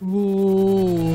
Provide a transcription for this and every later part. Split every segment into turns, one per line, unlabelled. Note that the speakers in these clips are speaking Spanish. Uh,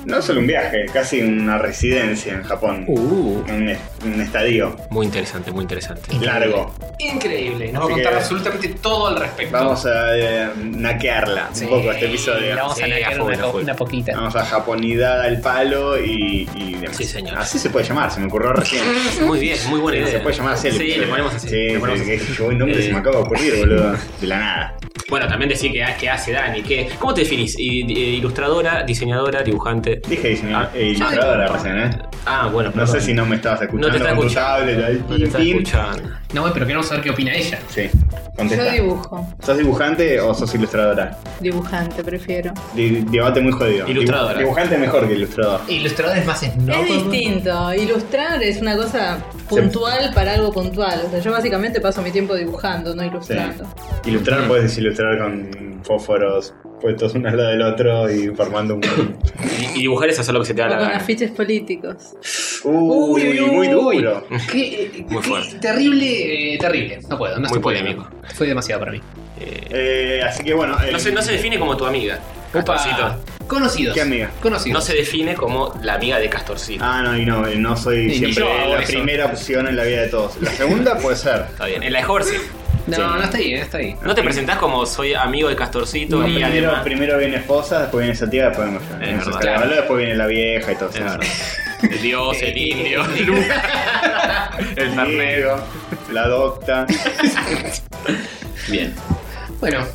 no solo un viaje, casi una residencia en Japón,
Uh.
un, es- un estadio
Muy interesante, muy interesante.
largo.
Increíble. Nos va a
Así
contar
que-
absolutamente todo al respecto.
Vamos a eh, naquearla
Sí,
un poco este episodio. Ah.
la vamos a
Sí,
negar
a full,
una,
a
po-
full.
una poquita.
Vamos a japonidad al palo y, y demás.
Sí, señor.
Así se puede llamar, se me ocurrió recién.
Muy bien, muy buena idea.
Se puede llamar así. el
Sí,
episodio.
le ponemos así.
Sí,
le ponemos
sí,
así.
que- que buen nombre se me
Eh.
acaba de ocurrir, boludo. De la nada.
Bueno, también decir que, que hace Dani. Que, ¿Cómo te definís? I- i- Ilustradora, diseñadora, dibujante.
Dije diseñador,
Ah,
eh, ilustradora recién, ¿eh?
Ah, bueno,
No
perdón.
sé si no me estabas escuchando
No te está
con tu
escuchando.
tablet ahí,
No te está
pim, pim.
escuchando.
No, pero queremos saber qué opina ella.
Sí,
Yo
contesta.
dibujo.
¿Sos dibujante o sos ilustradora?
Dibujante, prefiero.
Di- debate muy jodido.
Ilustradora.
Dibu- Dibujante mejor que ilustrador.
Ilustrador es más snob.
es distinto. Ilustrar es una cosa puntual para algo puntual. O sea, yo básicamente paso mi tiempo dibujando, no
Sí.
ilustrando.
Ilustrar puedes desilustrar con fósforos puestos uno al lado del otro y formando un.
Y, y dibujar es hacer lo que se te da
O
la
con
gana.
afiches políticos.
Uy, muy duro.
Qué,
Muy
qué
fuerte.
terrible, eh, terrible. No puedo, no
Muy
estoy
polémico.
pudiendo. Fue demasiado para mí.
Eh,
Eh, así que bueno. eh,
no, se, no se define como tu amiga. Castorcito.
Conocidos.
¿Qué amiga?
No
Conocidos.
se define como la amiga de Castorcito.
Ah, no, y no, eh, no soy
Ni- ni
siempre
yo hago
la
eso.
primera opción en la vida de todos. La segunda puede ser.
Está bien. En la de Jorge.
No,
Sí.
no, está bien, está bien.
No te presentás como soy amigo de Castorcito
No,
y
primero,
además.
primero viene esposa, después viene esa tía, después vemos yo.
Es
Entonces,
verdad.
claro,
Claro.
después viene la vieja y todo eso.
Es verdad. El dios, el indio, el el
El
ternero.
negro, la docta.
Bien.
Bueno,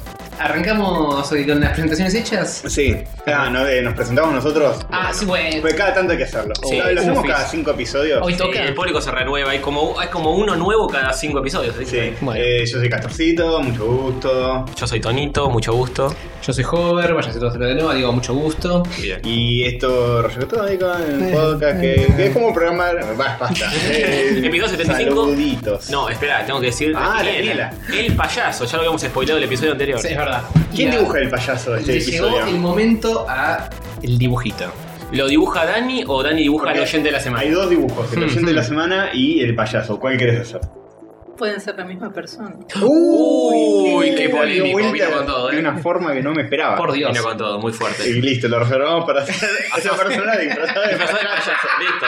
arrancamos hoy con las presentaciones hechas.
Sí. Ah, no, eh, nos presentamos nosotros.
Ah, sí, bueno.
Pues cada tanto hay que hacerlo.
Sí.
lo lo hacemos
Ufis.
cada cinco episodios.
Hoy
Sí,
toca.
Eh, el público se renueva. Hay como, hay como uno nuevo cada cinco episodios. así
Sí.
que-
Bueno.
Eh, yo soy Castorcito, mucho gusto.
Yo soy Tonito, mucho gusto.
Yo soy Hover, váyanse todos de nuevo, digo mucho gusto.
Bien.
Y esto, Rollo Católico,
Eh,
en podcast, que, que es como programar. Va, basta. Eh,
Episodio 75.
Saluditos.
No, espera, tengo que decir.
Ah,
quién
la
era. El payaso, ya lo habíamos spoileado el episodio anterior.
Sí, es verdad.
¿Quién
Ya.
dibuja el payaso de este
Le llegó
episodio?
el momento a el dibujito.
¿Lo dibuja Dani o Dani dibuja al
Porque
oyente de la
Hay
semana?
dos dibujos, el
Hmm,
oyente de
Mm.
la
hmm.
semana y el payaso. ¿Cuál querés hacer?
Pueden ser la misma persona.
Uy, qué
Dio
polémico,
vuelta
vino con todo,
De
eh.
una forma que no me esperaba.
Por Dios.
Vino con todo, muy fuerte.
Y listo, lo reservamos para hacer esa persona disfrazada de
Disfrazado de payaso, listo.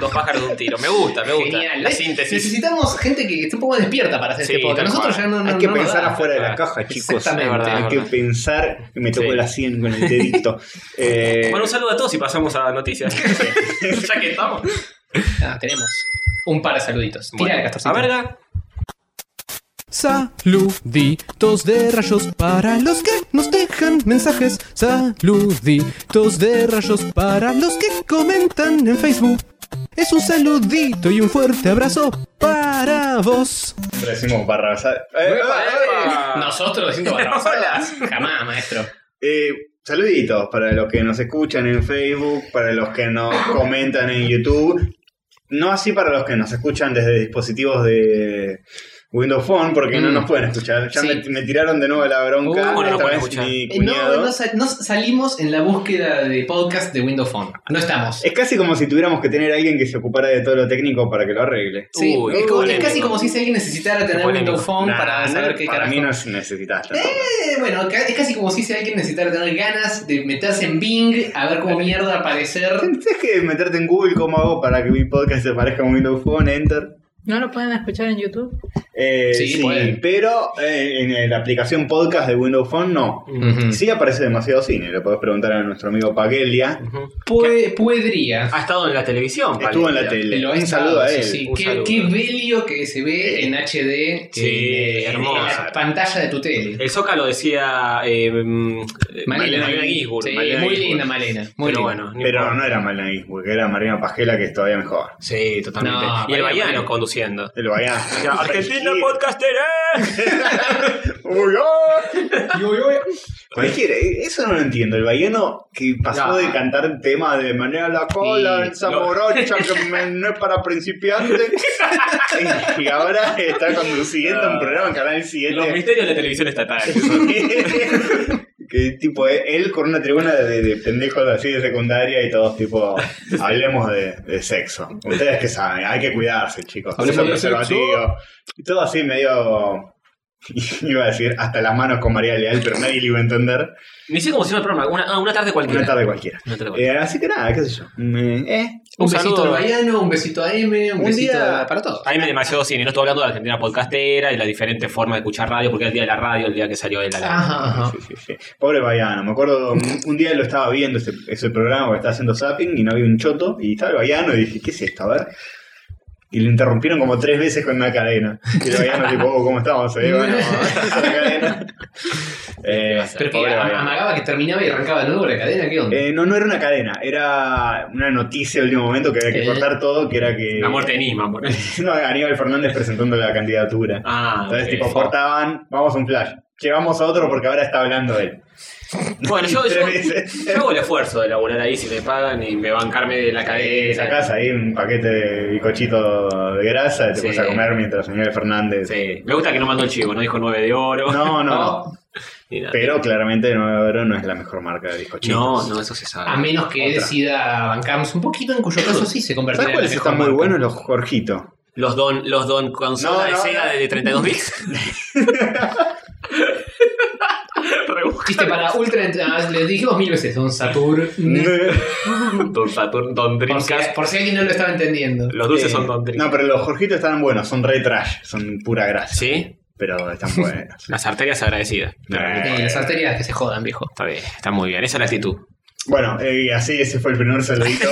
Dos pájaros de un tiro. Me gusta, me gusta.
Genial.
La
¿ves?
síntesis.
Necesitamos gente que esté un poco despierta para hacer
Sí,
este podcast.
tal
Nosotros
cual.
ya no, no
Hay que
no nos
pensar
da.
afuera de la caja, chicos.
Exactamente.
Es verdad,
Hay
es
que
verdad.
pensar. Me tocó
Sí.
la 100 con el dedito. Eh,
Bueno, un saludo a todos y pasamos a noticias. ya que estamos.
Ah, tenemos un par de saluditos. Tira
Bueno,
Castorcito.
a verga.
Saluditos de rayos para los que nos dejan mensajes. Saluditos de rayos para los que comentan en Facebook. es un saludito y un fuerte abrazo para vos.
Siempre decimos barrabasada. Eh,
¡Epa!
eh,
Nosotros diciendo barrabasadas. Jamás, maestro.
eh, saluditos para los que nos escuchan en Facebook, para los que nos comentan en YouTube. No así para los que nos escuchan desde dispositivos de Windows Phone, porque no
Mm.
nos pueden escuchar. Ya
Sí.
me, me tiraron de nuevo la bronca.
¿Cómo no
Esta
pueden
vez
escuchar?
mi
Eh, No,
cuñado.
no sa- no salimos en la búsqueda de podcast de Windows Phone. No estamos.
Es casi como si tuviéramos que tener a alguien que se ocupara de todo lo técnico para que lo arregle.
Sí,
Uy,
es, como- es
polémico.
casi como si alguien necesitara tener
Polémico.
Windows Phone
Nah,
para
no,
saber qué
para
carajo.
mí no es- necesitas tanto.
Eh, bueno, ca- es casi como si alguien necesitara tener ganas de meterse en Bing a ver cómo mierda aparecer.
Tienes que meterte en Google como hago para que mi podcast se parezca a un Windows Phone, Enter.
¿No lo pueden escuchar en YouTube?
Eh, sí,
Sí, pueden.
pero eh, en la aplicación podcast de Windows Phone no.
Ujú.
Sí aparece demasiado cine, lo podés preguntar a nuestro amigo Pagelia.
Ujú.
Pue- podría.
Ha estado en la televisión,
Estuvo en la
Valeria.
tele.
Lo ha
Un
estado,
saludo a
sí,
él.
sí.
Un
Qué,
saludo.
qué bello que se ve en HD.
Sí,
en- en
hermoso.
la pantalla de tu tele.
El Zócalo decía eh, mm, Malena Guisburg.
Sí,
Malena
muy
Guisburg.
linda Malena. Muy
Pero
linda.
bueno, no
Pero
importa.
no era Malena porque era Marina Pagela, que es todavía mejor.
Sí, totalmente. y
No,
el
Malena,
Bayano
Malena.
conduciendo.
El Bayán.
Ya, Argentina Podcastera.
Uy, oh.
Yo- yo-
Cualquiera, eh, eso no lo entiendo. El baiano que pasó
No.
de cantar temas de manera la cola,
Sí,
esa morocha que me- no es para principiantes. y ahora está conduciendo un programa en Canal
Los
7.
misterios de la televisión estatal.
que tipo, eh, él con una tribuna de, de pendejos así de secundaria y todos tipo, hablemos de, de sexo. Ustedes que saben, hay que cuidarse, chicos.
Hablemos
Usen
de sexo.
preservativo. Y todo así medio... Iba a decir hasta las manos con María Leal, pero nadie lo iba a entender.
Ni sé cómo se llama el programa. Una, ah, una tarde cualquiera.
Una tarde cualquiera.
Una tarde cualquiera.
Eh, así que nada, qué sé yo. Mm, eh.
Un,
Un
besito
saludo.
al Bayano, un besito a M, un,
Un
besito
día-
a- para todos.
Ahí me demasiado cine. No estoy hablando de la Argentina podcastera y la diferente forma de escuchar radio, porque era el día de la radio, el día que salió de la radio.
Ajá, ajá.
Sí, sí, sí. Pobre Bayano, me acuerdo, un un día lo estaba viendo ese, ese programa que estaba haciendo zapping y no había un choto y estaba el Bayano y dije, ¿qué es esto? A ver. Y lo interrumpieron como tres veces con una cadena. Y el Bayano tipo, oh, ¿cómo estamos? Eh, bueno, con la cadena. Eh,
Pero que
pobre
am-
Bayano.
amagaba que terminaba y arrancaba de nuevo la cadena, ¿qué onda?
Eh, no, no era una cadena, era una noticia de último momento que había que
Eh.
cortar todo, que era que...
La muerte de Nisman. por-
No, Aníbal Fernández presentando la candidatura.
Ah,
Entonces,
ok.
tipo, cortaban, vamos a un flash. Llevamos a otro porque ahora está hablando él.
Bueno, yo,
Tres
yo,
veces.
yo hago el esfuerzo de laburar ahí si me pagan y me bancarme de la
Eh,
cadena.
sacás ahí un paquete de bicochito de grasa y te
Sí.
pones a comer mientras Aníbal Fernández.
Sí. Me gusta que no mandó el chivo, no dijo 9 de oro.
No, no.
Oh,
ni nada.
Pero claramente el 9 de oro no es la mejor marca de bizcochitos.
No, no, eso se sabe.
a menos que
Otra.
decida bancarnos un poquito, en cuyo caso sí se convertirá
¿Sabes
en la
cuáles
mejor
están muy
marca.
buenos? Los Jorgito.
Los don, los don consola
No,
de
no,
Sega
no.
de 32 bits. Rebusca.
Viste, para Ultra, ah, les dijimos mil veces, Don Satur.
don Saturn, Don
Por si,
Dreamcast.
por si alguien no lo estaba entendiendo.
Los dulces
Eh,
son Don Dreamcast.
No, pero los Jorgitos están buenos, son re trash, son pura grasa.
¿Sí?
Pero están buenos.
Las arterias agradecidas.
Eh,
Eh, las arterias que se jodan, viejo.
Está bien, está muy bien. Esa es la actitud.
Bueno, eh, y así ese fue el primer saludito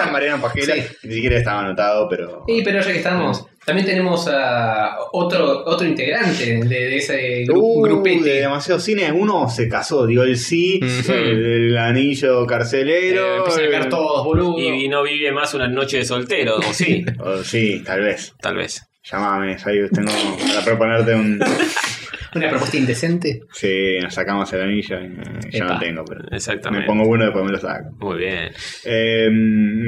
a Mariano Pajela.
Sí.
que Ni siquiera estaba anotado, pero.
Sí, pero ya que estamos, también tenemos a otro, otro integrante de, de ese gru-
Uh, de
grupete.
demasiado cine, uno se casó, dio el sí,
Ujú.
el, el anillo
Eh,
carcelero.
empiezan a caer
el-
todos, boludo.
Y no vive más una noche de soltero, o sí,
Oh, sí, tal vez.
tal vez.
Llámame, ahí tengo para proponerte un.
Una propuesta indecente.
Sí, nos sacamos el anillo y eh, ya
Epa.
no tengo, pero. Me
Exactamente.
pongo bueno y después me lo saco.
Muy bien.
Eh,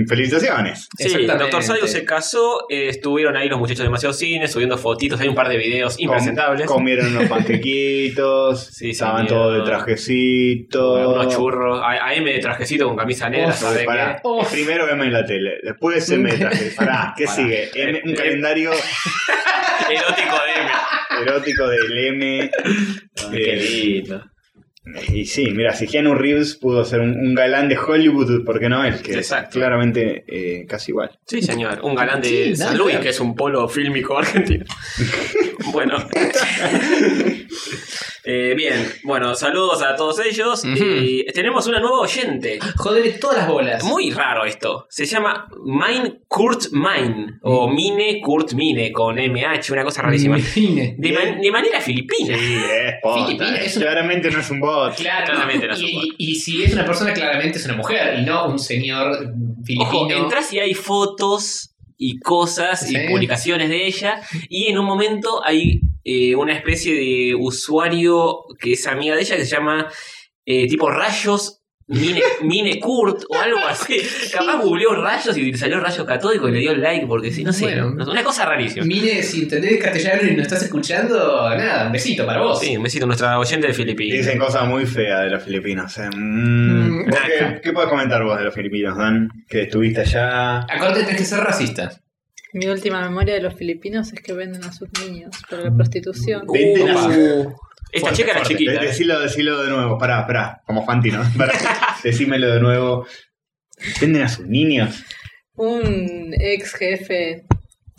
felicitaciones.
Sí,
Exactamente.
Doctor Sayo se casó, eh, estuvieron ahí los muchachos de demasiado cine, subiendo fotitos, hay un par de videos impresentables.
Com- comieron unos panquequitos,
Sí,
estaban
señor.
todos de trajecito.
unos churros, a, a M de trajecito con camisa negra,
Uf,
¿sabe
Pará,
qué?
Uf.
primero M en la tele, después M de traje. Pará, ¿qué
Pará.
sigue? M- un
Eh,
calendario
Erótico de M.
erótico del M.
Ay, qué lindo.
Y sí, mira, si Keanu Reeves pudo ser un, un galán de Hollywood, ¿por qué no él? Que es
Exacto.
claramente eh, casi igual.
Sí, señor. Un galán de
Sí,
San
nada.
Luis, que es un polo fílmico argentino. bueno, Eh, bien, bueno, saludos a todos ellos.
Ujú.
Y tenemos una nueva oyente.
Joderle todas las bolas.
Muy raro esto. Se llama Mine Kurt Mine. O Mine Kurt Mine con MH, una cosa
Mm.
rarísima.
Fine.
De, man- de manera filipina.
Sí, es bot.
Filipina
eh.
es un-
Eh, Claramente no es un bot.
Claro,
Claramente no es un
y,
bot.
y- y si es una persona, claramente es una mujer y no un señor filipino.
Ojo, entras y hay fotos y cosas
Sí.
y publicaciones de ella. Y en un momento hay eh, una especie de usuario que es amiga de ella que se llama eh, tipo Rayos. Mine, Mine Kurt o algo así. Capaz googleó rayos y salió rayos catódico y le dio like porque sí, no sé.
Bueno.
Una cosa rarísima.
Mire, si entendés castellano y no estás escuchando, nada, un besito para vos.
Sí, un besito a nuestra oyente de Filipinas.
Dicen cosas muy feas de los filipinos. eh. Mm.
Mm.
¿Vos ¿Qué, qué podés comentar vos de los filipinos, Dan? Que estuviste allá.
Acordate, tenés que ser racista.
Mi última memoria de los filipinos es que venden a sus niños para la prostitución.
Venden a
Uh, Esta
Fuerte,
chica era
fuerte.
chiquita.
De-
eh.
Decilo, decilo de nuevo. Pará, pará. Como Fantino. Pará. Decímelo de nuevo. Venden a sus niños.
Un ex jefe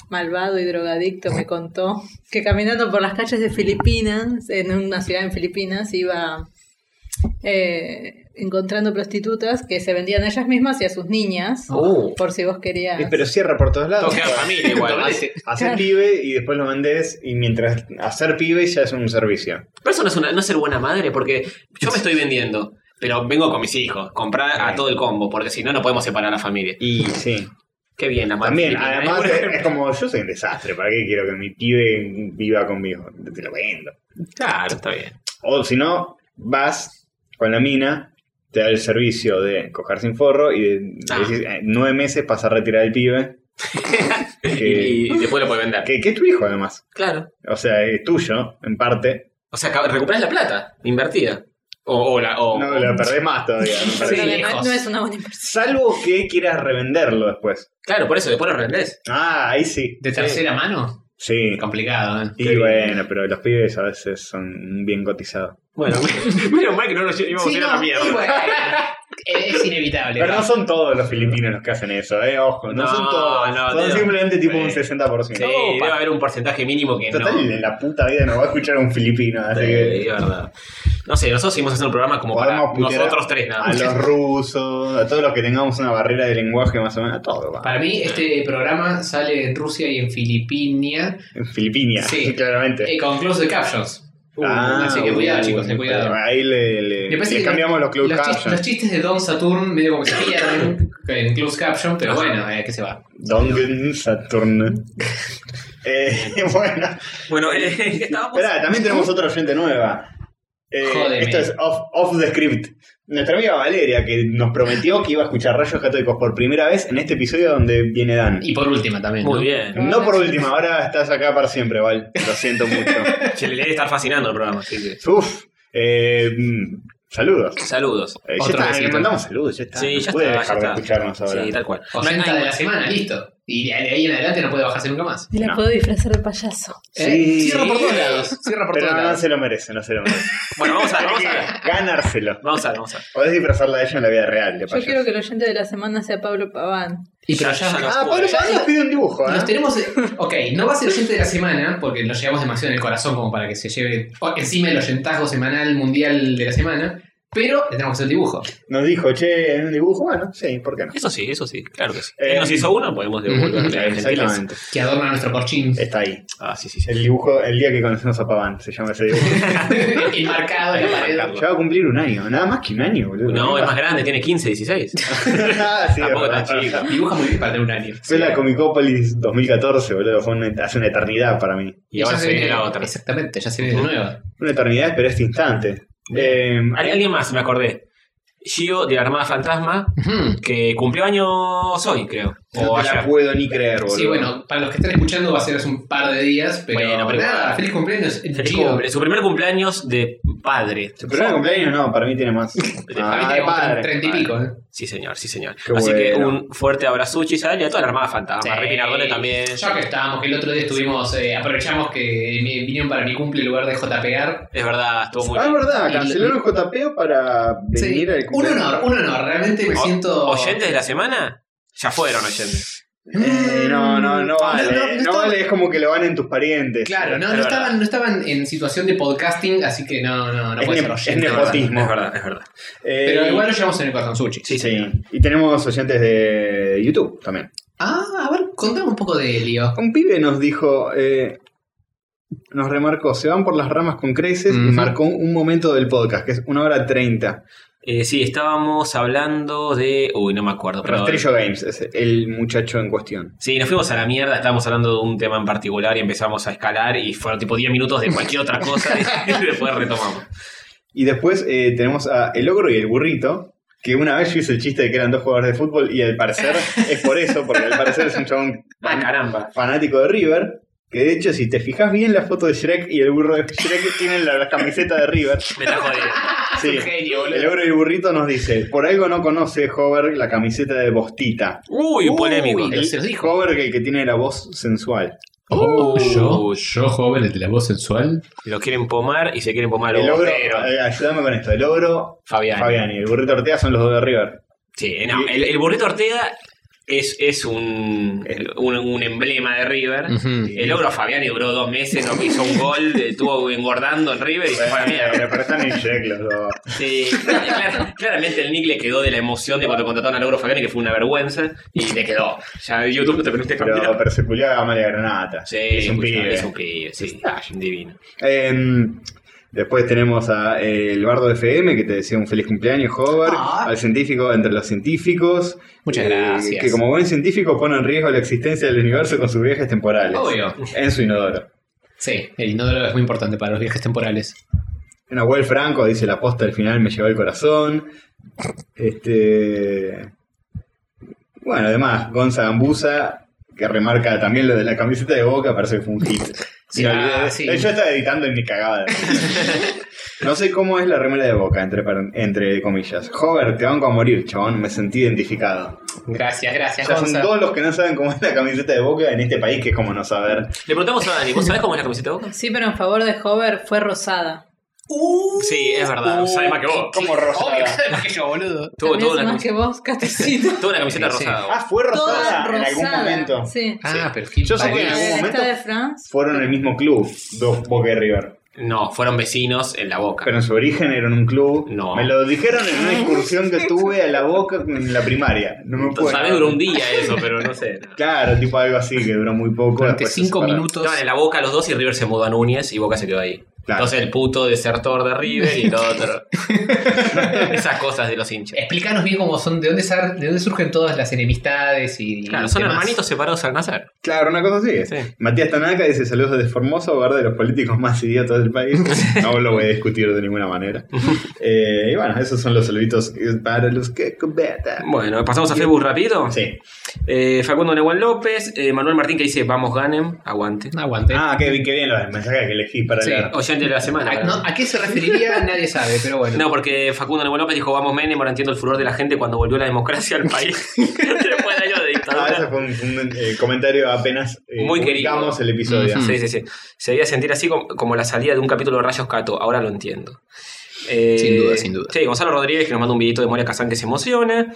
malvado y drogadicto me contó que caminando por las calles de Filipinas, en una ciudad en Filipinas, iba eh, encontrando prostitutas que se vendían a ellas mismas y a sus niñas,
Uh,
por si vos querías.
Eh, Oh. pero cierra por todos lados.
toca a la familia igual.
Doblete.
Hacer pibe y después lo vendés. Y mientras hacer pibe ya es un servicio.
Pero eso no es, una, no es ser buena madre, porque yo me estoy vendiendo, pero vengo con mis hijos, comprar a todo el combo, porque si no, no podemos separar a la familia.
Y sí.
Qué bien, la madre.
También,
filipina,
además,
¿eh?
es, es como yo soy un desastre. ¿Para qué quiero que mi pibe viva conmigo? Te lo vendo.
Claro, está bien.
O si no, vas con la mina, te da el servicio de coger sin forro y de,
Ah.
le decís, eh, nueve meses vas a retirar el pibe. que,
Y, y después lo puedes vender.
que- que es tu hijo, además.
Claro.
O sea, es tuyo, en parte.
O sea, acá- recuperás la plata invertida. O, o la. O,
No, lo perdés más todavía. me
Pero
parece.
no, no-
lejos.
no es una buena inversión.
Salvo que quieras revenderlo después.
Claro, por eso, después lo rendés.
Ah, ahí sí.
¿De tercera mano?
Sí.
Complicado, ¿eh?
Y bueno, pero los pibes a veces son bien cotizados.
Bueno, menos mal que no lo lle- íbamos a ir a la
y
mierda.
bueno, eh, es inevitable.
Pero no
¿no?
son todos los filipinos los que hacen eso, eh, ojo. No,
No,
son todos.
no,
son
te-
simplemente tipo un
Sí.
60%.
Sí, debe haber un porcentaje mínimo que
Total,
no.
en la puta vida nos va a escuchar un filipino, así
Sí,
que
de verdad. No sé, nosotros seguimos haciendo un programa como para
Podemos putear
nosotros tres nada
a
más.
los rusos, a todos los que tengamos una barrera de lenguaje más o menos, a todo va.
Para mí, este programa sale en Rusia y en Filipinia
En Filipinia,
Sí.
claramente.
eh, con closed captions.
Ah,
así que cuidado, chicos, eh,
bueno,
cuidado.
Ahí le, le-
Me parece
le
que
cambiamos los club
los, chis- los
captions.
chistes de Don Saturn medio como que se pierden en closed caption, pero
Ajá.
bueno, eh, que se va.
Dongen Saturn. eh, bueno,
Bueno, eh, ¿qué estábamos?
espera, también tenemos otra oyente nueva. Eh,
Jódeme.
esto es off, off the script. Nuestra amiga Valeria, que nos prometió que iba a escuchar Rayos Católicos por primera vez en este episodio donde viene Dan.
Y por última también.
Muy
¿no?
bien.
No por última, ahora estás acá para siempre, Val. Lo siento mucho.
Se le debe estar fascinando el programa. sí, sí.
Uf. Eh, mm, saludos.
Saludos.
Eh, ya
Otro
está,
besito.
le mandamos saludos, ya está.
Sí, ya
no puede
está,
dejar
ya
de
está.
escucharnos ahora.
Sí, tal cual.
Oyenta de la semana, listo. Y de ahí en adelante no puede bajarse nunca más.
Y la
No.
puedo disfrazar de payaso.
¿Eh?
Sí.
Cierra por todos lados. Cierra por
Pero
todos
no, no
lados.
se lo merece, no se lo merece.
Bueno, vamos a ver,
Hay
vamos
que
a ver.
ganárselo.
Vamos a ver, vamos a ver.
Podés disfrazarla de ella en la vida real, de
Yo
payaso.
quiero que el oyente de la semana sea Pablo Paván.
Y pero
Ya- ya
ya,
no.
Ah, Pablo Pablo nos pide un dibujo, ¿eh?
Nos tenemos. Ok, no va a ser oyente de la semana, porque lo llevamos demasiado en el corazón como para que se lleve o- encima el oyentazgo semanal mundial de la semana, pero le tenemos que hacer el dibujo.
Nos dijo, che, un dibujo, bueno, sí, ¿por qué no?
Eso sí, eso sí, claro que sí.
Eh,
Él nos hizo uno, podemos devolverle a la gentileza.
Exactamente.
Que adorna nuestro corchín.
Está ahí.
Ah, sí, sí, sí.
El dibujo, el día que conocimos a Paván, se llama ese dibujo.
Enmarcado en la pared.
ya va a cumplir un año, nada más que un año, boludo.
No, es más grande, tiene 15, 16.
ah, sí,
Tampoco
es verdad.
tan chico.
Dibuja muy bien para tener un año.
Fue la Comicopolis 2014, boludo. Fue una- hace una eternidad para mí.
Y ahora
ya
se viene la otra.
Exactamente, ya se viene la nueva.
Una eternidad, pero este instante. Eh,
Hay alguien más, me acordé. Gio de la Armada Fantasma, que cumplió años hoy, creo. O
no te la
ayer.
puedo ni creer, boludo.
Sí, bueno, para los que están escuchando va a ser hace un par de días, pero,
Bueno, pero-
nada, feliz cumpleaños.
Feliz
Gio.
cumple, Su primer cumpleaños de padre.
Su primer cumpleaños no, para mí tiene más.
A mí
Ah,
tiene como
padre.
treinta y pico, ¿eh?
Sí, señor, sí, señor.
Qué
Así que
bueno.
un fuerte abrazo y a él y a toda la Armada Fantasma. A Ricky Nardone también.
Ya que estábamos, que el otro día estuvimos, eh, aprovechamos que me- vinieron para mi cumple en lugar de JPR.
Es verdad, estuvo muy
Ah, es verdad,
Y-
cancelaron el JP para venir al
un
cumpleaños.
honor, un honor, realmente me
O-
siento.
¿Oyentes de la semana? Ya fueron oyentes.
Eh, no, no, no vale.
Mm. no,
No,
no estaba-
vale, es como que lo van en tus parientes.
Claro, no,
Es
no,
verdad.
estaban, no estaban en situación de podcasting, así que no, no, no
Es
puede
ne-
ser oyente.
es
Es
¿verdad?
verdad,
Nepotismo.
es verdad, es verdad.
Eh,
Pero igual lo llevamos en el corazón sushi.
Sí,
Sí,
señor.
y tenemos oyentes de YouTube también.
Ah, a ver, contame un poco de Elio.
Un pibe nos dijo, eh, nos remarcó, se van por las ramas con creces y
Ujú.
marcó un momento del podcast, que es una hora treinta.
Eh, sí, estábamos hablando de. Uy, no me acuerdo. pero-
Rastrillo Games es el muchacho en cuestión.
Sí, nos fuimos a la mierda, estábamos hablando de un tema en particular y empezamos a escalar y fueron tipo 10 minutos de cualquier otra cosa y después retomamos.
Y después eh, tenemos a El Ogro y el Burrito, que una vez yo hice el chiste de que eran dos jugadores de fútbol y al parecer es por eso, porque al parecer es un chabón
Ah, caramba.
fanático de River. Que de hecho, si te fijas bien, la foto de Shrek y el burro de Shrek tienen la, la camiseta de River.
Me está jodiendo.
Sí.
Es un genio, boludo.
El ogro y el burrito nos dice: Por algo no conoce Hover la camiseta de Bostita.
Uy,
Uy,
polémico.
Pero se los dijo.
Hover, que, que tiene la voz sensual.
Oh,
Oh.
yo, yo joven, el de la voz sensual.
Lo quieren pomar y se quieren pomar
El
los
ogro,
bosteros.
eh, ayúdame con esto: El ogro,
Fabián.
Fabián y el burrito Ortega son los dos de River.
Sí, no, el, el burrito Ortega es, es un, un, un emblema de River. El ogro Fabiani duró dos meses, no hizo un gol, estuvo engordando en River y se fue a la mierda.
Pero están en Shrek los dos.
Sí, clar- claramente el Nick le quedó de la emoción de cuando contrataron al Ogro Fabiani, que fue una vergüenza, y le quedó. Ya YouTube no te permite
Pero,
cambiar.
pero se culió a Amalia Granata.
Sí,
es un
escuchá,
pibe.
es un pibe, sí, divino.
Em, después tenemos a eh, el Bardo FM, que te decía un feliz cumpleaños, Hover.
Ah.
Al científico entre los científicos. Eh,
Muchas gracias.
Que como buen científico pone en riesgo la existencia del universo con sus viajes temporales.
Obvio.
En su inodoro.
Sí, el inodoro es muy importante para los viajes temporales.
Nahuel Franco dice la posta al final me llevó el corazón. Este. Bueno, además, Gonza Gambusa, que remarca también lo de la camiseta de boca, parece que fue un hit.
Sí,
Me
ah,
olvidé.
sí.
Yo estaba editando y me cagaba. de risa. No sé cómo es la remera de boca, entre, par- entre comillas. Hover, te banco a morir, chabón. Me sentí identificado.
Gracias, gracias,
Ya son
Gonza.
todos los que no saben cómo es la camiseta de boca en este país, que es como no saber.
Le preguntamos a Dani, ¿vos sabés cómo es la camiseta de boca?
Sí, pero en favor de Hover fue rosada.
Sí, es verdad, sabe más que vos.
Como rosada.
Obvio, sabe más que yo, boludo.
Tuvo
También
toda
hace
una
más que
camiseta,
vos, Catecita.
tuvo una camiseta
Sí, sí.
rosada.
Ah, fue
Toda
rosada en
rosada.
algún momento.
Sí.
Ah, pero qué
Yo sé que-
En
en
la
algún
padre.
lista
momento-
de France.
Fueron el mismo club, dos Boca y River.
No, fueron vecinos en la boca.
Pero en su origen eran un club.
No.
Me lo dijeron en una excursión que tuve a la boca en la primaria. No me acuerdo.
Sabés, duró un día eso, pero no sé.
Claro, tipo algo así que duró muy poco.
Durante
después se
cinco
separaron.
minutos.
Estaban en la boca los dos y River se mudó a Núñez y Boca se quedó ahí.
Claro.
Entonces el puto desertor de River y todo otro. Esas cosas de los hinchas.
Explícanos bien cómo son, de dónde, sar- de dónde surgen todas las enemistades y.
Claro,
y
son
demás.
hermanitos separados al nacer.
Claro, una cosa así.
Sí.
Matías Tanaka dice saludos desde Formosa, hogar de los políticos más idiotas del país. No lo voy a discutir de ninguna manera. Eh, y bueno, esos son los saluditos para los que combaten.
Bueno, pasamos a Facebook rápido.
Sí.
Eh, Facundo Negual López, eh, Manuel Martín que dice vamos ganen, aguante.
Aguante.
Ah, qué, bien- qué bien los mensajes que elegí para
Sí.
leer. Ah,
Oyente de la semana.
¿A,
para
no,
mí.
¿a qué se referiría? Nadie sabe, pero bueno.
No, porque Facundo Negual López dijo vamos Menem, ahora entiendo el furor de la gente cuando volvió la democracia al país. Después de años de
Ah,
dictadura.
ese fue un, un, eh, comentario apenas eh,
Muy querido.
publicamos el episodio.
Mm.
Sí, sí, sí. Se debía sentir así como, como la salida de un capítulo de Rayos Cato. Ahora lo entiendo. Eh,
Sin duda, sin duda.
Sí, Gonzalo Rodríguez que nos manda un videito de Moria Kazán que se emociona.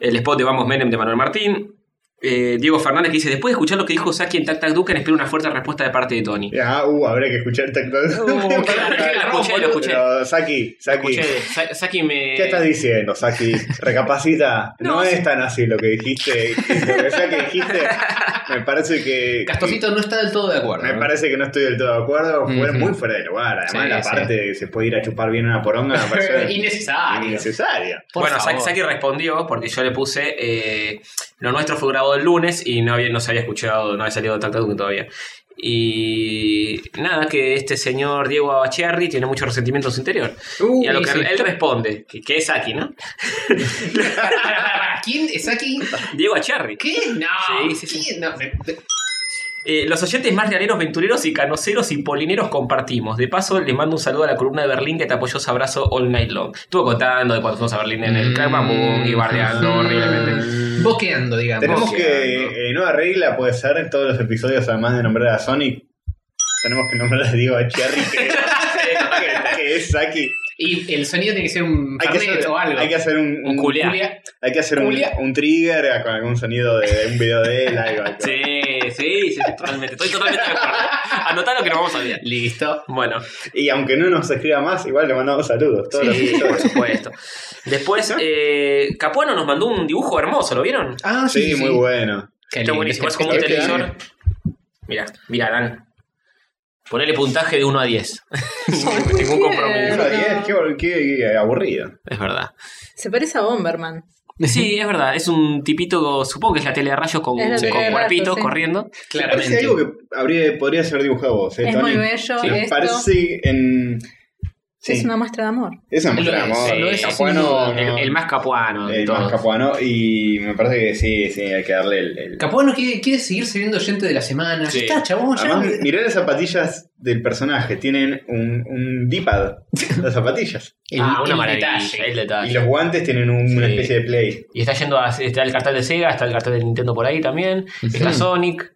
El spot de Vamos Menem de Manuel Martín. Eh, Diego Fernández que dice: Después de escuchar lo que dijo Saki en Tac Tac Duken, espero una fuerte respuesta de parte de Tony.
Ah, uh, habrá que escuchar TikTok.
claro, claro, lo escuché, lo escuché.
Pero, Saki, Saki,
Escuché, Sa- Saki me.
¿qué estás diciendo, Saki? Recapacita, no,
No,
es tan así lo que dijiste. Lo que sea que dijiste, me parece que.
Castorcito no está del todo de acuerdo.
Me
¿no?
parece que no estoy del todo de acuerdo. Fue
Ujú.
muy fuera de lugar. Además,
Sí,
la
sí.
parte de que se puede ir a chupar bien una poronga me parece
Innecesario.
innecesaria.
Por
bueno,
favor.
Saki, Saki respondió porque yo le puse eh, lo nuestro fue grabado el lunes y no había, no se había escuchado, no había salido de Tac Tac Tuc todavía. Y nada, que este señor Diego Abacherri tiene mucho resentimiento en su interior.
Uh,
y a lo
y
que
sí.
él responde, que, que es Saki, ¿no?
Para, para, para, ¿Quién es Saki?
Diego Acherri.
¿Qué? No.
Sí, sí, sí.
¿Quién? No, me- me-
Eh, los oyentes más realeros, ventureros y canoseros y polineros compartimos. De paso, les mando un saludo a la columna de Berlín que te apoyó ese abrazo all night long. Estuvo contando de cuando fuimos a Berlín en el
Mm.
Carmabung y bardeando
Mm.
horriblemente.
Boqueando, digamos.
Tenemos
Boqueando.
que. eh, nueva regla puede ser en todos los episodios, además de nombrar a Sonic. Tenemos que nombrar a Diego a Cherry, que, que- que es Saki.
Y el sonido tiene que ser un
Hay que,
fernet
hacer,
o algo.
hay que hacer un,
Un culiá.
Julia,
hay que hacer un,
Culiá.
un trigger eh, con algún sonido de un video de él, algo. algo.
Sí, sí, sí, sí, totalmente. Estoy totalmente de acuerdo. Anotá lo que nos vamos a olvidar.
Listo.
Bueno,
Y aunque no nos escriba más, igual le mandamos saludos. Todos los
sí, por
episodios.
supuesto. Después, eh, Capuano nos mandó un dibujo hermoso, ¿lo vieron?
Ah,
sí, muy bueno.
Está
Qué lindo.
buenísimo, es
Este-
como un
este
televisor.
año.
Mira, mira, Dan. Ponele puntaje de 1 a 10. Ningún ningún compromiso.
Uno de diez, qué, qué- qué aburrido.
Es verdad.
Se parece a Bomberman.
Sí, es verdad. Es un tipito, supongo que es la tele de rayos con,
Es la
con
tele de rayos,
cuerpitos
sí.
corriendo.
Parece
Claramente.
algo que habría, podría ser dibujado vos, ¿eh,
Es
Tony?
muy bello
Sí,
esto.
Parece en. Sí,
Es una muestra de amor.
es una muestra
Lo
de
es,
amor.
lo es,
Capuano,
sin duda.
no-
El, el más capuano de
el más
todos.
capuano. Y me parece que sí, sí, hay que darle el. el-
Capuano quiere, quiere seguir siendo gente de la semana.
Sí.
Ya está, chabón, ya.
Además, mirá las zapatillas del personaje. Tienen un, un D-pad. las zapatillas.
El-
ah, una
el
maravilla.
detalle.
El
Y
detalle.
los guantes tienen un- una
Sí.
especie de play.
Y está yendo a. Está el cartel de Sega, está el cartel de Nintendo por ahí también. Está Sonic.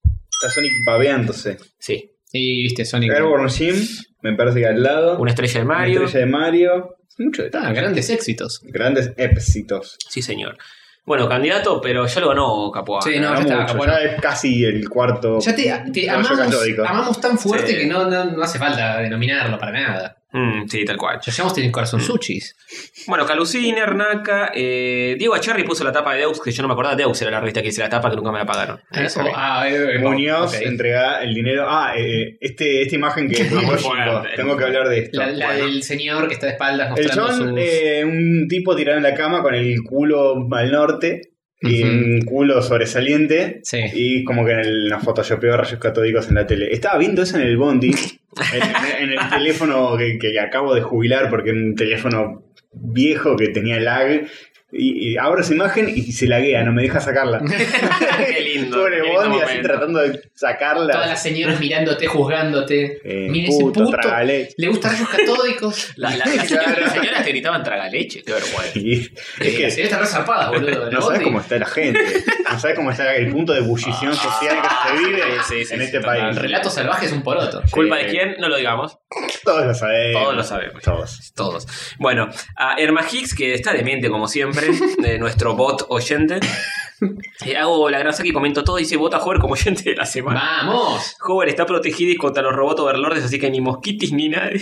Está Sonic babeándose.
Sí.
Y viste, Sonic.
Airborne Jim, me parece que al lado.
Una estrella de
Una
Mario.
estrella de Mario. Mucho
Ah,
detalle.
grandes éxitos.
Grandes éxitos.
Sí, señor. Bueno, candidato, pero ya lo ganó Capuano.
Sí, No, ya
Ganó
está,
mucho,
Capuano.
ya es casi el cuarto.
Ya te, te
caballo
amamos,
católico.
amamos tan fuerte
Sí.
que no, no, no hace falta denominarlo para nada.
Mm, sí, tal cual.
Ya llegamos a tener
Mm.
corazón sushis.
Bueno, Caluciner, Naka, eh, Diego Acherri puso la tapa de Deux, que yo no me acordaba. Deux era la revista que hice la tapa que nunca me la pagaron.
Ah, eso, ah, eh, eh,
Muñoz
ok.
entrega el dinero. Ah, eh, este, esta imagen que es
Muy
lógico,
fuerte.
Tengo que hablar de esto.
La, la
Bueno.
del señor que está de espaldas
el
mostrando
John,
sus...
eh, un tipo tirado en la cama con el culo al norte y
Ujú.
un culo sobresaliente.
Sí.
Y como que en el, nos photoshopeó rayos catódicos en la tele. Estaba viendo eso en el Bondi, en, en el teléfono que, que acabo de jubilar porque era un teléfono viejo que tenía lag. Y, y abro esa imagen y se laguea, no me deja sacarla.
Qué lindo,
Pobre
qué lindo
Bondi así
momento.
tratando de sacarla.
Todas las señoras mirándote, juzgándote.
Eh,
Mira ese
puto,
puto.
tragale.
Le gustan los catódicos.
La- la- las señoras- señoras te gritaban tragaleche, qué vergüenza.
Y-
Eh,
es
las
que
señoras están re zarpadas, boludo.
no
¿no?
sabes
Sí.
cómo está la gente. No sabes cómo está el punto de ebullición social que se vive
Ah, sí, sí, sí,
en
sí,
este
total.
país.
El relato salvaje es un poroto.
¿Culpa
Sí.
de quién? No lo digamos.
Todos lo
eh,
sabemos.
Todos lo sabemos.
Todos.
Todos. Bueno, a Herma Hicks, que está demente como siempre, de nuestro bot oyente. Eh, hago la gran saca y comento todo. Dice: Vota a Hover como oyente de la semana.
Ah. ¡Vamos!
Hover está protegida y contra los robots overlordes, así que ni mosquitis ni nadie.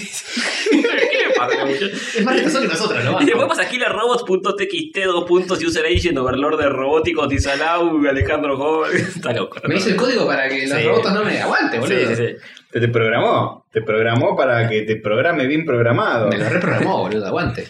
¿Qué le pasa?
Es más retraso que nosotros, ¿no?
Y después pasa aquí la robots.txt, dos puntos, user agent, overlord de robóticos, Tizalau, Alejandro Hover. Está loco.
Me hizo el código para que los
Sí.
robots no me aguanten,
Sí,
boludo.
sí, sí.
Te, te programó. Te programó para que te programe bien programado.
Me lo reprogramó, boludo, aguante.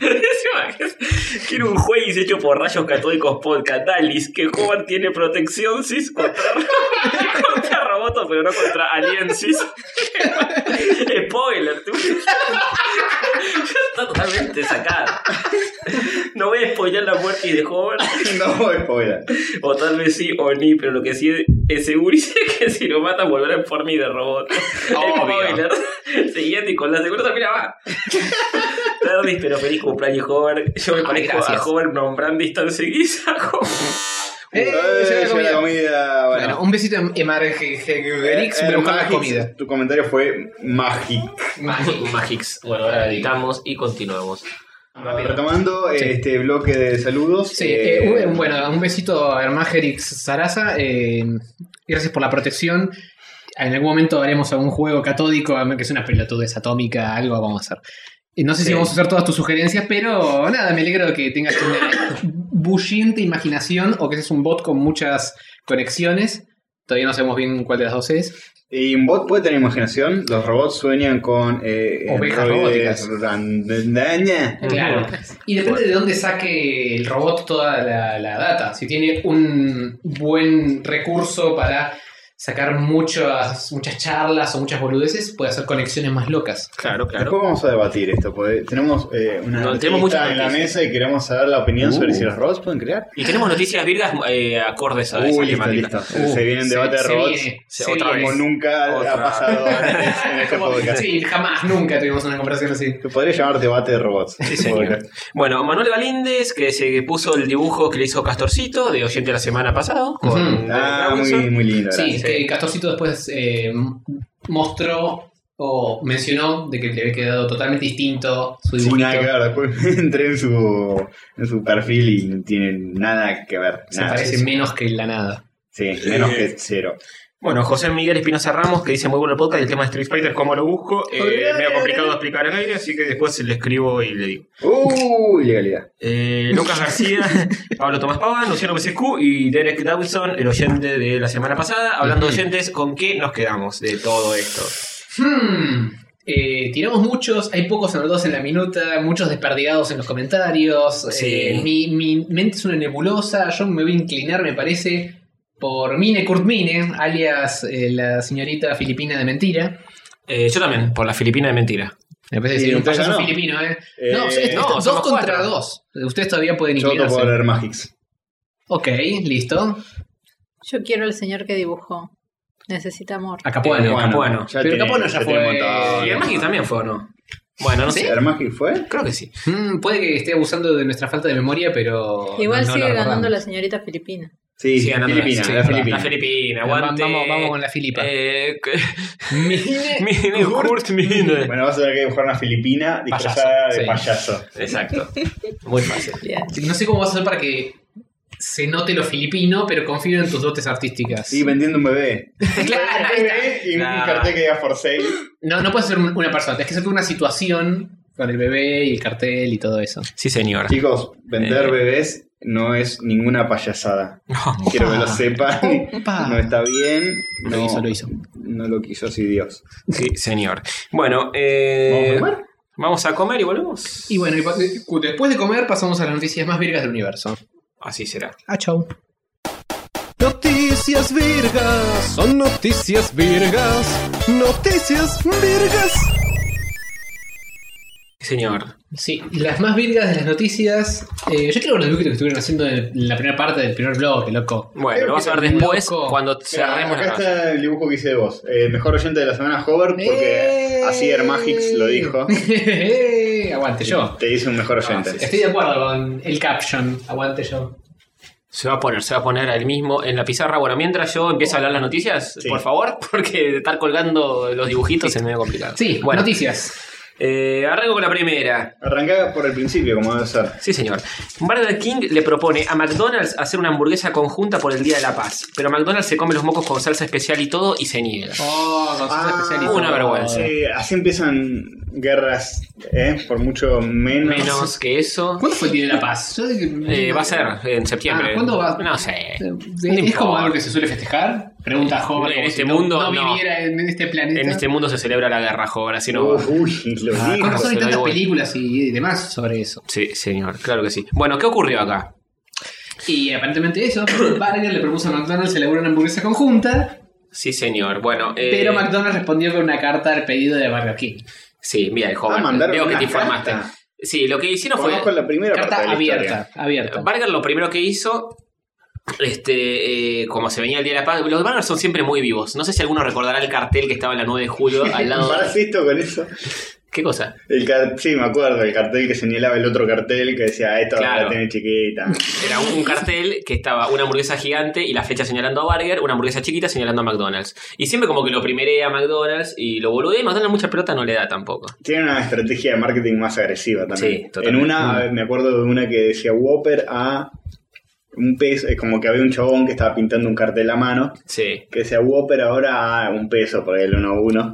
Quiero un jueguis hecho por rayos catódicos podcast. Dalis, que Hobart tiene protección cis contra, contra robots, pero no contra aliensis. Spoiler, tú. Está totalmente sacado. No voy a spoiler la muerte de Hobart.
no voy a spoiler.
O tal vez sí, o ni, pero lo que sí es seguro es que si lo matan volverá en forma de robot.
Obvio.
Eh, Spoiler. Siguiente, y con la segunda, mira, va. Tardis, pero feliz cumpleaños, Hover. Yo me
Ay,
parezco
gracias.
a Hover nombrando instancia
¡Eh!
Eh,
llegó la
llegó la
comida.
comida. Bueno.
Bueno, un besito en Emergerix
Eh,
para buscar la
Magix,
comida.
Tu comentario fue mágico.
Magix. Bueno, ahora editamos y continuamos.
Retomando eh,
Sí.
este bloque de saludos.
Sí,
eh,
eh, un- bueno, un besito a Hermagerix Sarasa. eh, gracias por la protección. En algún momento haremos algún juego catódico, que es una pelotudez atómica, algo vamos a hacer. Eh, No sé
Sí.
si vamos a usar todas tus sugerencias, pero nada, me alegro que tengas una bulliente imaginación o que seas un bot con muchas conexiones. Todavía no sabemos bien cuál de las dos es.
Y un bot puede tener imaginación. Los robots sueñan con eh,
Ovejas
androides
robóticas.
randaña.
Claro. Y depende de dónde saque el robot toda la, la data. Si tiene un buen recurso para sacar muchas, muchas charlas o muchas boludeces, puede hacer conexiones más locas.
Claro,
Después vamos a debatir esto, porque tenemos eh, una
No,
lista
tenemos muchas
en la
noticias.
mesa y queremos saber la opinión sobre
Uh.
si los robots pueden crear.
Y tenemos noticias virgas eh, acordes a esa
Uy, listo,
temática.
listo. Se- se viene un
Se-
debate de
se
robots
viene,
se-
se
otra
viene.
como
vez.
nunca
Otra.
ha pasado antes en este
Como-
podcast.
Sí, jamás, nunca tuvimos una conversación así.
Se podría llamar debate de robots.
Sí, señor. Bueno, Manuel Galíndez, que se puso el dibujo que le hizo Castorcito de oyente la semana pasado. Con
Ujú.
David
Ah,
Robinson.
muy, muy lindo.
Sí,
gracias.
es que Castorcito después eh, mostró o mencionó de que le había quedado totalmente distinto su
Sin
dibujito.
nada que ver, después entré en su, en su perfil y no tiene nada que ver.
se
Nada.
parece menos que la nada.
Sí, menos que cero.
Bueno, José Miguel Espinosa Ramos, que dice muy bueno el podcast, el tema de Street Fighter, cómo lo busco. Eh, medio complicado de explicar al aire, así que después le escribo y le digo.
Uh, ilegalidad.
Eh, Lucas García, Pablo Tomás Pava, Luciano PCQ y Derek Dawson, el oyente de la semana pasada. Hablando de oyentes, ¿con qué nos quedamos de todo esto?
Hmm, eh, tiramos muchos, hay pocos anotados en la minuta, muchos desperdigados en los comentarios.
Sí.
eh, mi, mi mente es una nebulosa, yo me voy a inclinar, me parece, por Mine Kurt Mine, alias eh, la señorita filipina de mentira.
Eh, yo también, por la Filipina de mentira.
Me parece
Sí,
decir un
entonces
payaso
no.
filipino, ¿eh?
Eh,
no, es- es-
no,
dos
somos
contra
cuatro.
dos. Ustedes todavía pueden
Yo toco
inclinarse.
leer Magix.
Ok, listo.
Yo quiero el señor que dibujó. Necesita amor.
Bueno,
Acapuano.
Eh, Capuano.
ya
Pero
tiene-
Capuano ya
ya tiene
fue-
montado.
Y el Magic también fue, ¿o no? Bueno, no sé.
¿El Magix fue?
Creo que sí.
Mm, puede que esté abusando de nuestra falta de memoria, pero.
Igual
no- no
sigue
lo
ganando
recordamos.
la señorita filipina.
Sí,
Sí, ganando la-
Filipina,
sí,
la Filipina.
La Filipina,
Vamos,
aguante.
vamos con la Filipa.
Eh,
Mine-
Mine, Kurt Mine.
Bueno, vas a ver que dibujar una Filipina disfrazada
Payaso,
de
sí.
payaso.
Exacto. Muy fácil.
Bien.
No sé cómo vas a hacer para que se note lo filipino, pero confío en tus dotes artísticas.
Sí, vendiendo un bebé.
Claro, ahí
un
está.
bebé y
Nah.
un cartel que diga for sale.
No, no puedes ser un- una persona, tienes que hacerte una situación con el bebé y el cartel y todo eso.
Sí, señora.
Chicos, vender
Eh.
bebés no es ninguna payasada.
No.
Quiero que lo sepan.
Opa.
No está bien.
Lo
no-
hizo, lo hizo.
No lo quiso así Dios.
Sí, señor. Bueno, eh,
¿Vamos a comer?
vamos a comer y volvemos.
Y bueno, y pa- eh, después de comer pasamos a las noticias más virgas del universo.
Así será.
Ah, chau.
Noticias virgas, son noticias virgas, noticias virgas.
Señor.
Sí, las más virgas de las noticias. eh, yo creo que los dibujitos que estuvieron haciendo en la primera parte del primer bloque, loco.
Bueno, lo vas a ver
Loco.
después cuando
Mira,
cerremos
acá
la casa.
está el dibujo que hice de vos. Eh, mejor oyente de la semana, Hover, porque
¡Eh!
así Hermagix lo dijo.
Aguante yo.
Te hice un mejor oyente.
Ah, sí,
Estoy de acuerdo con el caption. Aguante yo.
Se va a poner, se va a poner al mismo en la pizarra. Bueno, mientras yo empiezo a hablar las noticias,
Sí.
por favor, porque de estar colgando los dibujitos es medio complicado.
Sí,
bueno.
noticias.
eh, arranco con la primera.
Arrancá por el principio, como debe ser.
Sí, señor. Burger King le propone a McDonald's hacer una hamburguesa conjunta por el Día de la Paz, pero McDonald's se come los mocos con salsa especial y todo y se niega.
Oh, con sus especialistas.
una vergüenza.
Eh, Ah, así empiezan guerras, ¿eh? Por mucho menos.
Menos que eso.
¿Cuándo fue el Día de la Paz? Yo de-
Eh, va a ser en septiembre.
Ah, ¿cuándo va?
No sé.
Eh,
No
¿Es
importa.
como algo que se suele festejar? Pregunta joven.
En
como
este
si no-
mundo,
No,
no.
viviera en este planeta.
En este mundo se celebra la guerra, joven, así no.
Uh, Uy, lo
Ah,
dijo.
con razón
se
hay
lo
tantas
digo.
películas y, y demás sobre eso.
Sí, señor, claro que sí. Bueno, ¿qué ocurrió acá?
Y aparentemente eso, Barger le propuso a McDonald's elaborar una hamburguesa conjunta,
Sí, señor. Bueno, eh,
pero McDonald's respondió con una carta al pedido de Burger King.
Sí, mira, el
Ah,
joven.
mandaron
veo que
una
te informaste.
carta.
Sí, lo que hicieron fue. eh,
Conozco la primera parte de
Carta
la historia.
abierta, abierta.
Vargas lo primero que hizo, este, eh, como se venía el día de la paz, los Vargas son siempre muy vivos. No sé si alguno recordará el cartel que estaba en la 9 de julio al lado.
¿Comparás esto con eso?
¿Qué cosa?
El car- sí, me acuerdo, el cartel que señalaba el otro cartel que decía, "Ah, esto
Claro.
la tiene chiquita.
Era un, un cartel que estaba una hamburguesa gigante y la flecha señalando a Burger, una hamburguesa chiquita señalando a McDonald's. Y siempre como que lo primeré a McDonald's y lo boludea y McDonald's mucha pelota no le da tampoco.
Tiene una estrategia de marketing más agresiva también.
Sí,
en
totalmente.
una, me acuerdo de una que decía Whopper a un peso, es como que había un chabón que estaba pintando un cartel a mano,
Sí.
que decía Whopper ahora a un peso, porque el 1 a 1.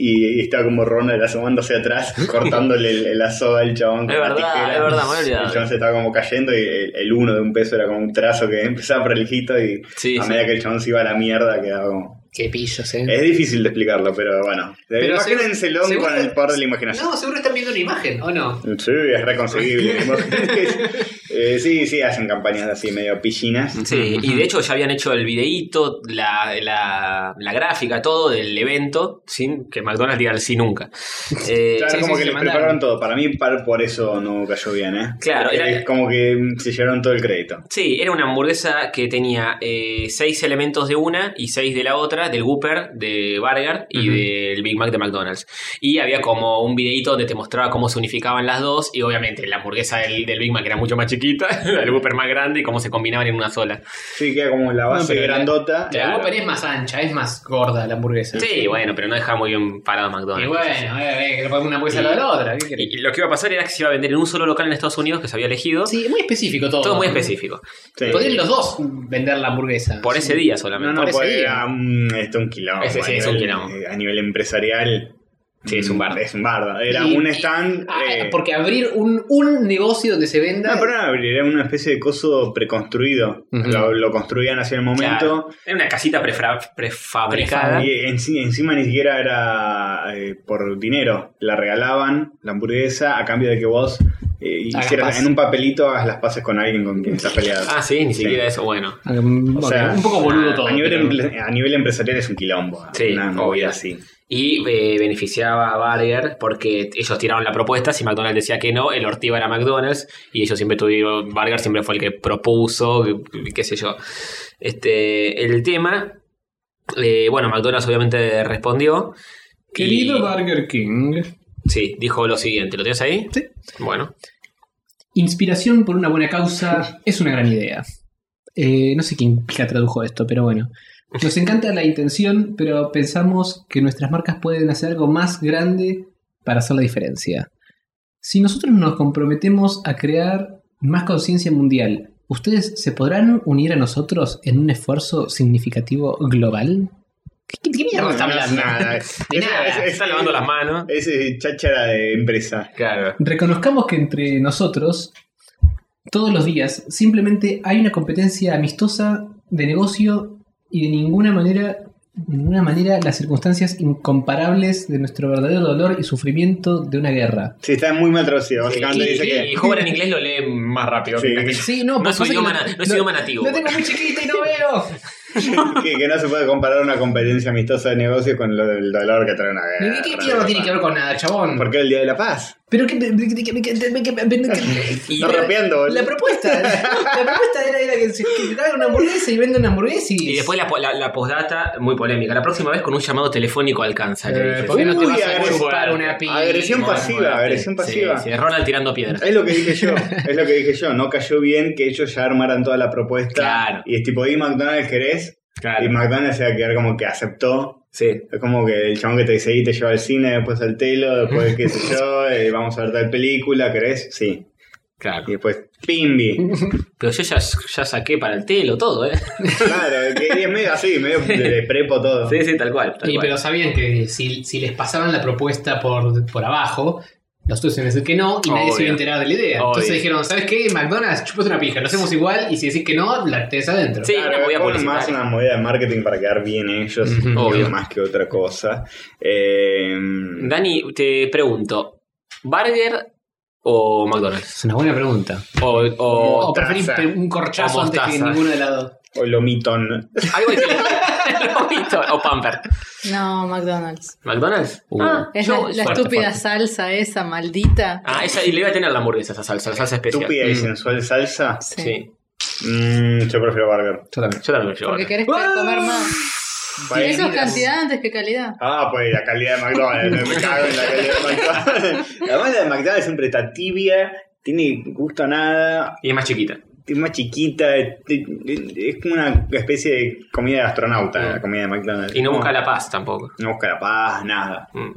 Y, y estaba como Ronald asomándose atrás, cortándole el- la soga al chabón. con
Es
la
verdad,
tijera.
es verdad, me he olvidado.
El chabón se estaba como cayendo y el, el uno de un peso era como un trazo que empezaba por el hijito y
Sí,
a
sí.
medida que el chabón se iba a la mierda quedaba como...
Qué pillos, eh.
Es difícil de explicarlo, pero bueno.
Pero
Imagínenselo
seguro-
con el poder de la imaginación.
No, seguro están viendo una imagen, ¿o no?
Sí, es reconcebible. Eh, sí, sí, hacen campañas así medio pillinas.
Sí, Eh, y de hecho ya habían hecho el videíto, la, la, la gráfica, todo del evento, sin que McDonald's diga el sí nunca. Eh,
Claro,
sí,
como
sí,
que
sí,
les
mandaron.
prepararon todo. Para mí, par- por eso no cayó bien, ¿eh?
Claro, era-
Es como que mm, se llevaron todo el crédito.
Sí, era una hamburguesa que tenía eh, seis elementos de una y seis de la otra del Whopper de Burger y
Ujú.
del Big Mac de McDonald's. Y había como un videito donde te mostraba cómo se unificaban las dos y obviamente la hamburguesa del, del Big Mac era mucho más chiquita, la del Whopper más grande y cómo se combinaban en una sola.
Sí, queda como la base
pero la-
grandota.
La Whopper es más ancha, es más gorda la hamburguesa.
Sí, bueno, pero no dejaba muy bien parado McDonald's.
Y bueno, eh, eh, que una hamburguesa a la de la otra. ¿qué querés?
Y y lo que iba a pasar era que se iba a vender en un solo local en Estados Unidos que se había elegido.
Sí, muy específico todo.
Todo muy específico.
Sí.
Podrían los dos vender la hamburguesa.
Por ese día solamente.
No, no,
Por ese
porque
día.
era un, esto un quilombo.
Ese sí,
a
es un
nivel-
quilombo.
eh, A nivel empresarial. Mm,
Sí, es un bardo.
Es un bardo. Era
Y-
un stand.
Ah,
eh,
Porque abrir un, un negocio donde se venda.
no, pero no, era una especie de coso preconstruido.
Ujú.
lo, lo construían hacia el momento.
Claro. Era una casita prefra- prefabricada.
Y en- encima ni siquiera era eh, por dinero. La regalaban, la hamburguesa, a cambio de que vos eh,
Hagas
hicieras
paz.
en un papelito hagas las paces con alguien con quien estás peleado.
Ah, sí, ni
Sí.
siquiera eso. Bueno.
Ah, mm,
O
ok,
sea,
un poco boludo todo.
a, nivel
pero-
emple- a nivel empresarial es un quilombo.
Sí,
una
obvio.
movida así.
Y eh, beneficiaba a Barger porque ellos tiraron la propuesta. Si McDonald's decía que no, el ortiva era McDonald's. Y ellos siempre tuvieron. Barger siempre fue el que propuso, qué- qué sé yo. Este, el tema. eh, bueno, McDonald's obviamente respondió. y-
Querido Burger King,
Sí, dijo lo siguiente. ¿Lo tienes ahí?
Sí.
Bueno.
inspiración por una buena causa es una gran idea. Eh, no sé quién la tradujo esto, pero bueno. Nos encanta la intención, pero pensamos que nuestras marcas pueden hacer algo más grande para hacer la diferencia. Si nosotros nos comprometemos a crear más conciencia mundial, ¿ustedes se podrán unir a nosotros en un esfuerzo significativo global? ¿Qué, qué- qué mierda está
No, no,
hablando?
nada. Es-
De nada,
es- es-
Está lavando las manos.
Es eh, cháchara de empresa.
Claro.
Reconozcamos que entre nosotros, todos los días, simplemente hay una competencia amistosa de negocio y de ninguna manera, de ninguna manera las circunstancias incomparables de nuestro verdadero dolor y sufrimiento de una guerra.
Sí, está muy mal traducido. Básicamente
y,
dice
y- y
que.
joven en inglés lo lee más rápido.
Sí.
que en castellano.
Sí,
No
no,
es
pasa
un
que
idioma,
lo-
na- no es
lo-
idioma nativo.
Lo tengo muy chiquito y no veo.
que, que no se puede comparar una competencia amistosa de negocio con lo del dolor que trae una guerra.
¿Qué mierda tiene que ver con nada, chabón?
¿Por qué el Día de la Paz?
Pero que. que- que- que- que- que- que-
Y-
No
pero-
rapeando,
La
boludo.
propuesta, la propuesta era, era que se que haga una hamburguesa y venda una hamburguesa y.
Y después la, po- la, la postdata, muy polémica. La próxima vez con un llamado telefónico alcanza. le
Eh,
dice.
¿por qué no te
Uy,
vas a
agresión-
ocupar una piña?
agresión
Bueno,
pasiva,
bueno,
agresión
Sí,
pasiva.
sí, Ronald tirando piedras.
Es lo que dije yo, es lo que dije yo. No cayó bien que ellos ya armaran toda la propuesta.
Claro.
Y es tipo, ¿y McDonald's querés? Y McDonald's se va a quedar como que aceptó.
Sí.
Es como que el chabón que te dice ahí te lleva al cine, después al telo, después qué sé yo, eh, vamos a ver tal película, ¿querés? Sí.
Claro.
Y después, pimbi.
Pero yo ya, ya saqué para el telo todo, ¿eh?
Claro, que es medio así, medio de, de prepo todo.
Sí, sí, tal cual. tal
Y
cual.
pero sabían que si, si les pasaban la propuesta por, por abajo, los otros iban a decir que no y nadie se iba
Obvio.
a enterar de la idea. Entonces
Obvio.
dijeron, ¿sabes qué? McDonald's, chupate una pija, lo hacemos igual y si decís que no, la tenés adentro.
Sí.
Claro,
una movida
es como
publicitaria.
más una movida de marketing para quedar bien ellos,
Ujú,
digo,
obvio.
más que otra cosa. Eh,
Dani, te pregunto: ¿Burger o McDonald's?
Es una buena pregunta.
O,
O,
o
preferís
mostaza.
pe- un corchazo
O
antes que
mostaza.
ninguno de las dos.
o Lomiton.
algo que- o Pamper.
No, McDonald's.
¿McDonald's? Ah,
Es
yo-
la, la
fuerte,
estúpida
fuerte.
salsa esa, maldita.
Ah, esa, y le iba a tener la hamburguesa, esa salsa, la salsa especial. Mm,
Estúpida y sensual salsa.
Sí.
Sí.
Mm, yo prefiero burger.
Yo también.
Yo también yo.
Porque querés
Ah,
comer más.
Bueno.
Eso es
mira.
cantidad antes que calidad.
Ah, pues la calidad de McDonald's. Me cago en la calidad de McDonald's. Además, la de McDonald's siempre está tibia, tiene gusto a nada,
Y es más chiquita.
es más chiquita. Es es como una especie de comida de astronauta,
Mm.
la comida de McDonald's.
Y no busca la paz tampoco.
No busca la paz, nada.
Mm.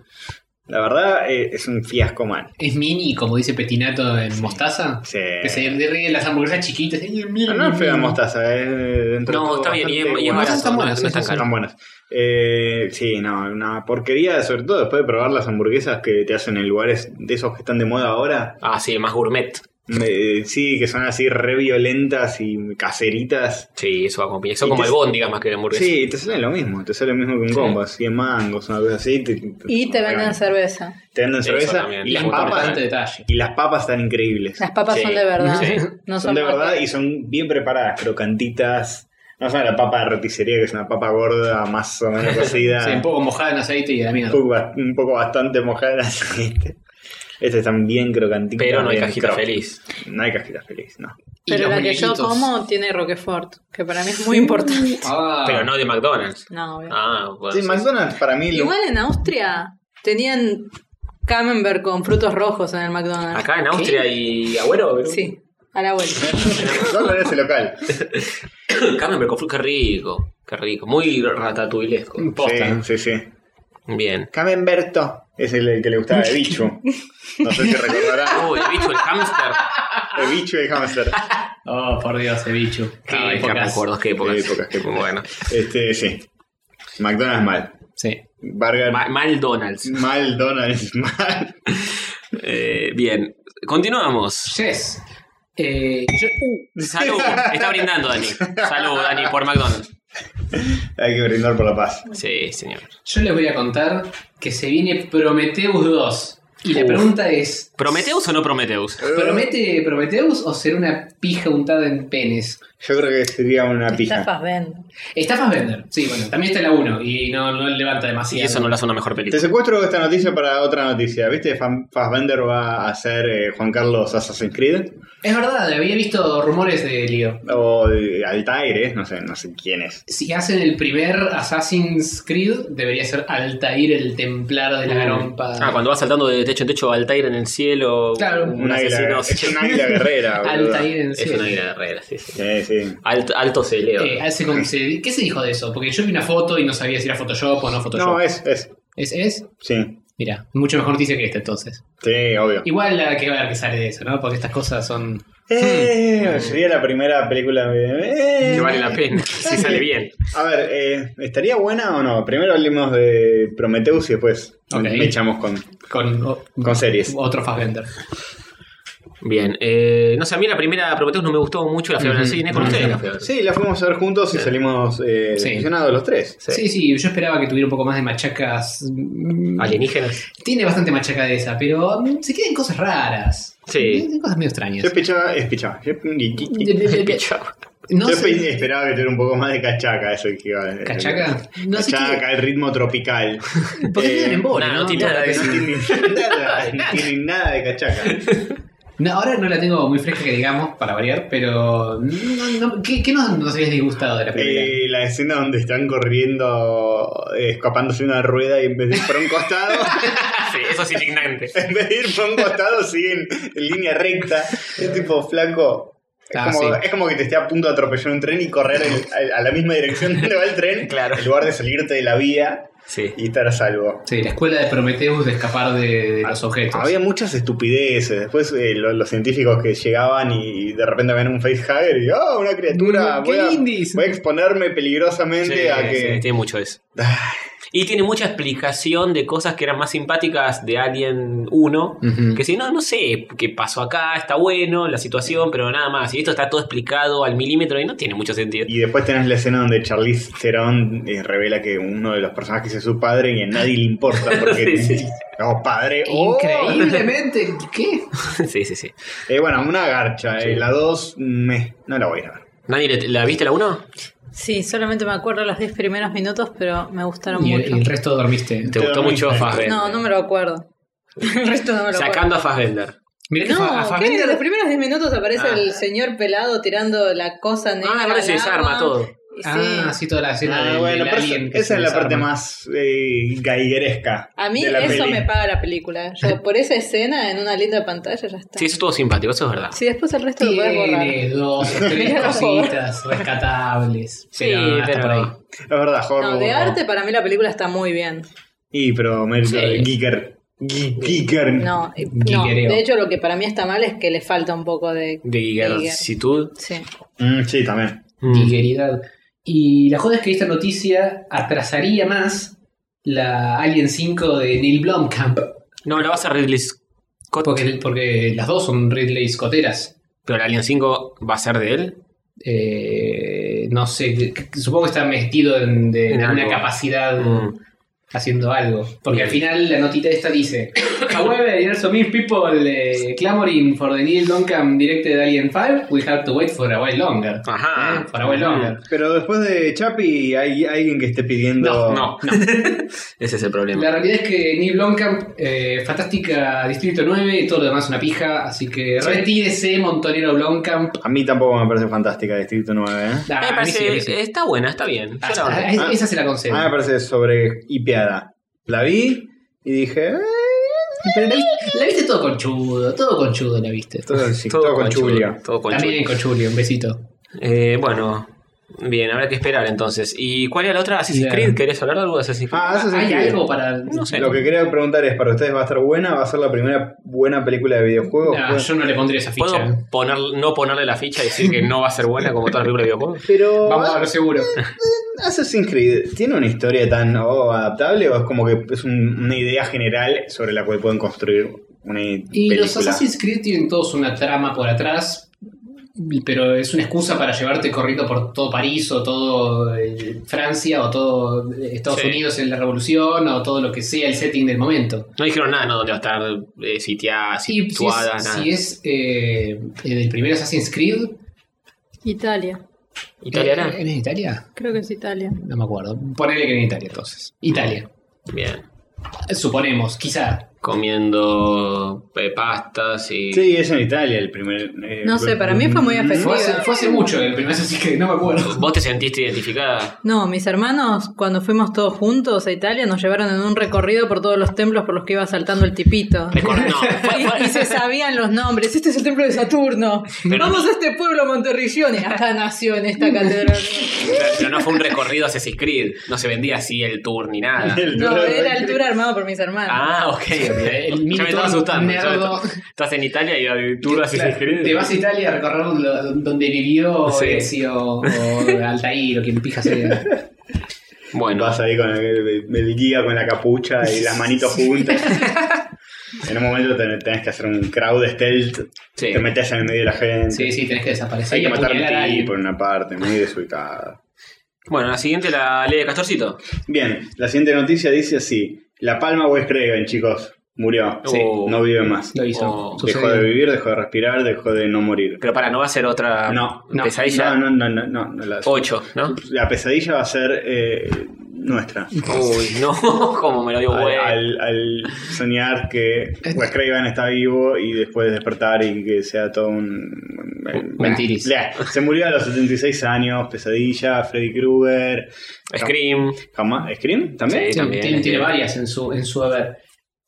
La verdad, eh, es un fiasco mal.
Es mini, como dice Petinato en Mostaza.
Sí.
Que se ríe de las hamburguesas chiquitas. Ay, mira,
No, no es fea
mira.
mostaza, eh, dentro de
No,
todo
está bien, y es,
bastante
y es
buena.
barato,
barato,
están
no,
buenas,
no es
sí,
tan
sí,
caro.
Están buenas. Eh, sí, no, una porquería, sobre todo después de probar las hamburguesas que te hacen en lugares de esos que están de moda ahora.
Ah, sí, más gourmet.
Eh, sí, que son así re violentas y caseritas.
Sí, eso va con piña. Son
Y
como
te-
albóndigas más que hamburguesas.
Sí, te sale lo mismo, te sale lo mismo que un combo, así de mangos, una cosa así. te-
Y te venden cerveza.
Te venden
Eso
cerveza
también,
y las
muy
papas.
Bastante detalle.
Y las papas están increíbles.
Las papas
Sí,
son de verdad.
sí.
No son,
son de
más-
verdad y son bien preparadas, crocantitas. No son la papa de roticería, que es una papa gorda, más o menos cocida.
Sí, un poco mojada en aceite y de la mierda.
un poco bastante mojada en aceite. Estas este, están bien crocantitas.
Pero no hay
bien
cajita
crop.
feliz.
No hay cajita feliz, no.
Y
Pero
los
la que yo
muñequitos.
como tiene Roquefort, que para mí es muy importante.
Ah,
Pero no de McDonald's.
No, obvio.
Ah, bueno.
Sí, McDonald's para mí lo-
Igual en Austria tenían camembert con frutos rojos en el McDonald's.
Acá en Austria y Agüero. ¿no?
Sí, a la vuelta.
McDonald's es el local.
Camembert Mm, con fruit, qué rico. Qué rico. Muy ratatuilesco.
Mm.
posta.
Sí, sí, sí.
Bien.
Camemberto es el, el que le gustaba de bicho. No sé si recordará.
Uy, el bicho, el hámster.
De bicho y de hamster.
Oh, por Dios, ese bicho. Qué
Ay, ya me
épocas.
acuerdo, qué épocas.
Qué épocas, qué épocas.
Bueno.
Este, sí. McDonald's mal.
Sí.
Burger
Ma- McDonald's.
mal, Donald's mal.
Eh, bien. Continuamos.
Yes. Eh, yo-
Salud. Está brindando, Dani. Salud, Dani, por McDonald's.
Hay que brindar por la paz.
Sí, señor.
yo les voy a contar que se viene Prometheus 2. Y la
Uf. Eh.
pregunta es:
¿Prometeus o no Prometeus?
¿promete Prometheus o será una pija untada en penes?
Yo creo que sería una pija.
Estafas vendo.
Está Fassbender. Sí, bueno, también está la 1 y no, no levanta
Y
demasiado.
eso no lo hace una mejor
Te
película.
secuestro esta noticia para otra noticia. ¿Viste? Fan- Fassbender va a ser eh, Juan Carlos Assassin's Creed.
Es verdad, había visto rumores de lío.
O de Altair, ¿eh? No sé, no sé quién es.
Si hacen el primer Assassin's Creed, debería ser Altair el Templar de la Garompa.
Ah, cuando va saltando de techo en techo, Altair en el cielo.
Claro.
un
Un águila,
asesino.
es un águila guerrera, boludo.
Altair en
Es una
serio.
águila guerrera, sí, sí.
Sí, sí.
Alto, alto se eleva.
Eh, hace con- se- ¿Qué se dijo de eso? Porque yo vi una foto y no sabía si era Photoshop o no Photoshop.
No, es, es.
¿Es? es?
Sí.
Mira, mucho mejor noticia que esta entonces.
Sí, obvio.
Igual hay que ver que sale de eso, ¿no? Porque estas cosas son...
Eh, sería la primera película de- eh.
que vale la pena, si sale bien.
A ver, eh, ¿estaría buena o no? Primero hablemos de Prometheus y después
Ok.
me echamos con.
Con, o-
Con series.
Otro Fassbender.
Bien, eh, no sé, a mí la primera Prometheus no me gustó mucho, la fui a ver en el
Ujú.
cine, con
Ujú.
ustedes la fui a ver.
Sí, la fuimos a ver juntos y salimos eh,
Sí.
decepcionados los tres.
Sí.
Sí, sí, yo esperaba que tuviera un poco más de machacas. mm,
Alienígenas.
Tiene bastante machaca de esa, pero mm, se quedan cosas raras.
Sí.
Se quedan cosas medio
Yo
extrañas.
escuchaba, escuchaba. Yo,
No
yo
sé.
esperaba que tuviera un poco más de cachaca eso que iba a-
¿Cachaca? No sé
cachaca,
qué.
el ritmo tropical.
¿Por qué
Eh,
quedan en bola?
nada, no tiene nada
Que
de
no tiene nada, no tiene nada de cachaca.
No, ahora no la tengo muy fresca que digamos, para variar, pero. No, no, ¿Qué, qué nos, nos habías disgustado de la primera?
Eh, la escena donde están corriendo, eh, escapándose una rueda y en vez de ir por un costado,
Sí, eso es indignante.
en vez de ir por un costado, siguen en línea recta. Es tipo flaco. Es,
Ah,
como,
sí.
es como que te esté a punto de atropellar un tren y correr el- a, a la misma dirección donde va el tren,
Claro.
en lugar de salirte de la vía
Sí.
y estar a salvo.
Sí, la escuela de Prometheus de escapar de, de los objetos.
Había muchas estupideces. Después eh, lo- los científicos que llegaban y de repente ven un facehugger y ¡oh, una criatura!
Mm, qué
voy, a,
lindis.
voy a exponerme
Sí,
peligrosamente a que...
sí, tiene mucho de eso. Y tiene mucha explicación de cosas que eran más simpáticas de Alien 1.
Ujú.
Que si no, no sé qué pasó acá, está bueno la situación, pero nada más. Y esto está todo explicado al milímetro y no tiene mucho sentido.
Y después tenés la escena donde Charlize Theron eh, revela que uno de los personajes es su padre y a nadie le importa porque
Sí, sí.
oh, padre. oh.
Increíblemente. ¿Qué?
sí, sí, sí.
Eh, bueno, una garcha. eh, la 2, no la voy a ir a ver.
¿Nadie le- la viste la 1?
Sí, solamente me acuerdo los 10 primeros minutos, pero me gustaron
Y el,
mucho.
y el resto dormiste.
¿Te gustó
dormiste.
mucho Fassbender?
No, no me lo acuerdo. El resto no me lo
Sacando a Fassbender.
Mirá que
acuerdo.
Fa- a
No, ¿qué?
Fassbender-
En los primeros 10 minutos aparece
Ah.
el señor pelado tirando la cosa negra.
ahora
al
se desarma
agua.
todo.
Y sí.
Ah, sí, toda la escena
Ah,
del,
bueno,
del
pero
alien
esa-
que se
esa es la parte
desarma.
más eh, geigeresca
A mí
de la
eso
peli.
me paga la película. Yo por esa escena en una linda pantalla ya está.
Sí, eso estuvo simpático, eso es verdad.
Si después el resto lo puedes borrar.
Tiene dos o tres
Mirá, por favor.
cositas rescatables.
Sí,
pero hasta
pero-
por ahí.
Es verdad, Jorge.
No, de arte para mí la película está muy bien.
Y, pero mérito
Sí.
de Giger. Gi- Giger.
No, eh, no,
Guillereo.
de hecho lo que para mí está mal es que le falta un poco de...
De guigarcitud.
Sí.
Mm, sí, también.
Mm.
Tigueridad. Y la joda es que esta noticia atrasaría más la Alien 5 de Neil Blomkamp.
No, la vas a Ridley Scott.
Porque, porque las dos son Ridley Scoteras.
Pero el Alien 5 va a ser de él.
Eh, no sé, que- que- supongo que está metido en, de-
En
en
algo.
una capacidad
Mm.
haciendo algo. Porque al final la notita esta dice: However, there's so many people eh, clamoring for the Neil Duncan directed Alien 5. We have to wait for a while longer.
Ajá.
Eh,
Ah.
For a while longer.
Pero después de Chapi hay alguien que esté pidiendo.
No, no. Ese es el problema.
La realidad es que Neil Blomkamp, eh, fantástica Distrito 9 y todo lo demás una pija, así que retírese, montonero Blomkamp.
A mí tampoco me parece fantástica Distrito 9. ¿eh?
Ah,
A mí me
a mí sí, a
parece,
mí sí.
está buena, está bien. Yo la
Ah,
banco.
es- Esa se la concedo.
A mí me parece sobre hipeada. La vi y dije. "Eh,
Pero la viste, la viste todo conchudo, todo conchudo la viste.
Todo, el todo, con Julia.
Todo con
También con Chulio, un besito.
Chulia. Eh, bueno, bien, habrá que esperar entonces. ¿Y cuál era la otra? ¿Assassin's
Bien.
Creed? ¿Querés hablar de algo de Assassin's Creed?
Ah, Assassin's
¿Hay
Creed.
algo para.?
No sé.
Lo que quería preguntar es: ¿para ustedes va a estar buena? ¿Va a ser la primera buena película de videojuegos? Pues, Bueno,
Nah, Ah, yo no le pondría esa
¿Puedo
ficha. eh.
poner, no ponerle la ficha y decir que no va a ser buena como todas las películas de videojuegos?
Pero.
Vamos a lo seguro.
Assassin's Creed tiene una historia tan oh, adaptable o es como que es un- una idea general sobre la cual pueden construir una
Y
película.
los Assassin's Creed tienen todos una trama por atrás, pero es una excusa para llevarte corriendo por todo París o todo eh, Francia o todo eh, Estados
Sí.
Unidos en la Revolución o todo lo que sea el setting del momento.
No dijeron nada, no, dónde va a estar eh, sitiada,
Si, si
situada,
es,
nada.
si es eh, el primer Assassin's Creed... eh,
Italia.
¿Italiana?
¿En Italia?
Creo que es Italia.
No me acuerdo. Ponele que en Italia entonces. Italia.
Bien.
Suponemos, quizá.
Comiendo eh, pastas y...
Sí, es en Italia el primer. eh,
No sé, para mí fue muy afectivo.
Fue hace, fue hace mucho el primer Assassin's Creed, no me acuerdo.
¿Vos te sentiste identificada?
No, mis hermanos, cuando fuimos todos juntos a Italia, nos llevaron en un recorrido por todos los templos por los que iba saltando el tipito.
Recor- no, fue-
Y, y se sabían los nombres. Este es el templo de Saturno.
Pero-
Vamos a este pueblo Monterrillón. Y Acá nació en esta catedral.
Pero no fue un recorrido Assassin's Creed. No se vendía así el tour ni nada.
El
No,
Tour-
era el tour armado por mis hermanos.
Ah, ok.
El mini
ya me estaba
tour
asustando. ya me
nerdo.
estaba- Estás en Italia y el tour Assassin's
Claro,
Creed.
Te vas a Italia a recorrer lo- donde vivió
Sí.
Ezio o Altair o quien pija sea.
Bueno,
Vas ahí con el, el- el guía con la capucha y las manitos juntas. en un momento ten- tenés que hacer un crowd stealth.
sí.
Te metes en el medio de la gente.
Sí, sí, tenés que desaparecer.
Hay
y
que matar
apuñalar a
a un
alguien.
tipo en una parte, muy desubicada.
Bueno, la siguiente la ley de Castorcito.
Bien, la siguiente noticia dice así: La Palma West Craven, chicos, murió.
Sí.
No vive más.
Lo hizo.
Oh,
Dejó
Sucedió.
de vivir, dejó de respirar, dejó de no morir.
Pero para, no va a ser otra
No,
no,
pesadilla.
No, no, no, no, no, la,
8, ¿no?
pues, la pesadilla va a ser eh, nuestra.
Uy, no, como me lo dio
Al,
güey.
al- al soñar que Wes Craven está vivo y después despertar y que sea todo un...
Mentiris.
Lea, se murió a los 76 años, pesadilla, Freddy Krueger...
Scream.
jamás- ¿Scream también?
Sí, también,
tiene, tiene
eh.
varias en su, en su haber.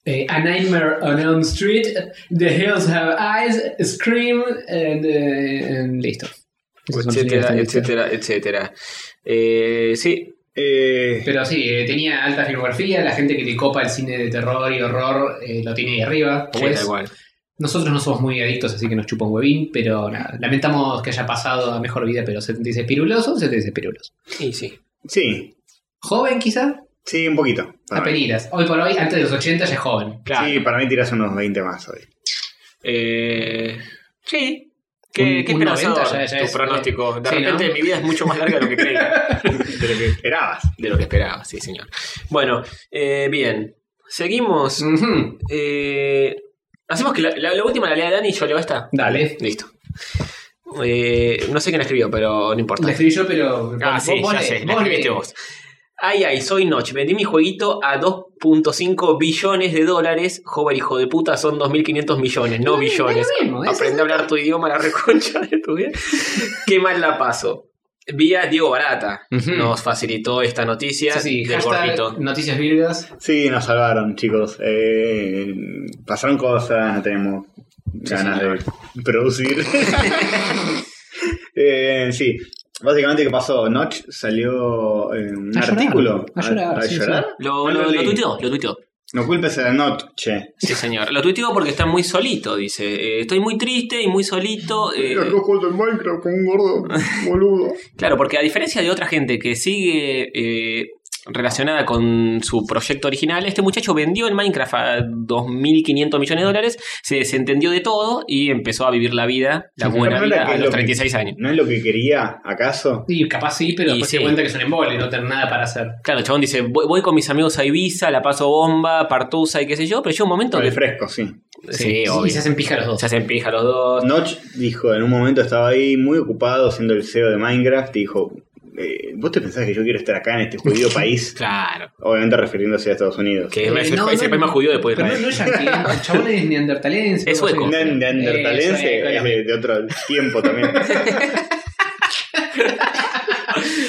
Eh, a Nightmare on Elm Street, The Hills Have Eyes, Scream, and, eh, and listo. Esas son
Etcétera,
las
etcétera, etcétera. Eh, sí,
Eh,
Pero sí, eh, tenía alta filmografía, la gente que le copa el cine de terror y horror eh, lo tiene ahí arriba.
sí,
pues.
da igual.
Nosotros no somos muy adictos, así que nos chupa un huevín, pero nada, lamentamos que haya pasado a mejor vida, pero 76 pirulos son 76 pirulos.
Sí, sí.
sí,
Joven quizá,
sí, un poquito. para mí.
apenitas. Hoy por hoy, antes de los 80 ya es joven.
Claro.
Sí, para mí tiras unos 20 más hoy.
Eh, sí. Qué,
Un-
qué
un
esperanzador
90 ya- ya
tu
es-
pronóstico. De
Sí, ¿no?
repente mi vida es mucho más larga de lo que creía.
De lo que esperabas.
de lo que esperaba, sí, señor. Bueno, eh, bien.
Mm.
Seguimos.
Ujú,
Eh, hacemos que la, la- la última la lea Dani y yo leo esta.
Dale.
Listo. Eh, no sé quién la escribió, pero no importa.
La escribí yo, pero.
Ah,
vos-
sí,
vos
ya
lees,
sé, la
vos
escribiste
lees.
vos. Ay, ay, soy Notch. Vendí mi jueguito a 2.5 billones de dólares. Joven hijo de puta, son 2.500 millones, no
Lo mismo,
billones.
es lo mismo, es
Aprende a hablar tu idioma, la reconcha de tu vida. Qué mal la paso. Vía Diego Barata
Ujú.
nos facilitó esta noticia
Sí, sí,
del
hashtag
gordito.
noticias virgas.
Sí, nos salvaron, chicos. Eh, pasaron cosas, no tenemos ganas de producir. Eh, sí, básicamente, ¿qué pasó? Notch salió eh, un
A llorar,
artículo.
a llorar, sí,
llorar?
Lo,
No
lo, lo
leí.
tuiteó, lo tuiteó.
No culpes a Notche.
Sí, señor. Lo tuiteó porque está muy solito, dice. Eh, estoy muy triste y muy solito. eh,
juego de Minecraft con un gordo boludo.
Claro, porque a diferencia de otra gente que sigue eh, relacionada con su proyecto original, este muchacho vendió el Minecraft a 2.500 millones de dólares, se desentendió de todo y empezó a vivir la vida, la
Sí,
buena
pero no era
vida,
que
a
lo
los
que-
36 años.
¿No es lo que quería, acaso?
Y capaz sí, pero
Y
después se
sí.
cuenta que es un embole, no tener nada para hacer.
Claro, el chabón dice, voy, voy con mis amigos a Ibiza, la paso bomba, partusa y qué sé yo, pero llega un momento
Con
que...
el fresco, sí.
Sí, obvio.
y se hacen pija los dos.
Se hacen pija los dos.
Notch dijo, en un momento estaba ahí muy ocupado siendo el CEO de Minecraft y dijo, eh, ¿vos te pensás que yo quiero estar acá en este judío país?
Claro.
Obviamente refiriéndose a Estados Unidos.
Que
Eh,
es, el-
no,
es el
no,
país más judío después de
Pero no,
Israel.
no es yankee, el chabón es neandertalense.
Es
algo así.
sueco.
Nan- Neandertalense
Eh, sueco,
es de, de otro tiempo también.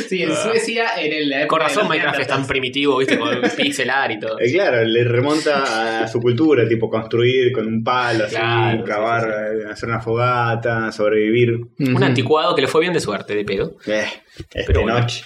Sí,
Ah.
en Suecia, en el.
Con razón Minecraft es tan primitivo, viste, con pixelar y todo.
Eh, claro, le remonta a su cultura, tipo construir con un palo, así,
Claro, sí,
cavar, eh, hacer una fogata, sobrevivir.
Un anticuado que le fue bien de suerte, de pedo.
Eh, este
Pero bueno.
Notch.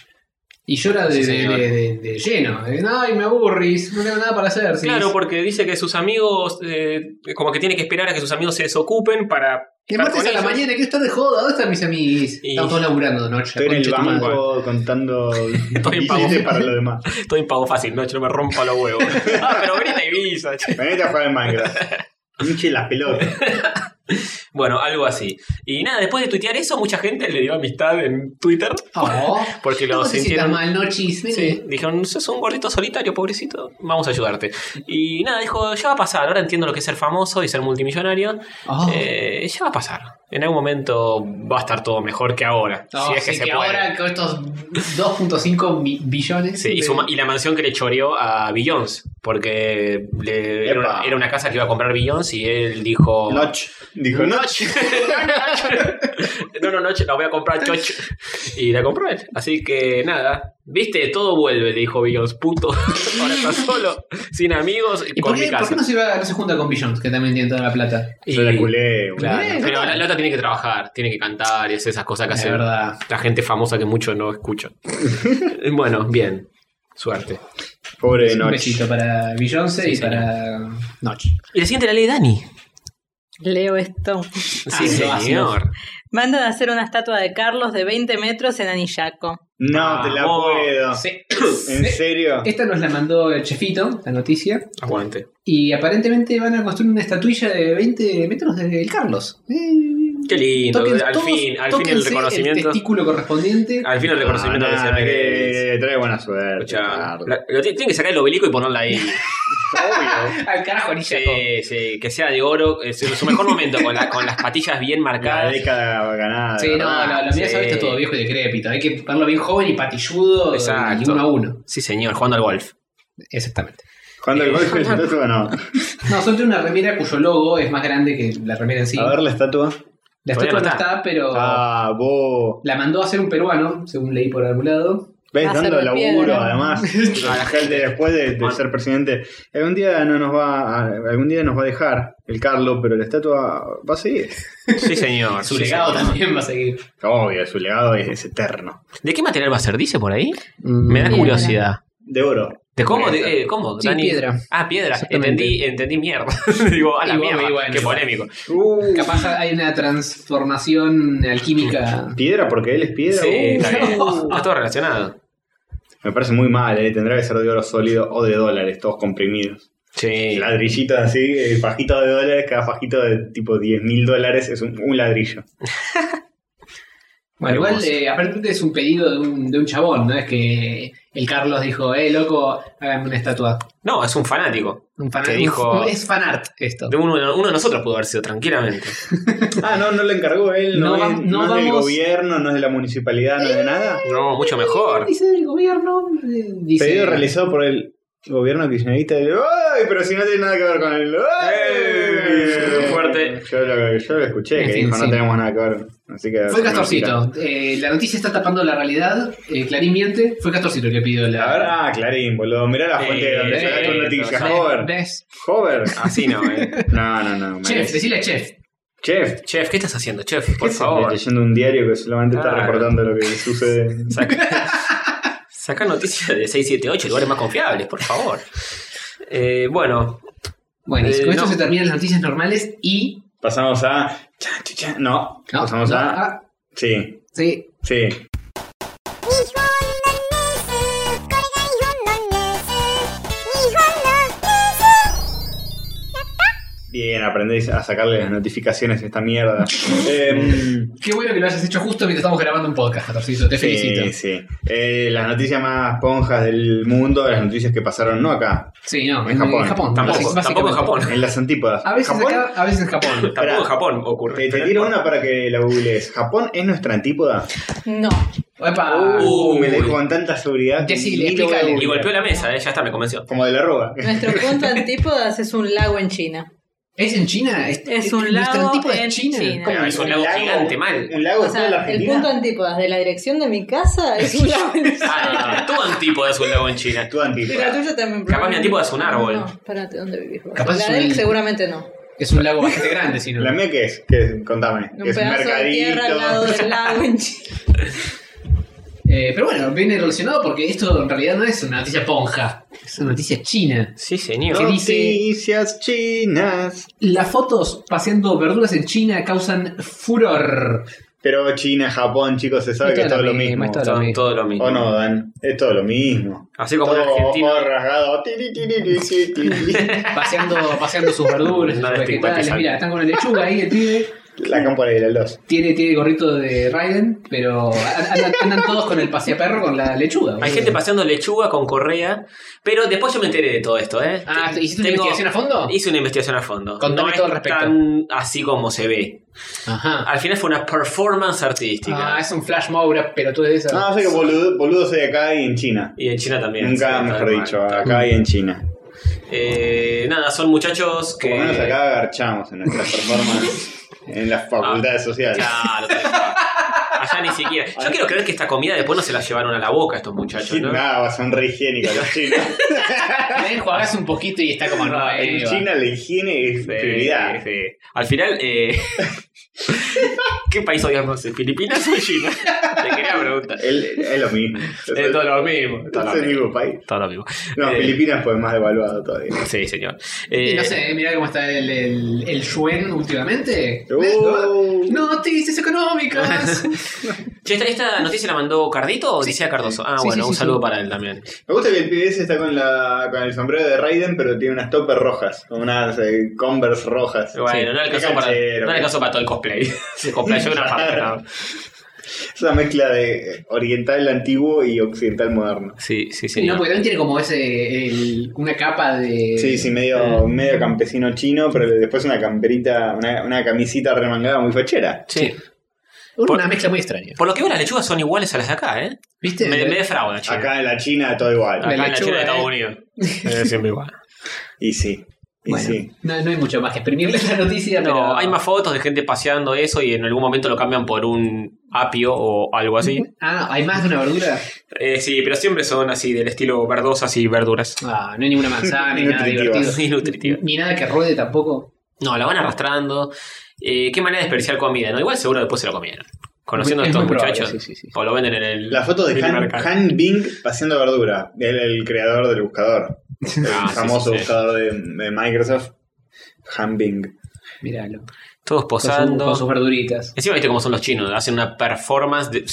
Y llora de,
Sí,
de,
señor.
de- de- de lleno. De, Ay, me aburrís, no tengo nada para hacer. sí".
Claro, porque dice que sus amigos, eh, como que tiene que esperar a que sus amigos se desocupen para...
Que
estar
martes
con
a la
ellos.
mañana, quiero estar de joda. ¿Dónde están mis amigos?
Y-
Estamos todos laburando de noche.
Estoy en el
concha tu madre.
Oh.
banco contando
en
billetes
pago.
para los demás.
Estoy en pago fácil, no, yo no me rompa los huevos. ah, pero grita Ibiza, che.
Venite a jugar en Minecraft. Pinche las pelotas.
Bueno, algo así. Y nada, después de tuitear eso, mucha gente le dio amistad en Twitter.
Oh,
Porque lo
no te sientas
sintieron-
mal, nochis. vení.
Sí, dijeron, sos un gordito solitario, pobrecito, vamos a ayudarte. Y nada, dijo, ya va a pasar, ahora entiendo lo que es ser famoso y ser multimillonario,
Oh.
Eh, ya va a pasar. En algún momento va a estar todo mejor que ahora,
No,
si es que
Oh, sí,
se
que
puede.
ahora con estos 2.5 mi- billones. eh.
Sí, y, su ma- y la mansión que le choreó a Billions, porque le- era, una,
Epa.
era una casa que iba a comprar Billions y él dijo...
Notch. Dijo Notch.
no, no, no, la voy a comprar, chocho. Y la compró él. Así que nada, viste, todo vuelve, le dijo Billions, puto. Ahora está solo, sin amigos,
¿Y
con
por qué,
mi casa.
por qué no se, va- no se junta con Billions, que también tiene toda la plata?
Y-
Yo la culé. boludo.
Claro,
Eh,
pero
total.
la, la otra tiene que trabajar, tiene que cantar y hacer esas cosas que
Es
hace
verdad.
la gente famosa que mucho no escucha. bueno, bien. Suerte.
Pobre
Un
Notch.
besito para Billions
Sí,
y
señor.
para Notch.
Y la siguiente la ley Dani.
Leo esto.
Sí,
Ah, no,
señor.
Mandan a hacer una estatua de Carlos de 20 metros en Anillaco.
No te la
Vamos. Este
puedo.
Sí.
¿En serio?
Esta nos la mandó el chefito, la noticia.
Aguante.
Y aparentemente van a construir una estatuilla de 20 metros del Carlos. Eh,
Qué lindo.
toquen-
al
todos
fin, al fin el
tóquense
reconocimiento.
El testículo correspondiente.
al fin el reconocimiento
Ah,
que se
nada,
merece.
que Trae buena suerte.
Escuchá,
Carlos.
la- lo ti- tienen que sacar el obelisco y ponerla ahí.
Obvio.
Al carajo, ni
Sí, sí, que sea de oro, es su mejor momento, con, la- con las patillas bien
Cada
marcadas.
década ganada.
Sí, no,
¿verdad?
la, la mía
sí.
sabe está todo viejo y decrépito. Hay que verlo bien joven y patilludo
Exacto.
y uno a uno.
Sí, señor, jugando al golf.
Exactamente.
¿Cuándo el golpe se estatua no?
No, son de una remera cuyo logo es más grande que la remera en sí. Oh.
A ver la estatua.
todavía
la estatua
no
no
está.
está, pero
Ah, vos.
la mandó a hacer un peruano, según leí por algún lado.
¿Ves?
Va a ser
Dando
de
laburo,
piedra.
además. A la gente después de, de
Bueno.
ser presidente. Algún día no nos va a, algún día nos va a dejar el Carlos, pero la estatua va a seguir.
Sí, señor.
Su
sí,
legado
señor.
también va a seguir.
Obvio, su legado es, es eterno.
¿De qué material va a ser? ¿Dice por ahí? Me da
Piedra.
curiosidad.
De oro.
¿De cómo? De, eh, ¿Cómo?
Sí, piedra.
Ah, piedra.
Exactamente.
Entendí, entendí mierda. Digo, a la
Y bueno,
mierda.
y bueno,
Qué
y bueno.
polémico.
Uh.
Capaz hay una transformación alquímica.
Piedra porque él es piedra.
Sí,
Uh,
está bien. Oh, Está todo relacionado.
Me parece muy mal, eh. tendrá que ser de oro sólido o de dólares, todos comprimidos.
Sí.
Ladrillitos así, el fajito de dólares, cada fajito de tipo 10 mil dólares es un, un ladrillo.
Bueno, igual
Hermoso.
eh, aparentemente es un pedido de un, de un chabón, ¿no? Es que el Carlos dijo, eh, loco, háganme una estatua.
No, es un fanático.
Un fan
Que
un-
dijo-
es fanart esto.
De uno, uno de nosotros pudo haber sido tranquilamente.
Ah, no, no lo encargó él, no,
No va-
es,
no
no es del
vamos-
gobierno, no es de la municipalidad, no es de nada.
No, mucho mejor.
Dice del gobierno. eh, Dice,
Pedido realizado por el gobierno kirchnerista. del- ¡Ay! Pero si no tiene nada que ver con el. Eh, ¡Ay!
¡Ey! Fuerte.
Yo lo, yo lo escuché,
En
que
fin,
dijo, no
sí.
tenemos nada que ver. Así que.
Fue Castorcito. Eh, la noticia está tapando la realidad. eh, Clarín miente. Fue Castorcito el que pidió
A ver,
la.
ah, Clarín, boludo. Mirá la fuente de donde
Eh,
saca tu
eh,
noticia.
eh,
Hover.
¿Ves?
Hover.
Así no, eh.
No, no, no. me-
Ah, Chef, decile chef.
Chef.
Chef, ¿qué estás haciendo, chef? Por
¿qué es?
favor.
Leyendo un diario que solamente está
Claro.
reportando lo que sucede.
Saca, saca noticias de 678, lugares más confiables, por favor. Eh, bueno,
Bueno, y
Eh,
con esto
no.
se terminan las noticias normales y.
Pasamos a. chan, chan, chan. No.
No,
Pasamos
no,
a.
ah,
Sí,
sí.
sí.
日本のニュースこれが日本の
Bien, aprendéis a sacarle las notificaciones a esta mierda. Em,
Qué bueno que lo hayas hecho justo mientras estamos grabando un podcast, Catorcito. Te
Sí,
felicito.
sí. Eh, las noticias más ponjas del mundo, las noticias que pasaron no acá,
Sí, no,
En
en en Japón.
Japón.
Tampoco-
básica-
tampoco en Japón.
en las antípodas.
A veces
Japón,
acá, a veces en Japón.
Tampoco en
Espera.
Japón ocurre.
te, te
Pero
tiro
no importa.
una para que la googlees. ¿Japón es nuestra antípoda?
No. Ah.
Epa.
Uh, me
uy.
la dijo con tanta seguridad. que
Decile,
ni lo voy a
explícale.
Y
googlear.
golpeó la mesa, eh, ya está, me convenció.
Como de la roba.
Nuestro punto antípodas es un lago en China.
¿Es en China? ¿Es,
Es un
nuestro
lago
tipo de
en
China?
China.
Pero es un lago gigante, mal.
Un lago
O
de toda la
sea, el
Argentina.
punto antípodas de la dirección de mi casa es un lago en China.
Ah, tu antípoda es un lago en China.
Tu
Y la
antípoda.
tuya también.
Capaz mi antípoda es un árbol.
No, espérate, ¿dónde vivís vos?
Capaz
la
es
de él
un-
seguramente no.
Es un lago bastante grande, si no.
¿La mía qué es? ¿Qué es? Contame.
Un
¿Qué es un
pedazo de tierra al lado
mercadito?
del lago en China.
Eh, pero bueno, viene relacionado porque esto en realidad no es una noticia ponja. Es una noticia china.
Sí, señor.
que dice-
Noticias chinas.
Las fotos paseando verduras en China causan furor.
Pero China, Japón, chicos, se sabe
Es
que es
todo
todo
lo
lo mismo.
mismo, es todo lo
Son
mismo.
todo lo mismo.
O no, Dan, es todo lo mismo.
Así como un
todo
argentino.
ojo rasgado. Tiri, tiri, tiri, tiri, tiri.
Paseando, paseando sus verduras,
No
sus
este
la
vegetales.
estigmatizan.
Mira, están con la lechuga ahí, el pibe.
La cámpora de la luz.
Tiene, tiene gorrito de Raiden, pero an- andan, andan todos con el paseaperro con la lechuga.
Hay
boludo.
gente paseando lechuga con correa. Pero después yo me enteré de todo esto, ¿eh?
Ah, ¿hiciste una
Tengo-
investigación a fondo?
Hice una investigación a fondo.
Contame
no
todo
es
al respecto.
tan así como se ve.
Ajá.
Al final fue una performance artística.
Ah, es un flash Moura, pero tú eres esa.
No, sé que boludo, boludo soy acá y en China.
y en China también.
Nunca
sí,
mejor
tal cual,
dicho,
tal
acá y en China.
Eh, nada, son muchachos que.
Por lo menos acá garchamos en nuestras performances en las
Ah,
facultades sociales.
Claro, tal cual. Allá ni siquiera. Yo quiero creer que esta comida después no se la llevaron a la boca estos muchachos, ¿no?
Nada, son re higiénicos los chinos.
Ven, jugás un poquito y está como no, eh,
en
va.
China la higiene es
Sí,
prioridad.
sí. Al final, eh, ¿qué país odiamos? ¿Filipinas o China? Te quería preguntar.
Él- es lo mismo.
Es todo lo mismo. todo lo
Es el
mismo.
mismo país.
Todo lo mismo.
No,
Eh,
Filipinas fue más devaluado todavía.
Sí, señor.
Y
Eh,
no sé, mirá cómo está el, el, el yuen últimamente.
Uh.
¿Ves? ¿No? Noticias económicas.
che, ¿esta, esta noticia la mandó Cardito o decía Cardoso? Ah,
Sí,
bueno,
sí,
un
sí,
saludo
sí.
para él también.
Me gusta que el pibe ese está con, la, con el sombrero de Raiden, pero tiene unas toppers rojas, con unas eh, Converse rojas.
Bueno, no le
Qué
alcanzó para,
canchero,
no le
qué-
alcanzó para todo el cosplay. Se cosplayó una parte. ¿no?
Esa mezcla de eh, oriental antiguo y occidental moderno.
Sí, sí,
no,
señor.
porque también tiene como ese. el- una capa de.
Sí, sí, medio, medio campesino chino, pero después una camperita, una, una camisita remangada muy fachera.
Sí.
Una
Por-
mezcla muy extraña.
Por lo que veo, las lechugas son iguales a las de acá, ¿eh?
¿Viste?
Me, me defrauda, chico.
Acá en la China todo igual.
Acá en la
lechuga,
China de
eh.
Estados Unidos. siempre igual.
Y sí, y
Bueno,
sí.
no, no hay mucho más que exprimirles la noticia,
No,
pero.
hay más fotos de gente paseando eso y en algún momento lo cambian por un apio o algo así.
Ah, ¿hay más de una verdura?
Eh, sí, pero siempre son así del estilo verdosas y verduras.
Ah, no hay ninguna manzana, ni nada
Nutritivas.
divertido.
Ni nutritivas.
Ni nada que ruede tampoco.
No, la van arrastrando. Eh, qué manera de desperdiciar comida, ¿no? Igual seguro después se lo comieron. Conociendo
Es
a estos
muy probable,
muchachos.
sí, sí, sí.
O lo venden en el.
La foto de Han,
supermercado.
Han Bing paseando verdura, el, el creador del buscador. El
Ah, sí,
famoso
sí, sí.
buscador de, de Microsoft, Han Bing.
Míralo.
Todos
Con, su- con
posando.
sus verduritas.
Encima viste cómo son los chinos. Hacen una performance de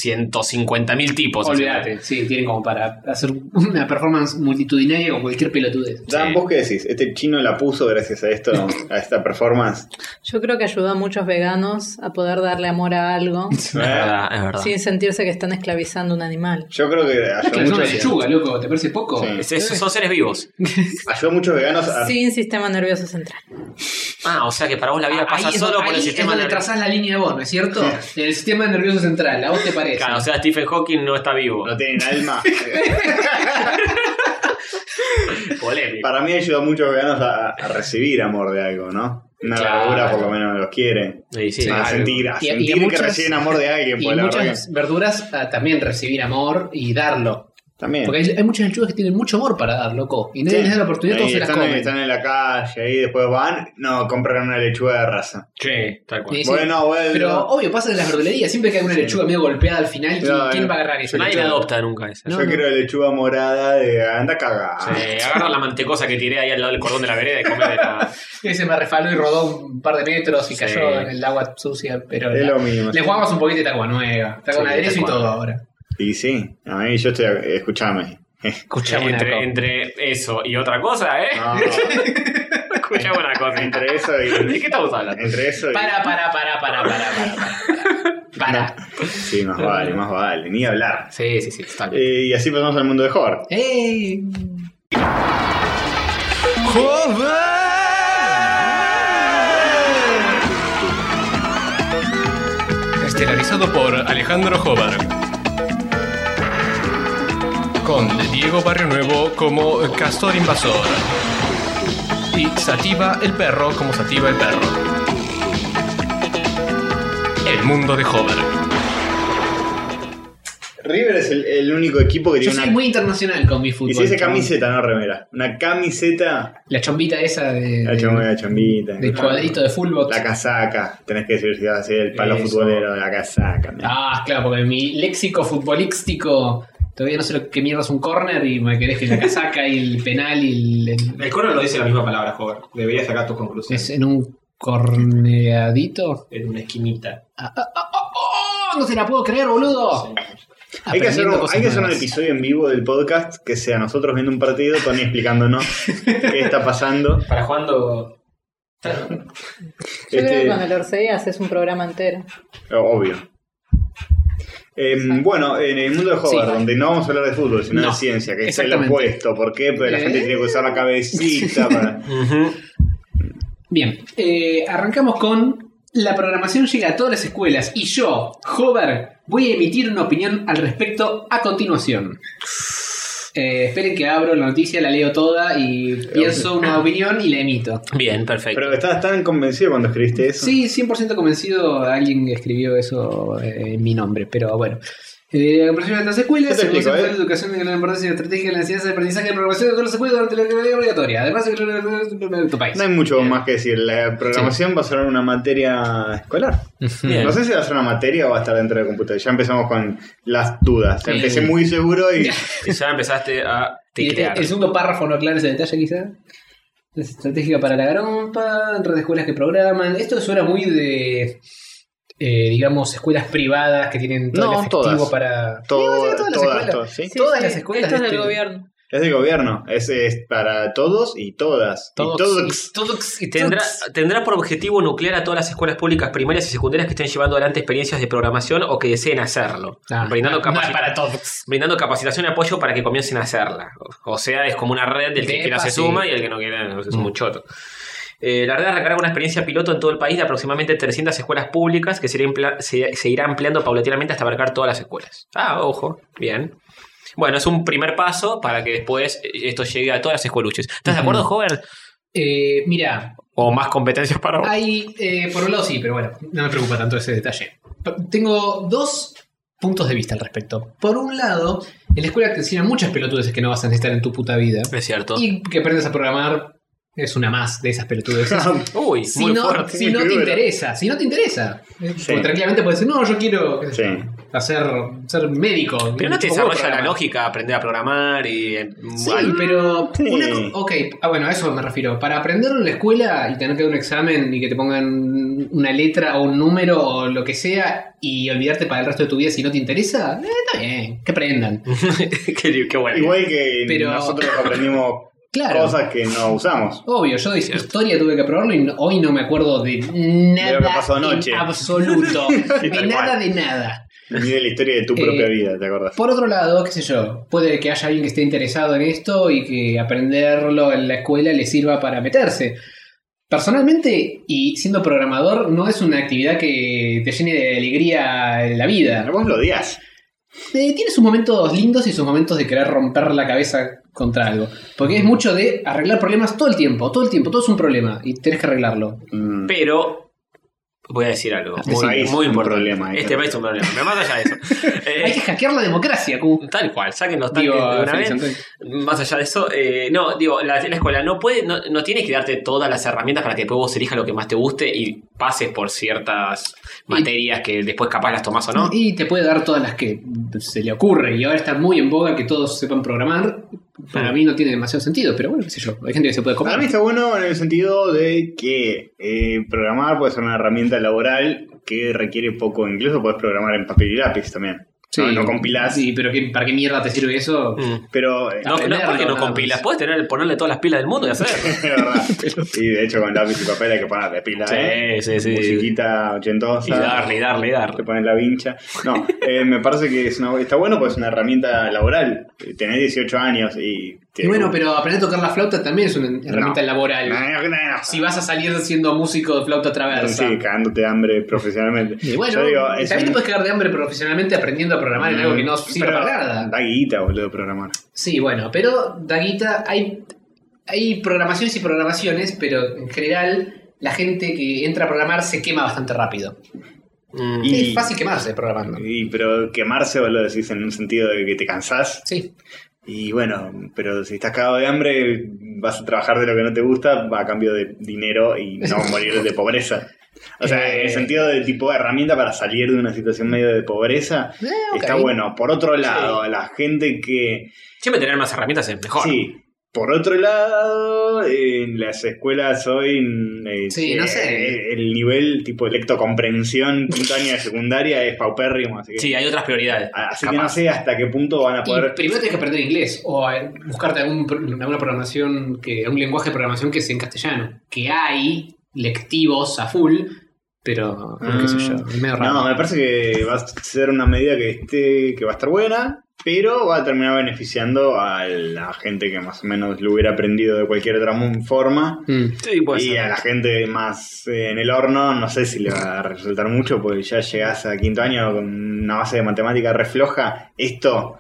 150.000 tipos.
Olvídate, sí, tienen como para hacer una performance multitudinaria con cualquier pelotudez.
Dan,
Sí.
¿vos qué decís? ¿Este chino la puso gracias a esto, a esta performance?
Yo creo que ayudó a muchos veganos a poder darle amor a algo
Es verdad, es verdad.
sin sentirse que están esclavizando un animal.
Eh, Yo creo que ayudó,
Claro, es
mucho-
una lechuga, loco, ¿te parece poco?
Sí.
Es- es- son seres vivos.
ayudó a muchos veganos a...
Sin sistema nervioso central.
Ah, o sea que para vos la vida pasa
ahí es,
solo
donde-
por el
ahí
sistema
es donde
nervioso.
trazás la línea de vos, ¿no es cierto? En el sistema nervioso central, ¿a vos te parece?
Claro, o sea, Stephen Hawking no está vivo.
No tienen alma.
Polémico.
Eh, Para mí ayudó a muchos veganos a, a recibir amor de algo, ¿no? Una
Claro.
verdura por lo menos los quiere.
Sí, sí,
a
algo.
sentir, a
Y- y
Ah, sentir que
muchas-
reciben amor de alguien.
y
por la
muchas
verdad
verduras ah, también recibir amor y darlo.
que- También.
Porque hay, hay muchas lechugas que tienen mucho amor para dar, loco. Y nadie
Sí.
les da la oportunidad,
Ahí
todos se las
están,
comen.
están en la calle, ahí después van, no, compran una lechuga de raza.
Sí, tal cual.
Sí, sí.
Bueno, bueno.
Pero obvio, pasa en las verdulerías. Siempre que hay una lechuga medio golpeada al final, ¿quién,
No,
quién
no.
va a agarrar eso?
Nadie la adopta nunca esa.
Yo
oh, no, no.
quiero lechuga morada de anda cagada.
Sí, agarra la mantecosa que tiré ahí al lado del cordón de la vereda y come de la.
Ese me refaló y rodó un par de metros y
Sí.
cayó en el agua sucia, pero
Es
la-
lo mismo.
le jugamos un poquito de tacua nueva. Está con
Sí,
aderezo y
tacua.
todo ahora.
Y sí, a mí yo estoy. Escuchame.
Escuchame una
entre,
cosa.
entre eso y otra cosa, ¿eh?
No,
Escuchame una cosa.
Entre eso y.
¿De qué estamos hablando?
Entre eso y.
Para, para, para, para, para, para. Para.
Sí, más vale, más vale. Ni hablar.
Sí, sí, sí, está bien.
Eh, y así pasamos al mundo de Hor.
¡Ey!
Estelarizado por Alejandro Jobar. Con Diego Barrio Nuevo como Castor Invasor. Y Sativa el Perro como Sativa el Perro. El mundo de Jobar.
River es el, el único equipo que
Yo
tiene
soy
una.
muy internacional con mi fútbol.
y si esa
chabón.
camiseta, no remera. Una camiseta.
La chombita esa de,
La chamba- la chambita.
del cuadrito Eh, de fullbox.
La casaca. Tenés que decir si vas a ser el palo
Eso.
futbolero de la casaca. man.
Ah, claro, porque mi léxico futbolístico todavía no sé lo que mierda es un corner y me querés que la casaca y el penal y el, el-
El coro lo dice la misma palabra, joven. Deberías sacar tus conclusiones.
es en un corneadito.
En una esquinita.
Ah, ah, ah, ah, oh, no se la puedo creer, boludo.
Hay que, hacer
Aprendiendo
un,
cosas
hay que hacer un
nuevas.
episodio en vivo del podcast que sea nosotros viendo un partido, Tony explicándonos qué está pasando.
Para jugando.
Yo creo
Este-
que con el Orsay haces un programa entero.
Eh, Obvio. Em, bueno, en el mundo de Hobart,
Sí.
donde no vamos a hablar de fútbol, sino
No,
de ciencia, que es el
exactamente.
opuesto. ¿Por qué? Porque la
¿Eh?
gente tiene que usar la cabecita para...
Bien, eh, arrancamos con la programación llega a todas las escuelas y yo, Hover, voy a emitir una opinión al respecto a continuación. Eh, esperen que abro la noticia, la leo toda y pienso una opinión y la emito.
Bien, perfecto.
Pero estabas tan convencido cuando escribiste eso.
Sí, 100% convencido alguien escribió eso eh, en mi nombre, pero bueno. Eh, programación de las
Yo
escuelas,
te
el
explico,
concepto
¿eh?
de la educación de la importancia estratégica de la enseñanza de aprendizaje de programación de todas las escuelas durante la carrera obligatoria. Además, de tu país.
No hay mucho más que decir. La programación va a ser una materia escolar.
Bien.
No sé si va a ser una materia o va a estar dentro de computador. Ya empezamos con las dudas. Empecé
Bien.
muy seguro y...
Y ya empezaste a
Y este-
teclear.
El segundo párrafo no aclara ese detalle, quizá. Es estratégica para la garompa, red de escuelas que programan. Esto suena muy de. eh, digamos, escuelas privadas que tienen todo
No,
el efectivo
todas.
para.
Todo-
Sí, todas las
todas,
escuelas.
todas, sí.
Todas las escuelas.
Esto es
este,
del gobierno.
Es del gobierno. Es, es para todos y todas.
todos-
Y todos.
todos- y
Tendrá,
todos.
tendrá por objetivo nuclear a todas las escuelas públicas primarias y secundarias que estén llevando adelante experiencias de programación o que deseen hacerlo,
Ah,
brindando,
no
capacita-
es para todos.
brindando capacitación y apoyo para que comiencen a hacerla. O- O sea, es como una red del que
Depa,
quiera se
sí. Mm.
suma y el que no quiera no, es un choto. Eh, la red recarga una experiencia piloto en todo el país de aproximadamente 300 escuelas públicas que se irá, impla- se- se irá ampliando paulatinamente hasta abarcar todas las escuelas. Ah, ojo, bien. Bueno, es un primer paso para que después eh, esto llegue a todas las escueluches. ¿Estás de acuerdo, joven?
Eh, mira,
O más competencias para vos.
Hay, eh, por un lado sí, pero bueno, no me preocupa tanto ese detalle. P- Tengo dos puntos de vista al respecto. Por un lado, en la escuela te enseñan muchas pelotudes que no vas a necesitar en tu puta vida.
Es cierto.
Y que aprendes a programar es una más de esas pelotudes.
Uy,
si
muy
no,
fuerte.
si no te
Duro.
interesa, si no te interesa. Eh,
Sí.
Porque tranquilamente puedes decir, no, yo quiero qué sé
Sí.
yo, hacer, ser médico.
Pero no te
Yo puedo
desarrolla la
programar.
lógica, aprender a programar y. eh,
Sí,
al-
pero.
sí.
una co- ok, ah, bueno, a eso me refiero. Para aprender en la escuela y tener que dar un examen y que te pongan una letra o un número o lo que sea y olvidarte para el resto de tu vida si no te interesa, eh, está bien, que aprendan.
qué, qué bueno.
Igual que
Pero-
nosotros aprendimos
Claro.
cosas que no usamos.
Obvio, yo de historia tuve que aprobarlo y no- hoy no me acuerdo de nada.
pasó
en
anoche.
absoluto.
Sí,
de
tal
nada,
cual.
de nada.
Ni de la historia de tu propia
Eh,
vida, ¿te acordás?
Por otro lado, qué sé yo, puede que haya alguien que esté interesado en esto y que aprenderlo en la escuela le sirva para meterse. Personalmente, y siendo programador, no es una actividad que te llene de alegría en la vida.
Vos lo odias.
Eh, tiene sus momentos lindos y sus momentos de querer romper la cabeza contra algo. Porque es mucho de arreglar problemas todo el tiempo, todo el tiempo, todo es un problema y tenés que arreglarlo.
Mm.
Pero. Voy a decir algo.
Este
Muy,
país es
muy
un
importante.
problema, eh.
este país es un problema. Me más allá de eso. Eh,
Hay que hackear la democracia, como
Tal cual, saquen los tanques
digo,
de una
Félix
vez.
Antonio.
Más allá de eso, eh, no, digo, la, la escuela no puede, no, no tiene que darte todas las herramientas para que después vos elijas lo que más te guste y pases por ciertas materias que después capaz las tomás o no.
Y te puede dar todas las que se le ocurre. Y ahora está muy en boga que todos sepan programar. Para mí no tiene demasiado sentido, pero bueno, qué sé yo. Hay gente que se puede
Mm. Para mí
comer.
está bueno en el sentido de que eh, programar puede ser una herramienta laboral que requiere poco, incluso puedes programar en papel y lápiz también. Ah,
Sí.
No, lo compilás.
Sí, pero ¿qué- ¿para qué mierda te sirve eso?
Mm.
Pero
Ah.
eh,
No, no,
Aprenderlo,
porque no
nada más.
compilas. Puedes tener, ponerle todas las pilas del mundo y hacer.
es verdad. Y de hecho, con lápiz y papel hay que ponerle pila, ¿eh?
sí,
Musiquita ochentosa.
Y darle, y darle, y
Te
darle.
pones la vincha. No, eh, me parece que es una- está bueno porque es una herramienta laboral. Eh, Tenés 18 años y. te-
Y bueno, pero aprender a tocar la flauta también es una herramienta
No.
laboral.
No, no, no.
Si vas a salir siendo músico de flauta traversa.
Sí, cagándote de hambre profesionalmente.
Y bueno,
Yo digo, es
también te
un- Mm.
puedes quedar de hambre profesionalmente aprendiendo a programar en algo que no sirve
Pero
para nada.
Da guita, boludo, programar.
Sí, bueno, pero Daguita, hay, hay programaciones y programaciones, pero en general la gente que entra a programar se quema bastante rápido.
Mm.
Y-
Es fácil quemarse programando.
Y, pero quemarse, boludo, decís en un sentido de que te cansás.
Sí,
Y bueno, pero si estás cagado de hambre, vas a trabajar de lo que no te gusta a cambio de dinero y no morir de pobreza. O sea, en
Eh.
el sentido de tipo herramienta para salir de una situación medio de pobreza,
Eh, ok.
está bueno. Por otro lado, la gente que...
Siempre tener más herramientas es mejor.
Sí. Por otro lado, en las escuelas hoy... eh,
Sí, no sé.
eh, El nivel tipo lectocomprensión, quinto año de secundaria, es paupérrimo. Así que,
Sí, hay otras prioridades.
así que
Capaz.
no sé hasta qué punto van a
Y
poder...
primero tienes que aprender inglés o eh, buscarte algún, pro- alguna programación, que algún lenguaje de programación que sea en castellano. Que hay lectivos a full, pero qué sé yo, es medio raro.
Mm. No, me parece que va a ser una medida que esté, que va a estar buena, pero va a terminar beneficiando a la gente que más o menos lo hubiera aprendido de cualquier otra mo- forma.
Mm.
Sí, puede
y
ser.
a la gente más eh, en el horno, no sé si le va a resultar mucho, porque ya llegás a quinto año con una base de matemática refloja. Esto,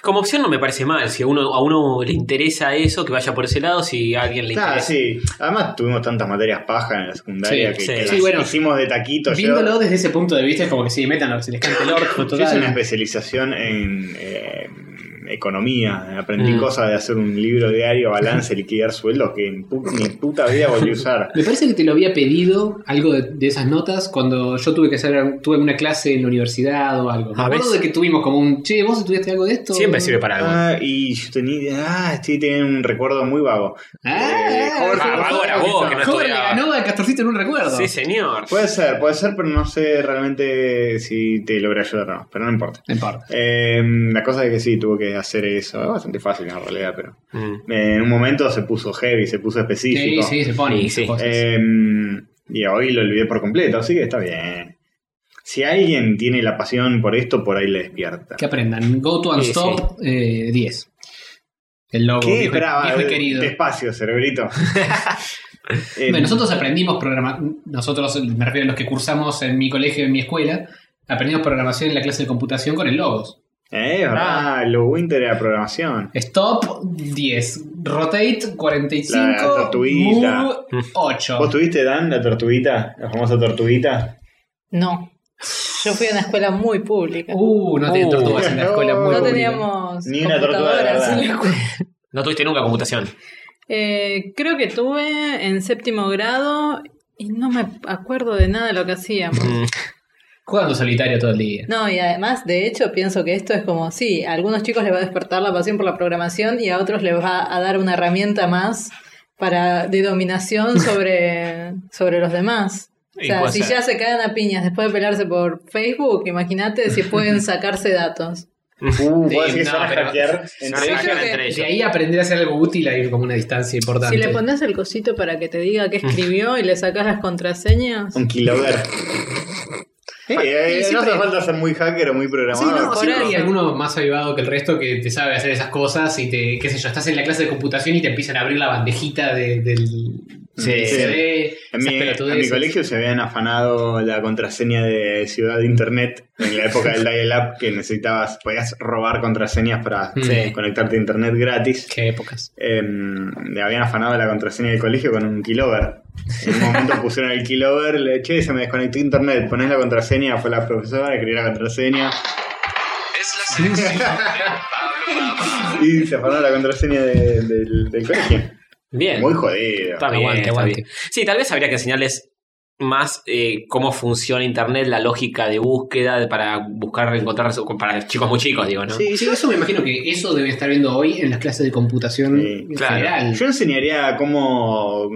Como opción no me parece mal. Si a uno, a uno le interesa eso, que vaya por ese lado. Si a alguien le
claro,
interesa.
sí. Además, tuvimos tantas materias paja en la secundaria
Sí,
que,
sí.
que
Sí,
las
bueno,
hicimos de taquito. yo-
Viéndolo desde ese punto de vista es como que sí, metan lo que se les cante el orto.
Yo hice una
total.
especialización en eh, economía. Aprendí
Mm.
cosas de hacer un libro diario, balance, liquidar sueldos que en pu- mi puta vida volví a usar.
Me parece que te lo había pedido algo de, de esas notas cuando yo tuve que hacer tuve una clase en la universidad o algo. Me
A
acuerdo
veces-
de que tuvimos como un, che, ¿vos estudiaste algo de esto?
Ah, Siempre sirve para algo.
Ah, y yo tenía. Ah, estoy teniendo un recuerdo muy vago. Eh, Jorge,
ah, vago era vos, que no
Jorge le
estudiaba.
ganó al Castorcito en un recuerdo.
Sí, señor.
Puede ser, puede ser, pero no sé realmente si te logré ayudar o no. Pero no importa.
No importa.
Eh, la cosa es que sí, tuve que hacer eso. Es bastante fácil en realidad, pero.
Mm.
eh, en un momento se puso heavy, se puso
Sí,
específico.
sí, se pone.
Sí,
esas
sí.
cosas.
Eh, y hoy lo olvidé por completo, así que está bien. Si alguien tiene la pasión por esto, por ahí le despierta.
que aprendan. Go to and
Sí,
stop eh, 10. El logo
¿Qué?
viejo, y-
Esperá,
viejo y
eh,
querido.
Despacio, cerebrito. Eh,
Bueno, nosotros aprendimos programación, nosotros, me refiero a los que cursamos en mi colegio, en mi escuela, aprendimos programación en la clase de computación con el logos.
eh, es
Ah.
verdad, lo Winter era programación.
Stop 10, rotate
La
45,
tortuguita.
move 8.
¿Vos tuviste, Dan, la tortuguita? La famosa tortuguita.
No. Yo fui a una escuela muy pública.
Uh, no tenía
Uh.
tortugas en la escuela.
No
Muy
no
pública.
teníamos
Ni una tortuga de
computadoras en
verdad.
la escuela.
No tuviste nunca computación.
Eh, creo que tuve en séptimo grado y no me acuerdo de nada de lo que hacíamos.
Mm.
Jugando solitario todo el día.
No, y además, de hecho, pienso que esto es como, sí, a algunos chicos les va a despertar la pasión por la programación y a otros les va a dar una herramienta más para de dominación sobre, sobre los demás. O
Y
sea,
puede
si
ser.
ya se caen a piñas después de pelearse por Facebook, imagínate si pueden sacarse datos.
Uh,
Sí,
¿puedes decir que
no,
se van a
pero-
hackear?
Se
entre-
creo
hackean
que
entre
De
ellos.
ahí aprender a hacer algo útil hay como una distancia importante.
Si le pones el cosito para que te diga qué escribió y le sacas las contraseñas.
Un kilover. Eh, eh,
Y
no
siempre-
hace falta ser muy hacker o muy
Sí,
programador.
no,
por
siempre
eso.
hay alguno más avivado que el resto que te sabe hacer esas cosas y te, qué sé yo, estás en la clase de computación y te empiezan a abrir la bandejita de- del
Sí.
CD.
En mi,
esas
en
pelotudeces.
mi colegio se habían afanado la contraseña de Ciudad de Internet en la época del dial-up que necesitabas, podías robar contraseñas para
Sí.
conectarte a Internet gratis.
Qué épocas.
Eh, le habían afanado la contraseña del colegio con un killover. En un momento pusieron el killover, le che, se me desconectó Internet, ponés la contraseña, fue la profesora, escribí la contraseña
Es la selección de Pablo Baba.
y se afanó la contraseña de- del- del colegio.
Bien.
Muy jodido.
Está bien,
Aguante,
está
aguante.
bien. Sí, tal vez habría que enseñarles
más eh, cómo funciona Internet, la lógica de búsqueda de- para buscar, encontrar, para chicos muy chicos, digo, ¿no?
Sí, eso me imagino que eso deben estar viendo hoy en las clases de computación
Sí,
en
claro.
general.
Yo enseñaría cómo,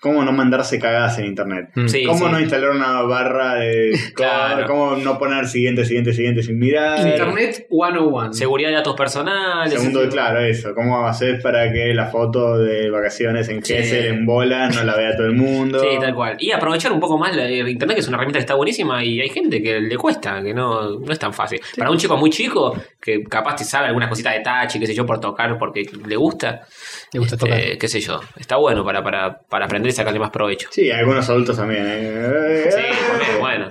cómo no mandarse cagadas en internet.
Mm.
Sí,
cómo
sí.
no instalar una barra de código,
Claro.
cómo no poner siguiente, siguiente, siguiente sin mirar.
Internet 101.
Seguridad de datos personales.
Segundo, claro, eso. ¿Cómo hacer para que la foto de vacaciones en
Sí.
Gessel, en bola, no la vea todo el mundo?
Sí, tal cual. Y aprovechar un poco más la el internet, que es una herramienta que está buenísima y hay gente que le cuesta, que no, no es tan fácil. Para un chico muy chico, que capaz te sabe algunas cositas de touch y qué sé yo, por tocar, porque le gusta,
Me gusta tocar.
este,
eh, qué sé yo, está bueno para, para, para aprender y sacarle más provecho.
Sí, algunos adultos también. ¿eh?
Sí, también, bueno.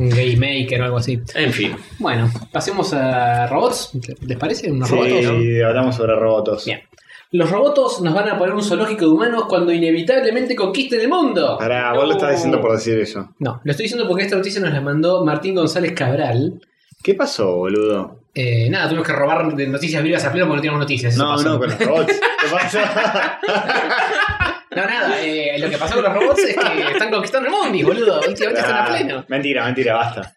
Un game maker o algo así.
En fin.
Bueno, pasemos a robots. ¿Les parece? ¿Unos robots?
Sí, hablamos sobre robots.
Bien. Los robots nos van a poner un zoológico de humanos cuando inevitablemente conquisten el mundo.
Pará, vos lo estás diciendo por decir eso.
No, lo estoy diciendo porque esta noticia nos la mandó Martín González Cabral.
¿Qué pasó, boludo?
Eh, nada, tuvimos que robar de noticias vivas a pleno porque no teníamos noticias. eso
No,
pasó.
no, con los robots. ¿Qué pasó?
No, nada, eh, lo que pasó con los robots es que están conquistando el mundo, boludo. Últimamente están a
Ah,
pleno.
Mentira, mentira, basta.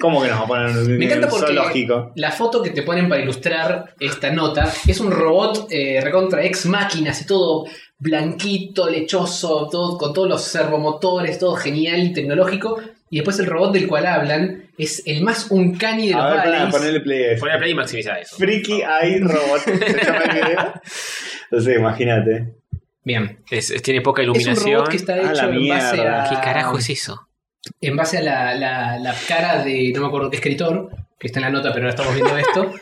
¿Cómo que nos va a poner un,
Me encanta
un
porque
zoológico?
la foto que te ponen para ilustrar esta nota es un robot eh, recontra ex máquina, así todo blanquito, lechoso, todo, con todos los servomotores, todo genial y tecnológico. Y después el robot del cual hablan es el más uncani de los
A ver, para
valleys.
ponerle play a eso.
Poner play y maximizar eso.
Freaky Eye Robot. ¿Se llama el video? Entonces, imagínate.
Bien,
Es- es- tiene poca
es un
iluminación.
robot que está
A la
hecho en base
mierda.
a...
¿Qué carajo es eso?
en base a la, la- la cara de, no me acuerdo qué escritor, que está en la nota, pero no estamos viendo esto.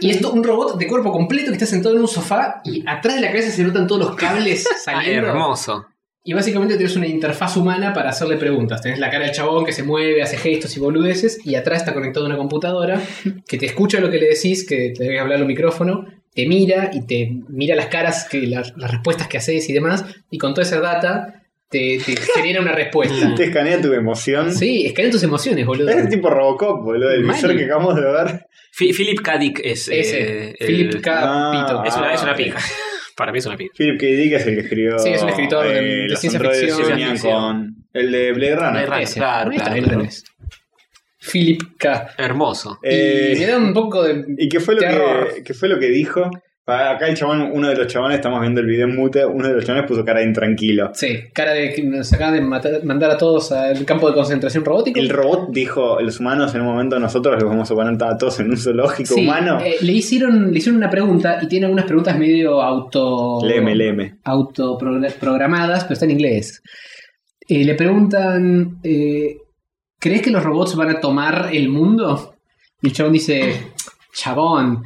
Y es to- un robot de cuerpo completo que está sentado en un sofá y atrás de la cabeza se notan todos los cables
Ah,
saliendo.
hermoso.
y básicamente tenés una interfaz humana para hacerle preguntas. Tenés la cara del chabón que se mueve, hace gestos y boludeces, y atrás está conectado a una computadora que te escucha lo que le decís, que te debes hablar al micrófono, te mira y te mira las caras, que las, las respuestas que haces y demás, y con toda esa data te, te genera una
Mm.
respuesta.
Te escanea tu emoción.
Sí, escanea tus emociones, boludo.
Es tipo Robocop, boludo. El
Mal.
visor que acabamos de ver.
Fi- Philip K. Dick es.
Ese,
eh,
Philip
el-
K.
Ah,
Pito.
Es una, es una
ok.
pija. Para mí es una pija.
Philip K. Dick es el que escribió. eh,
Sí, es un escritor de- de
los
ciencia
androides
ficción.
se unían
Ciencia
con. El de Blade Runner.
Blade Runner.
Ese.
claro,
Ahí está,
claro,
ahí lo
claro.
tenés. Philip K.
Hermoso.
Eh,
Y me da un poco de.
¿Y qué fue lo
Terror.
que, qué fue lo que dijo? Ah, Acá el chabón, uno de los chabones, estamos viendo el video en mute, uno de los chabones puso cara de intranquilo.
Sí, cara de que nos acaban de matar- mandar a todos al campo de concentración robótico.
El robot dijo, los humanos en un momento nosotros los vamos a poner a todos en un zoológico
Sí,
humano.
eh, le, hicieron, le hicieron una pregunta y tiene algunas preguntas medio auto.
Leme, leme.
autoprogramadas, pero está en inglés. Eh, le preguntan, eh, ¿crees que los robots van a tomar el mundo? Y el chabón dice, chabón,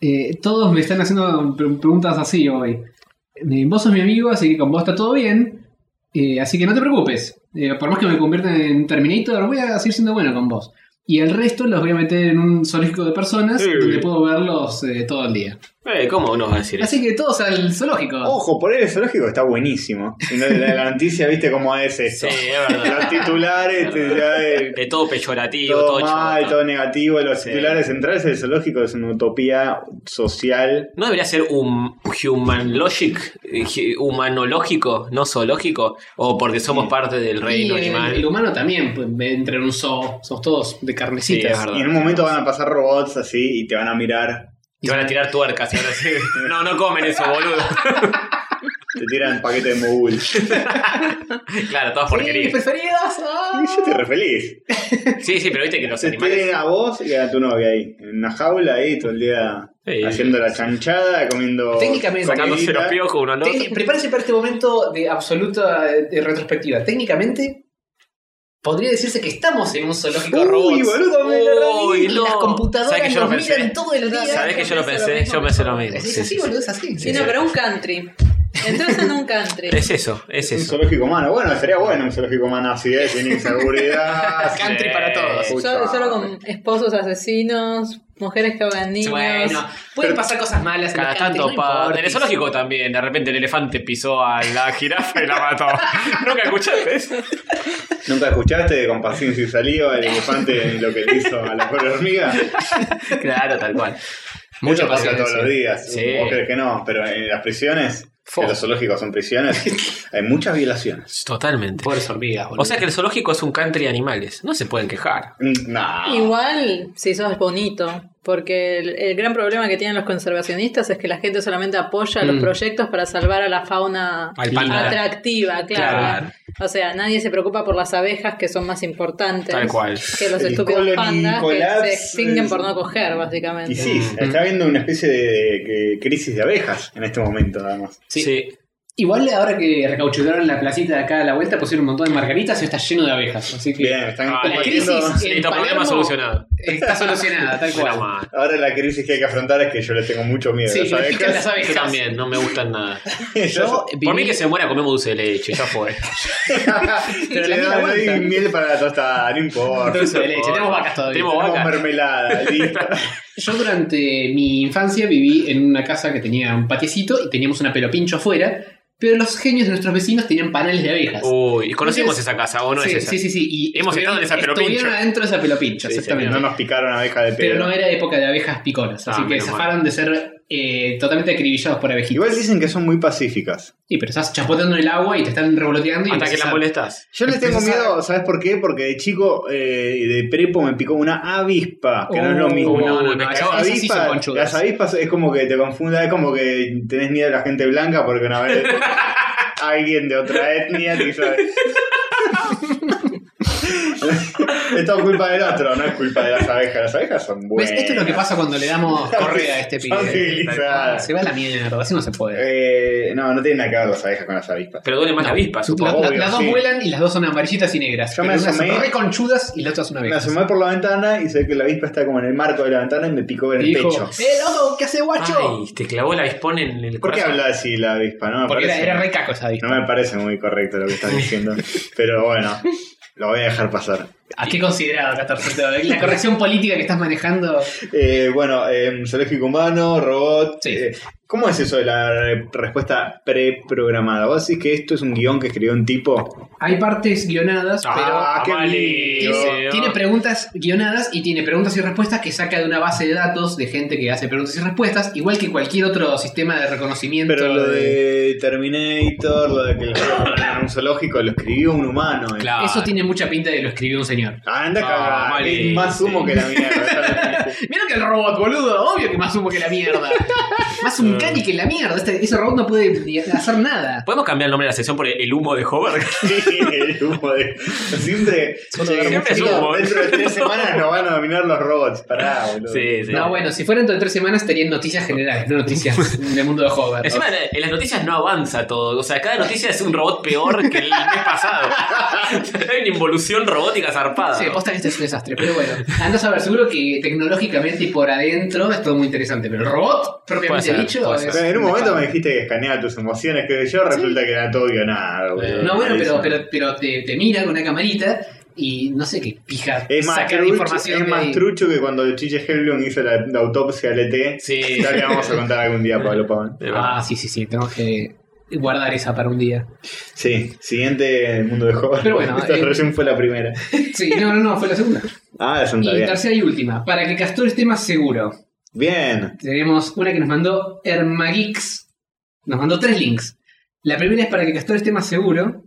eh, todos me están haciendo pre- preguntas así hoy. Eh, vos sos mi amigo, así que con vos está todo bien, eh, así que no te preocupes. Eh, por más que me conviertan en Terminator, voy a seguir siendo bueno con vos. Y el resto los voy a meter en un zoológico de personas
Sí.
donde puedo verlos eh, todo el día.
Eh, ¿Cómo nos va a decir eso?
Así que todos al zoológico.
Ojo, por ahí el zoológico está buenísimo. Y no- la, la noticia, viste cómo es
Sí,
esto.
es verdad.
Los titulares, te- ya, eh,
De todo peyorativo,
todo
todo,
mal,
choto.
todo negativo. Los
Sí.
titulares centrales del zoológico es una utopía social.
¿No debería ser un human logic, eh, hu- humanológico, no zoológico? ¿O porque somos
Sí.
parte del reino
y el-
animal?
El, humano también pues, entra en un zoo. Somos todos de
Sí,
carnecitas.
es
Y
verdad.
en un momento van a pasar robots así y te van a mirar.
Te van a tirar tuercas. y van a decir, no, no comen eso, boludo.
Te tiran paquete de mogul.
claro, todas
Sí, mis
porquerías.
preferidos. ¡ah!
Y Yo estoy re feliz.
Sí, sí, pero viste que los
Te tienen
animales...
a vos y a tu novia ahí. En una jaula ahí todo el día
Sí.
haciendo la chanchada, comiendo.
Técnicamente-
eh, Sacándose los
comidita.
piojos uno al otro.
Técnic- prepárense para este momento de absoluta eh, de retrospectiva. Técnicamente, podría decirse que estamos en un zoológico de
Uy,
robots.
boludo, me la
Uy,
Y las
no.
computadoras
¿Sabés que yo
nos
lo pensé?
miran todo el día.
¿Sabés que yo lo
Eso
pensé?
mismo
Yo
me
pensé lo
pasó.
mismo.
Es
Sí,
así,
sí, sí.
boludo, es así.
Sí, no, pero un country. Entras en un country.
Es eso, es
Un
eso.
zoológico humano. Bueno, sería bueno un zoológico humano así, ¿eh? sin
Ah,
inseguridad.
Country para todos.
Uy,
Solo, solo con esposos asesinos, mujeres que ahogan niños.
Bueno, pueden pasar cosas malas. en
Cada
los country,
tanto,
no
pa-
importa.
en el zoológico también, de repente el elefante pisó a la jirafa y la mató. ¿Nunca escuchaste eso?
¿Nunca escuchaste de Compasión si salió el elefante lo que le hizo a la pobre hormiga?
Claro, tal cual.
Eso
Mucha
pasa
pasión.
todos los días.
Sí.
Vos crees que no, pero en las prisiones que
Fo.
los zoológicos son prisiones, hay muchas violaciones.
Totalmente.
Pobres hormigas, boludo.
O sea que el zoológico es un country de animales. No se pueden quejar.
Mm, No.
Igual, si sos bonito, porque el, el gran problema que tienen los conservacionistas es que la gente solamente apoya los
Mm.
proyectos para salvar a la fauna
Al panda.
atractiva, claro.
Claro.
O sea, nadie se preocupa por las abejas que son más importantes
Tal cual.
que los
El
estúpidos
colony
pandas que
collapse.
se extinguen por no coger, básicamente.
Y sí,
Mm.
está habiendo una especie de, de- de crisis de abejas en este momento, además.
Sí.
Sí.
Igual ahora que recauchutaron la placita de acá a la vuelta, pusieron un montón de margaritas y está lleno de abejas. Así que
Bien, están
Ah,
la
combatiendo-
crisis en
Listo, problema
Palermo
solucionado.
está solucionada, tal
Buena
cual.
mano.
Ahora la crisis que hay que afrontar es que yo le tengo mucho miedo
Sí,
a las
le pican las
abejas.
Yo
abejas.
también, no me gustan nada.
Yo
Por mí
viví-
que se muera comemos dulce de leche, ya fue.
Pero
La
le
mina
doy
aguanta.
miel para la tostada, no importa.
Dulce de leche, tenemos vacas todavía.
Tenemos
Tenemos
vaca.
mermelada, listo.
Yo durante mi infancia viví en una casa que tenía un patiecito y teníamos una pelopincho afuera, pero los genios de nuestros vecinos tenían paneles de abejas.
Uy, conocimos
Entonces-
esa casa, ¿o Uh, no
sí,
es esa?
sí, sí, sí. Y
Hemos estado en esa pelopincho.
Estuvieron adentro de esa pelopincho,
Sí,
exactamente.
No nos picaron abeja de
pero
pedo.
no era época de abejas piconas,
Ah,
así que
menos mal.
zafaron de ser eh, totalmente acribillados por abejitas.
Igual dicen que son muy pacíficas.
Sí, pero estás chapoteando en el agua y te están revoloteando y
Hasta que
empezás
la
a-
molestas.
Yo les tengo
Empezás a-
miedo, ¿sabes por qué? Porque de chico, eh, de prepo, me picó una avispa, que no es lo
Oh,
mismo.
No, no,
me
no,
cagó.
esas- esas sí son
Avispa-
conchudas.
las avispas es como que te confunda, es como que tenés miedo a la gente blanca porque una vez alguien de otra etnia te hizo. es todo culpa del otro, no es culpa de las abejas. Las abejas son
¿Ves?
buenas.
Esto es lo que pasa cuando le damos correa a este
Son
pibe.
civilizadas.
Se va a la mierda, así no se puede.
Eh, no, no tienen nada que ver las abejas con las avispas.
Pero duele más la avispa,
La-
supongo.
la-
obvio,
las dos
sí.
vuelan y las dos son amarillitas y negras.
Yo
pero
me
unas son
asomé-
reconchudas y las otras son
Me
abejas.
asomé por la ventana y sé que la avispa está como en el marco de la ventana y me picó en el
Y dijo,
pecho.
¡Eh, loco! ¿Qué hace guacho?
Ay, te clavó la avispón en el
¿Por qué
corazón.
habla así la avispa? No me,
Porque era,
parece,
era re caco esa avispa.
no me parece muy correcto lo que estás diciendo. pero bueno, lo voy a dejar pasar.
¿A qué considerado, 14? La corrección política que estás manejando.
Eh, bueno, eh, zoológico humano, robot.
Sí.
eh, ¿Cómo es eso de la re- respuesta preprogramada? ¿Vos decís que esto es un guión que escribió un tipo?
Hay partes guionadas,
Ah, qué
pero.
lindo.
Tiene, tiene preguntas guionadas y tiene preguntas y respuestas que saca de una base de datos de gente que hace preguntas y respuestas, igual que cualquier otro sistema de reconocimiento.
Pero lo de Terminator, lo de que lo en un zoológico, lo escribió un humano. eh.
Claro.
Eso tiene mucha pinta de que lo escribió un señor.
Anda,
Ah,
cagar,
vale,
es más humo
sí.
que la mierda.
Mira que el robot, boludo, obvio que más humo que la mierda. más un cani que la mierda. Este- ese robot no puede ni hacer nada.
¿Podemos cambiar el nombre de la sección por el humo de Hover?
Sí, el humo de- Siempre,
Cuando duermo
Siempre
frío.
humo. dentro de tres semanas nos van a dominar los robots. Pará, boludo.
sí, sí.
No, bueno, si fuera dentro de tres semanas estarían noticias generales, no noticias del mundo de Hover.
Encima en las noticias no avanza todo. O sea, cada noticia es un robot peor que el mes pasado. Hay una involución robótica zarpada.
Sí, posta que este es un desastre, pero bueno. Andas a ver, seguro que tecnológicamente y por adentro es todo muy interesante, pero el robot, propiamente
Puede ser,
dicho,
puede
es
Pero en un
una
momento
paja.
me dijiste que escaneaba tus emociones, que yo resulta que era todo guionado, boludo.
No, bueno, pero,
Malísimo.
pero, pero te, te mira con una camarita y no sé qué pija
Es más,
sacar
trucho,
información.
es
de
más
ahí.
trucho que cuando Chiche Helblum hizo la, la autopsia al ET.
Sí.
Ya le vamos a contar algún día, Pablo Pavón.
De verdad.
Ah, sí, sí, sí, tengo que guardar esa para un día.
Sí, siguiente el mundo de Hover.
Pero bueno,
Esta
eh,
recién fue la primera.
Sí, no, no, no, fue la segunda.
Ah, la segunda,
Y
bien.
tercera y última, para que Castor esté más seguro.
Bien.
Tenemos una que nos mandó Hermagix. Nos mandó tres links. La primera es para que Castor esté más seguro.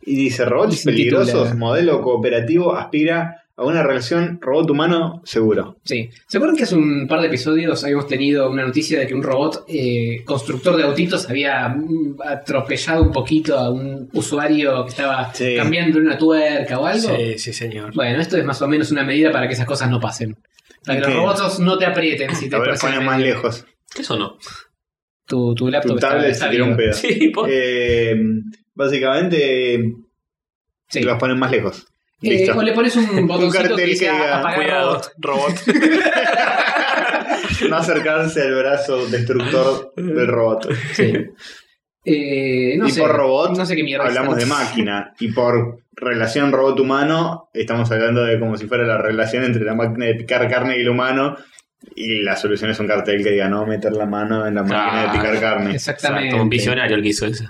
Y dice,
Y
robots
sin
peligrosos,
titular.
modelo cooperativo, aspira a una relación robot-humano seguro.
Sí. ¿Se acuerdan que hace un par de episodios habíamos tenido una noticia de que un robot eh, constructor de autitos había mm, atropellado un poquito a un usuario que estaba
Sí.
cambiando una tuerca o algo?
sí, señor.
Bueno, esto es más o menos una medida para que esas cosas no pasen. Para que
Ok.
los robots no te aprieten si te
A ver,
pasan
ponen
en
más
el-
lejos.
Eso no.
Tu, tu laptop
Tu
está-
tablet
está
se tiró un pedo.
viva.
Sí, po-
Eh, básicamente,
Sí.
los ponen más lejos.
Eh,
Listo.
o le pones un botoncito
cartel
que
que
diga
diga,
apagar
cuidado,
robot.
robot.
No acercarse al brazo destructor del robot.
Sí. Eh, no
y
sé,
por robot
no sé qué mierda
hablamos de
es.
máquina. Y por relación robot-humano estamos hablando de como si fuera la relación entre la máquina de picar carne y el humano. Y la solución es un cartel que diga no meter la mano en la máquina de
Ah,
picar carne.
Exactamente.
Exacto, un visionario el que hizo eso.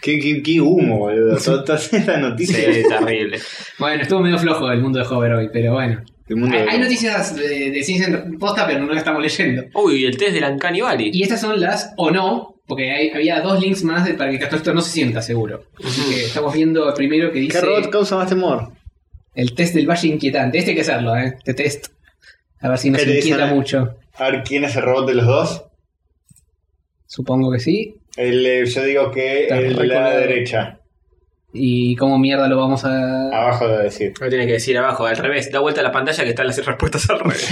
Qué, qué- qué humo, boludo. Tod- Todas estas
Sí,
noticias
terrible.
Bueno, estuvo medio flojo el mundo de Hover hoy, pero bueno.
del mundo.
Hay,
de-
hay noticias de, de ciencia en posta, pero no las estamos leyendo.
Uy, el test del Uncanny Valley.
Y estas son las o no Porque hay- había dos links más de- para que Castorcito no se sienta seguro. Así que estamos viendo el primero que
¿Qué
dice
robot causa más temor?
el test del valle inquietante. Este hay que hacerlo, ¿eh? Este test. A ver si nos
¿Qué ¿eh? te
inquieta
dicen?
mucho.
A ver, ¿quién es el robot de los dos?
Supongo que sí.
El, eh, yo digo que
Está
el de la
recolado.
derecha.
¿Y cómo mierda lo vamos a...?
Abajo de decir.
Lo tiene que decir abajo, al revés. Da vuelta a la pantalla que están las respuestas al revés.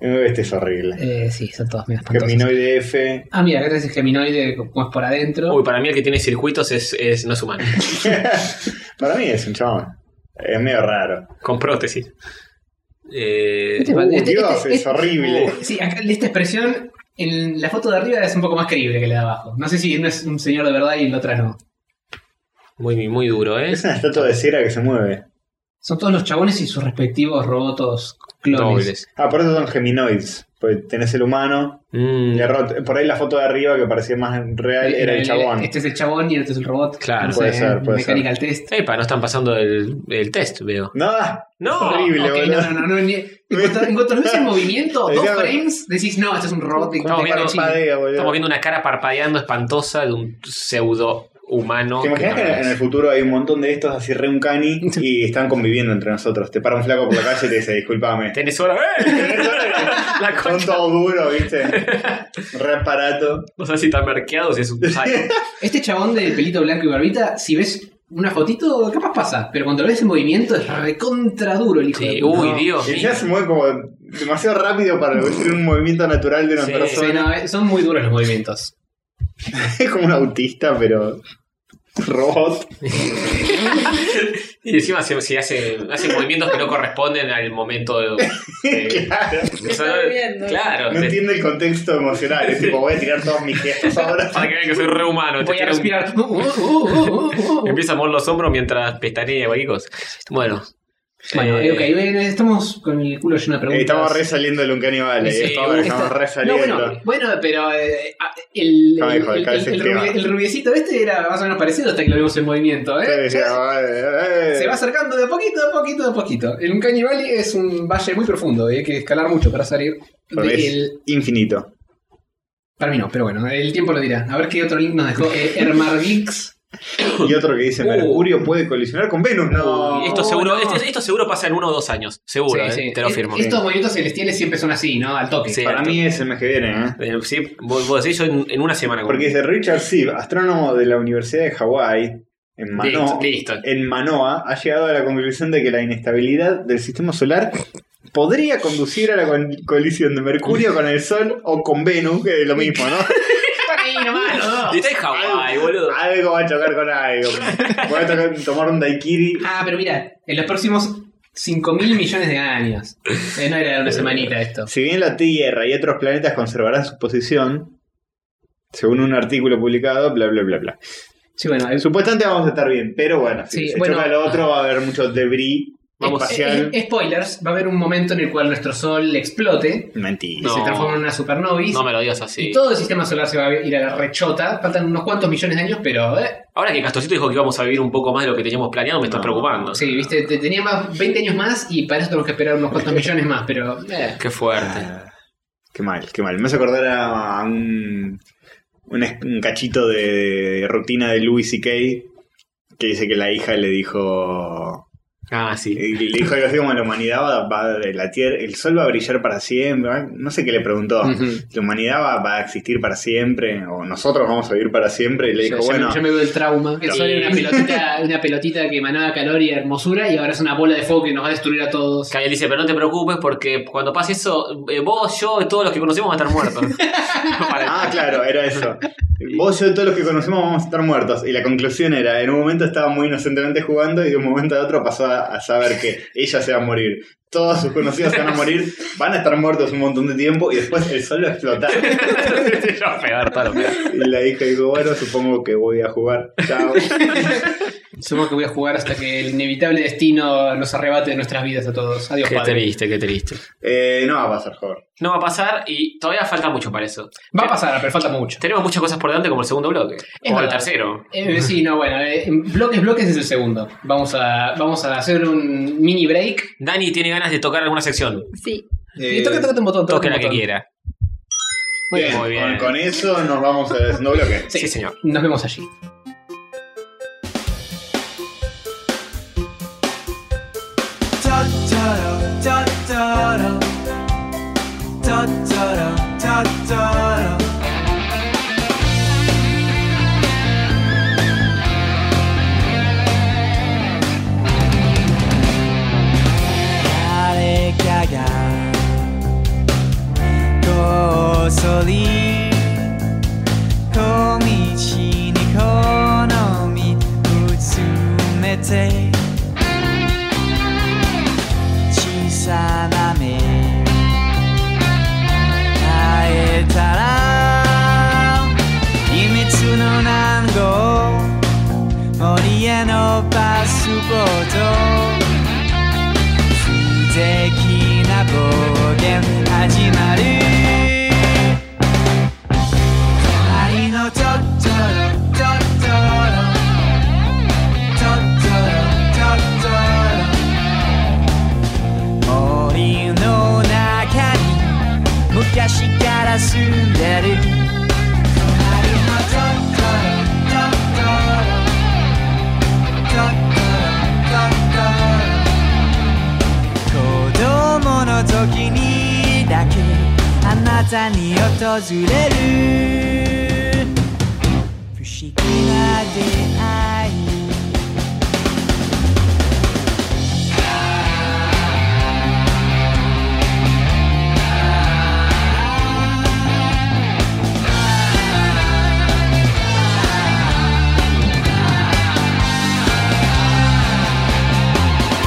Eh, Este es horrible.
Eh, sí, son todos medio espantosos.
Geminoide F.
Ah, mira, acá te dice geminoide como es por adentro.
Uy, para mí el que tiene circuitos es, es no es humano.
Para mí es un chabón. Es medio raro.
Con prótesis. Eh,
Este-
Uh,
este-
Dios,
este-
es
este-
horrible.
Sí, acá esta expresión en la foto de arriba es un poco más creíble que la de abajo. No sé si no es un señor de verdad y en la otra no.
muy, muy duro, ¿eh?
Es una estatua de cera que se mueve.
Son todos los chabones y sus respectivos robotos clones.
Dobles.
Ah, por eso son geminoides. Pues tenés el humano.
Mm,
y el robot. Por ahí la foto de arriba que parecía más real era el chabón.
Este es el chabón y este es el robot.
Claro.
Puede ser, puede
Mechanical test.
Epa, no están pasando el, el test, veo.
No,
¡No!
horrible,
Ok,
boludo.
no, no, no, no, ni- En cuanto, en cuanto lo ves en movimiento, dos
Decíamos-
frames, decís, no, este es un robot de, de
Estamos viendo
Corochín.
Padea, boludo.
Estamos viendo una cara parpadeando espantosa de un pseudo humano.
¿Te imaginas que en el- en el futuro hay un montón de estos así re un cani y están conviviendo entre nosotros? Te para un flaco por la calle y te dice, disculpame.
Tenés hora. ¡Eh! La
Son
concha.
todo duro, ¿viste? Re aparato.
No sé si está merqueado o si es un psycho.
Este chabón de pelito blanco y barbita, si ves una fotito, capaz pasa. Pero cuando lo ves en movimiento es recontra duro el hijo de
Sí,
puta.
uy,
No.
Dios.
Y
mío.
ya se mueve como demasiado rápido para lo que sería un movimiento natural de una
Sí,
Sí,
persona.
no, eh, son muy duros los movimientos.
Es como un autista, pero robot.
Y encima se, se hace, hace movimientos que no corresponden al momento de. de-
claro.
de-
Está viviendo.
claro.
No
de-
entiende el contexto emocional. Es tipo, voy a tirar todos mis gestos ahora.
para que vean que soy re humano. te
Voy
tira
a
un-
respirar. Uh, uh, uh, uh, uh.
Empieza a mover los hombros mientras pestañea y cosa. Bueno.
Bueno,
eh,
eh, ok, bueno, estamos con el culo lleno de
Eh,
preguntas.
estamos re saliendo del Uncanny Valley.
Sí,
esto ahora
esta-
estamos re
No,
saliendo.
bueno, bueno, pero eh, ah, el,
Ah,
el-
hijo de
el-
calce
el
crema.
rubie- el rubiecito este era más o menos parecido hasta que lo vimos en movimiento,
Sí,
¿eh?
sí, eh, eh.
Se va acercando de a poquito, de a poquito, de a poquito. El Uncanny Valley es un valle muy profundo y hay que escalar mucho para salir
Pero es
del...
infinito.
Para mí no, pero bueno, el tiempo lo dirá. A ver qué otro link nos dejó. Eh, Hermarvix.
Y otro que dice, Mercurio puede colisionar con Venus. No.
Uh. Esto seguro,
Oh, no.
esto, esto seguro pasa en uno o dos años. Seguro,
Sí,
eh,
sí.
te lo
Es-
firmo.
Estos movimientos celestiales siempre son así, ¿no? Al toque.
Sí.
Para mí es el mes que viene, ¿eh?
Eh, Sí, vos, vos decís yo en, en una semana. como-
Porque dice Richard Sibb, astrónomo de la Universidad de Hawái, en, Mano-
Listo, listo.
en Manoa, ha llegado a la conclusión de que la inestabilidad del sistema solar podría conducir a la col- colisión de Mercurio con el Sol o con Venus, que es lo mismo, ¿no?
Están ahí nomás, los dos.
Y está en Hawái, boludo.
Algo va a chocar con algo. Voy a tocar- tomar un daiquiri.
Ah, pero mira, en los próximos 5 mil millones de años. Eh, no era una semanita esto.
Si bien la Tierra y otros planetas conservarán su posición, según un artículo publicado, bla, bla, bla, bla.
Sí, bueno, es,
Supuestamente vamos a estar bien, pero bueno, si
Sí,
se
bueno.
choca lo otro va a haber mucho debris
Vamos.
espacial.
eh, eh, spoilers, va a haber un momento en el cual nuestro sol explote y
Mentira.
No.
se transforma en una supernovis.
No me lo digas así.
Y todo el sistema solar se va a ir a la rechota. Faltan unos cuantos millones de años, pero eh,
Ahora que Castorcito dijo que íbamos a vivir un poco más de lo que teníamos planeado, me estás
No.
preocupando.
Sí, viste, te- tenía más 20 años más y para eso tenemos que esperar unos cuantos millones más, pero. eh,
Qué fuerte.
Ah, Qué mal, qué mal. Me hace acordar a, a un, un, es- un cachito de, de rutina de Louis C.K. que dice que la hija le dijo.
Ah, sí.
Le dijo algo así como la humanidad va, va de la tierra, el sol va a brillar para siempre. ¿va? No sé qué le preguntó.
ujú.
La humanidad va, va a existir para siempre, o nosotros vamos a vivir para siempre. Y le dijo,
yo, yo me-
bueno,
yo me veo el trauma. El
Sí.
sol era una pelotita, una pelotita que emanaba calor y hermosura y ahora es una bola de fuego que nos va a destruir a todos.
Kyle dice, pero no te preocupes porque cuando pase eso, eh, vos, yo, y todos los que conocemos van a estar muertos. Para-
Ah, claro, era eso. Vos, yo y todos los que conocemos vamos a estar muertos. Y la conclusión era, en un momento estaba muy inocentemente jugando y de un momento a otro pasó a, a saber que ella se va a morir. Todos sus conocidos se van a morir, van a estar muertos un montón de tiempo y después el sol va a explotar.
Yo peor, todo lo peor.
Y la hija dijo, bueno, supongo que voy a jugar. Chao.
Supongo que voy a jugar hasta que el inevitable destino nos arrebate de nuestras vidas a todos. Adiós,
Qué
padre.
triste, qué triste.
Eh, no va a pasar, joder.
No va a pasar y todavía falta mucho para eso.
Va a pasar, pero falta mucho.
Tenemos muchas cosas por delante como el segundo bloque.
Es
o el
verdad.
tercero.
Eh, sí, no, bueno, eh, bloques, bloques es el segundo. Vamos a, vamos a hacer un mini break.
Dani tiene ganas de tocar alguna sección.
Sí.
y toca, toca un botón, toca
Toque
un
la que
botón.
quiera.
Muy bien.
Muy bien.
Con, con eso nos vamos al segundo bloque.
Sí,
Sí, señor.
Nos vemos allí.
森の中に昔から住んでる子供の時にだけあなたに訪れる不思議な出会い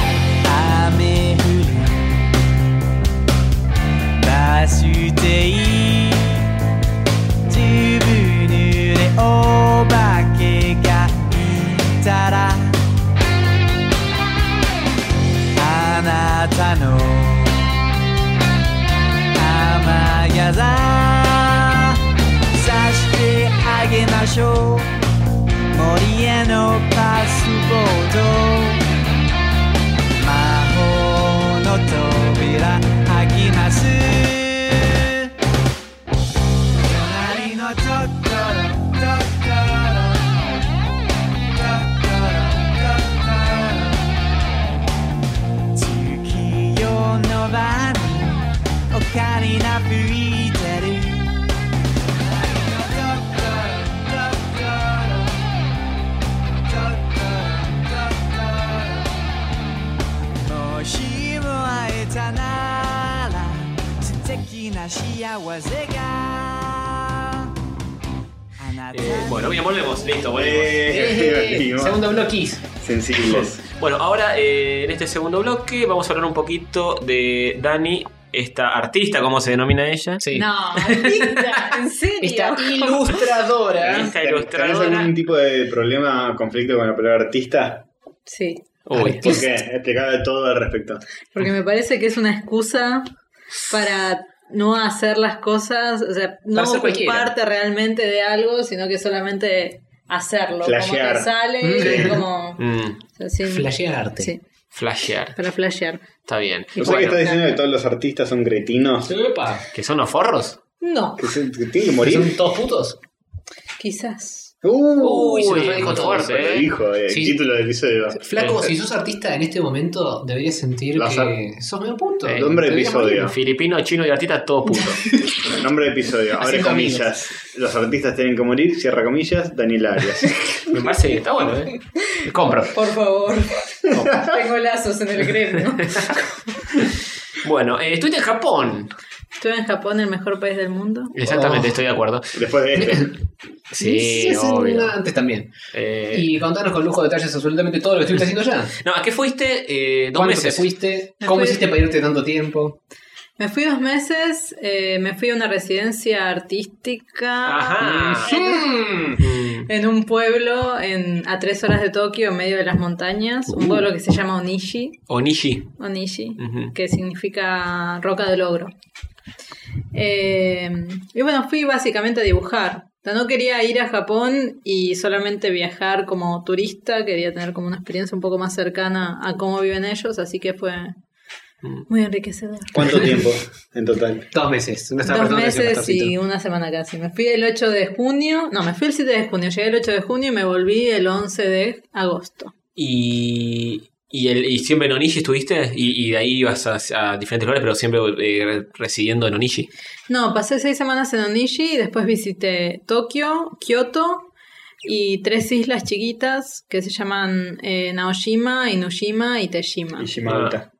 雨降るバス停ずぶ濡れお化けがいたらあなたの雨やらさしてあげましょう森へのパスポート魔法の扉開きます隣のトットロトットロトットロトットロ月夜の晩にオカリナ吹いてる隣のトットロトットロトットロトットロもしも会えたなら素敵な幸せがあなた
Eh, bueno, bien, volvemos, listo, volvemos.
Eh,
Eh,
divertimos.
segundo bloquis.
Sensibles.
Bueno, ahora eh, en este segundo bloque vamos a hablar un poquito de Dani, esta artista, ¿cómo se denomina ella?
Sí.
No, linda, en
Esta
serio.
ilustradora.
Esta
¿Tenés
ilustradora.
algún tipo de problema, conflicto con la palabra artista?
Sí,
Uy,
¿Por qué? Explicame todo al respecto.
porque me parece que es una excusa para no hacer las cosas, o sea, no
Para ser cualquiera.
ocuparte realmente de algo, sino que solamente hacerlo. Como
Flashear.
te sale,
Mm.
y como. o
mm,
sea, sin-
Flashearte.
Sí,
flashear,
para flashear.
está bien.
Y
¿No sé que
Bueno,
estás diciendo que todos los artistas son cretinos?
Epa,
¿que son los forros?
No,
Que, se- que tienen que
¿Son
morir.
todos putos?
quizás.
Uh,
Uy, se nos redijo
muy
todo.
lo
fuerte, ¿eh?
dijo eh, el
Sí.
título del episodio.
Flaco, si sos artista en este momento, deberías sentir
La
que
sal-
sos medio puto.
Eh,
Nombre de
Deberías morir.
episodio.
Filipino, chino y artista, todo puto.
Nombre de episodio. Abre
Haciendo
comillas. Los artistas tienen que morir. Cierra comillas. Daniela Arias.
Me parece que está bueno, ¿eh? Compro.
Por favor. Tengo lazos en el gremio.
Bueno, eh, estuviste en Japón.
Estuve en Japón, el mejor país del mundo.
Exactamente,
Oh.
estoy de acuerdo.
Después de este.
Sí,
es en
obvio.
una- antes también.
Eh,
Y contanos con lujo de detalles absolutamente todo lo que estuviste haciendo allá.
No, ¿a qué fuiste? Eh, dos
¿Cuándo te
meses.
fuiste?
Me
¿Cómo
fui-
hiciste para irte tanto tiempo?
Me fui dos meses, eh, me fui a una residencia artística.
Ajá.
Hmm.
Mm.
En un pueblo en, a tres horas de Tokio, en medio de las montañas, un pueblo que se llama Onishi,
Onishi.
Onishi
Ujú.
que significa roca del ogro. Eh, y bueno, fui básicamente a dibujar. O sea, no quería ir a Japón y solamente viajar como turista, quería tener como una experiencia un poco más cercana a cómo viven ellos, así que fue Muy enriquecedor.
¿Cuánto tiempo en total?
Dos meses. No estaba
Dos
prestando atención,
meses
pastorcito.
y una semana casi. Me fui el 8 de junio, no, me fui el 7 de junio, llegué el 8 de junio y me volví el 11 de agosto.
Y, y, el, y siempre en Onishi estuviste, y, y de ahí ibas a, a diferentes lugares, pero siempre eh, re- residiendo en Onishi.
No, pasé seis semanas en Onishi y después visité Tokio, Kioto y tres islas chiquitas que se llaman eh, Naoshima, Inushima y Teshima.
Y Shimauta.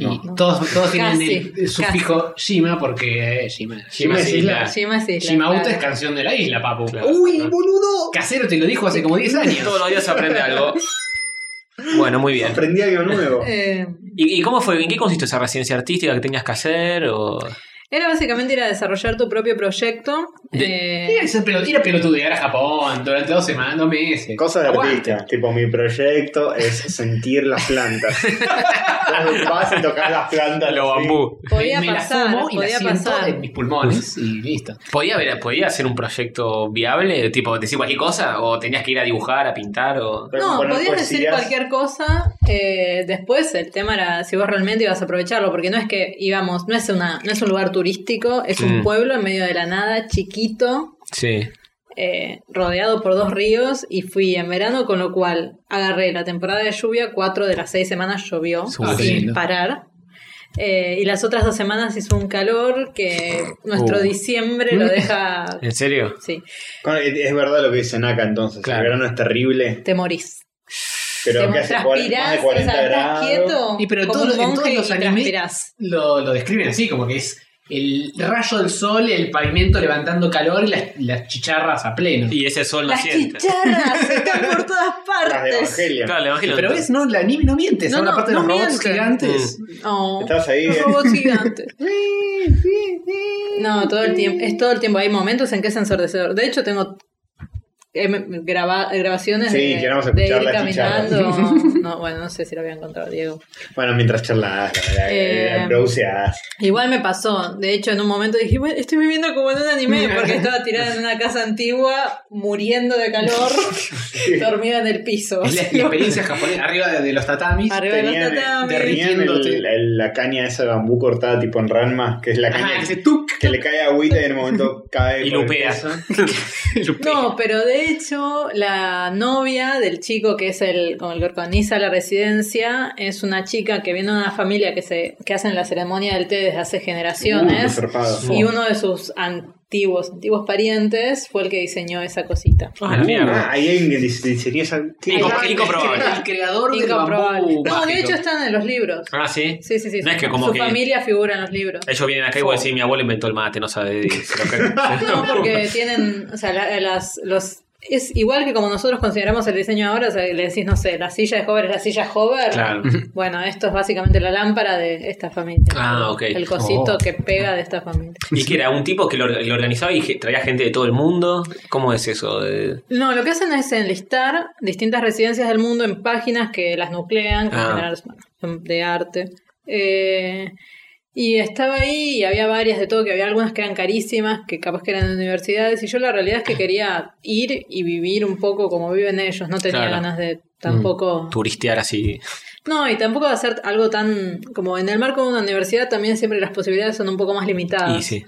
Y
No,
no.
todos, todos tienen
Casi,
el, el sufijo Shima porque eh, Shima, Shima es
es
isla.
isla.
Shima es isla.
Shimauta
claro.
es canción de la isla, papu.
¡Uy, boludo!
Casero te lo dijo hace como 10 años.
Ah, Todos los días se aprende algo. Bueno, muy bien.
Aprendí algo nuevo.
Eh,
¿Y, y cómo fue? ¿En qué consistió esa residencia artística que tenías que hacer? O...
era básicamente ir a desarrollar tu propio proyecto. eh,
Tira esa pelotera pelotudear a Japón durante dos semanas, dos meses.
Cosa de
Aguante.
artista. Tipo, mi proyecto es sentir las plantas. Vos Vas y tocas las plantas.
Los
así.
bambú.
podía
me la
pasar,
fumo y la
podía
siento
pasar.
en mis pulmones y listo.
¿Podía, haber, ¿Podía hacer un proyecto viable? Tipo, decir cualquier cosa? ¿O tenías que ir a dibujar, a pintar? O...
Puedes
No,
componer
podías decir
poesías.
cualquier cosa. eh, después el tema era si vos realmente ibas a aprovecharlo, porque no es que íbamos, no es una, no es un lugar turístico, es un
Mm.
pueblo en medio de la nada, chiquito,
Sí.
eh, rodeado por dos ríos, y fui en verano, con lo cual agarré la temporada de lluvia, cuatro de las seis semanas llovió
Súper
sin
lindo.
parar. Eh, y las otras dos semanas hizo un calor que nuestro
Uh.
diciembre lo deja.
¿En serio?
Sí,
Con- Es verdad lo que dicen acá entonces.
Claro.
El verano es terrible.
te morís.
Pero
Te
que
mo-
hace cuaren- más de
transpirás, o
40
sea, estás
grados.
quieto.
Y pero
como
todos
un
los- en
monje
todos los
y
animes-
transpirás.
Lo, lo describen así, como que es el rayo del sol, el pavimento levantando calor y las, las chicharras a pleno.
Y ese sol
Las
naciente.
chicharras están por todas
Las de
partes.
Evangelion.
Claro, el evangelio.
Pero ves, no, la anime no miente,
No,
son
no,
la parte de
no
los robots
mienten.
gigantes.
Mm.
Oh,
Estás ahí.
los
eh.
robots gigantes. No, todo el tiempo, es todo el tiempo. Hay momentos en que es ensordecedor. De hecho, tengo eh, me- me graba- grabaciones
Sí,
de,
queremos
de
escuchar
ir
las
caminando. No, bueno, no sé si lo voy a encontrar, Diego.
Bueno, mientras charlas, la verdad,
Eh,
eh, producías.
Igual me pasó. De hecho, en un momento dije, bueno, estoy viviendo como en un anime, porque estaba tirada en una casa antigua, muriendo de calor, dormida en el piso.
Es la, la experiencia japonesa, arriba de, de los tatamis.
Arriba de los
Tenían,
tatamis.
tenían el- el- la caña esa de bambú cortada tipo en Ranma, que es la
Ajá,
caña
Ah, que
que,
se tuc.
que le cae agüita y en el momento cae.
Y
por el
lupea.
piso.
No, pero de hecho, la novia del chico que es el, con el que organiza la residencia es una chica que viene de una familia que se que hacen la ceremonia del té desde hace
Uy,
Uh,
generaciones.
zarpado.
y uno de sus antiguos, antiguos parientes fue el que diseñó esa cosita.
Ah, la mierda.
Ah, ahí hay alguien que dis- diseñó esa.
Inco-
Ahí va.
incomprobable.
Ah, El creador del
Incomprobable.
bambú.
No, de
mágico.
hecho están en los libros.
Ah, sí.
Sí, sí, sí.
No es que como
Su
que-
familia figura en los libros.
Ellos vienen acá y voy a decir, mi abuelo inventó el mate, no sabe. de- se lo creo.
No, porque tienen, o sea, la- las, los... Es igual que como nosotros consideramos el diseño ahora, o sea, le decís, no sé, la silla de hover es la silla hover.
Claro.
Bueno, esto es básicamente la lámpara de esta familia.
Ah, ok.
El cosito
Oh.
que pega de esta familia.
¿Y que era? ¿Un tipo que lo, lo organizaba y ge- traía gente de todo el mundo? ¿Cómo es eso? de-
No, lo que hacen es enlistar distintas residencias del mundo en páginas que las nuclean, que en
Ah.
general son- son de arte. Eh, y estaba ahí y había varias de todo, que había algunas que eran carísimas, que capaz que eran de universidades, y yo la realidad es que quería ir y vivir un poco como viven ellos, no tenía
Claro.
ganas de tampoco...
Mm.
Turistear así.
No, y tampoco de hacer algo tan... como en el marco de una universidad también siempre las posibilidades son un poco más limitadas
Y sí.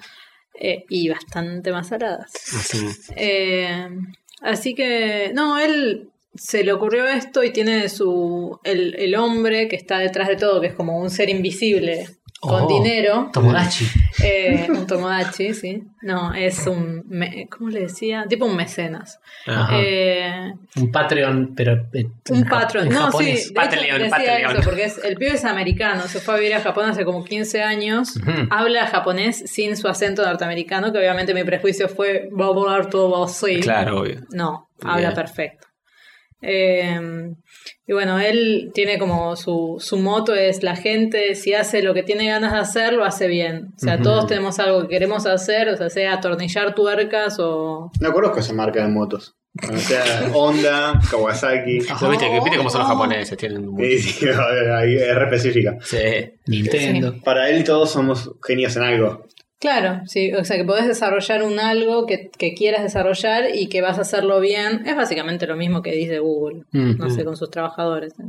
Eh, y bastante más aradas.
Así.
Eh, así que, no, él se le ocurrió esto y tiene su. El, el hombre que está detrás de todo, que es como un ser invisible con
Oh.
dinero.
Tomodachi.
eh, un Tomodachi, sí. No, es un. me- ¿Cómo le decía? Tipo un mecenas.
Ajá.
Eh,
Un Patreon, pero. eh,
un
en ja-
patrón.
en
No,
japonés.
sí. De hecho,
Patreon,
decía
Patreon.
eso, porque es, el pibe es americano. Se fue a vivir a Japón hace como 15 años.
Ujú.
Habla japonés sin su acento norteamericano, que obviamente mi prejuicio fue. Va a volar todo así.
Claro, obvio.
No,
Bien.
habla perfecto. Eh, y bueno, él tiene como su, su moto es la gente, si hace lo que tiene ganas de hacer, lo hace bien. O sea,
Ujú.
todos tenemos algo que queremos hacer, o sea, sea atornillar tuercas o...
No conozco esa marca de motos. O sea, Honda, Kawasaki.
¿Lo viste, ¿Viste cómo son los japoneses? Tienen un-
Sí, sí, no, ahí es re específica.
Sí.
Nintendo.
Para él todos somos genios en algo.
Claro, sí, o sea, que podés desarrollar un algo que, que quieras desarrollar y que vas a hacerlo bien. Es básicamente lo mismo que dice Google,
Mm.
no sé, con sus trabajadores. ¿eh?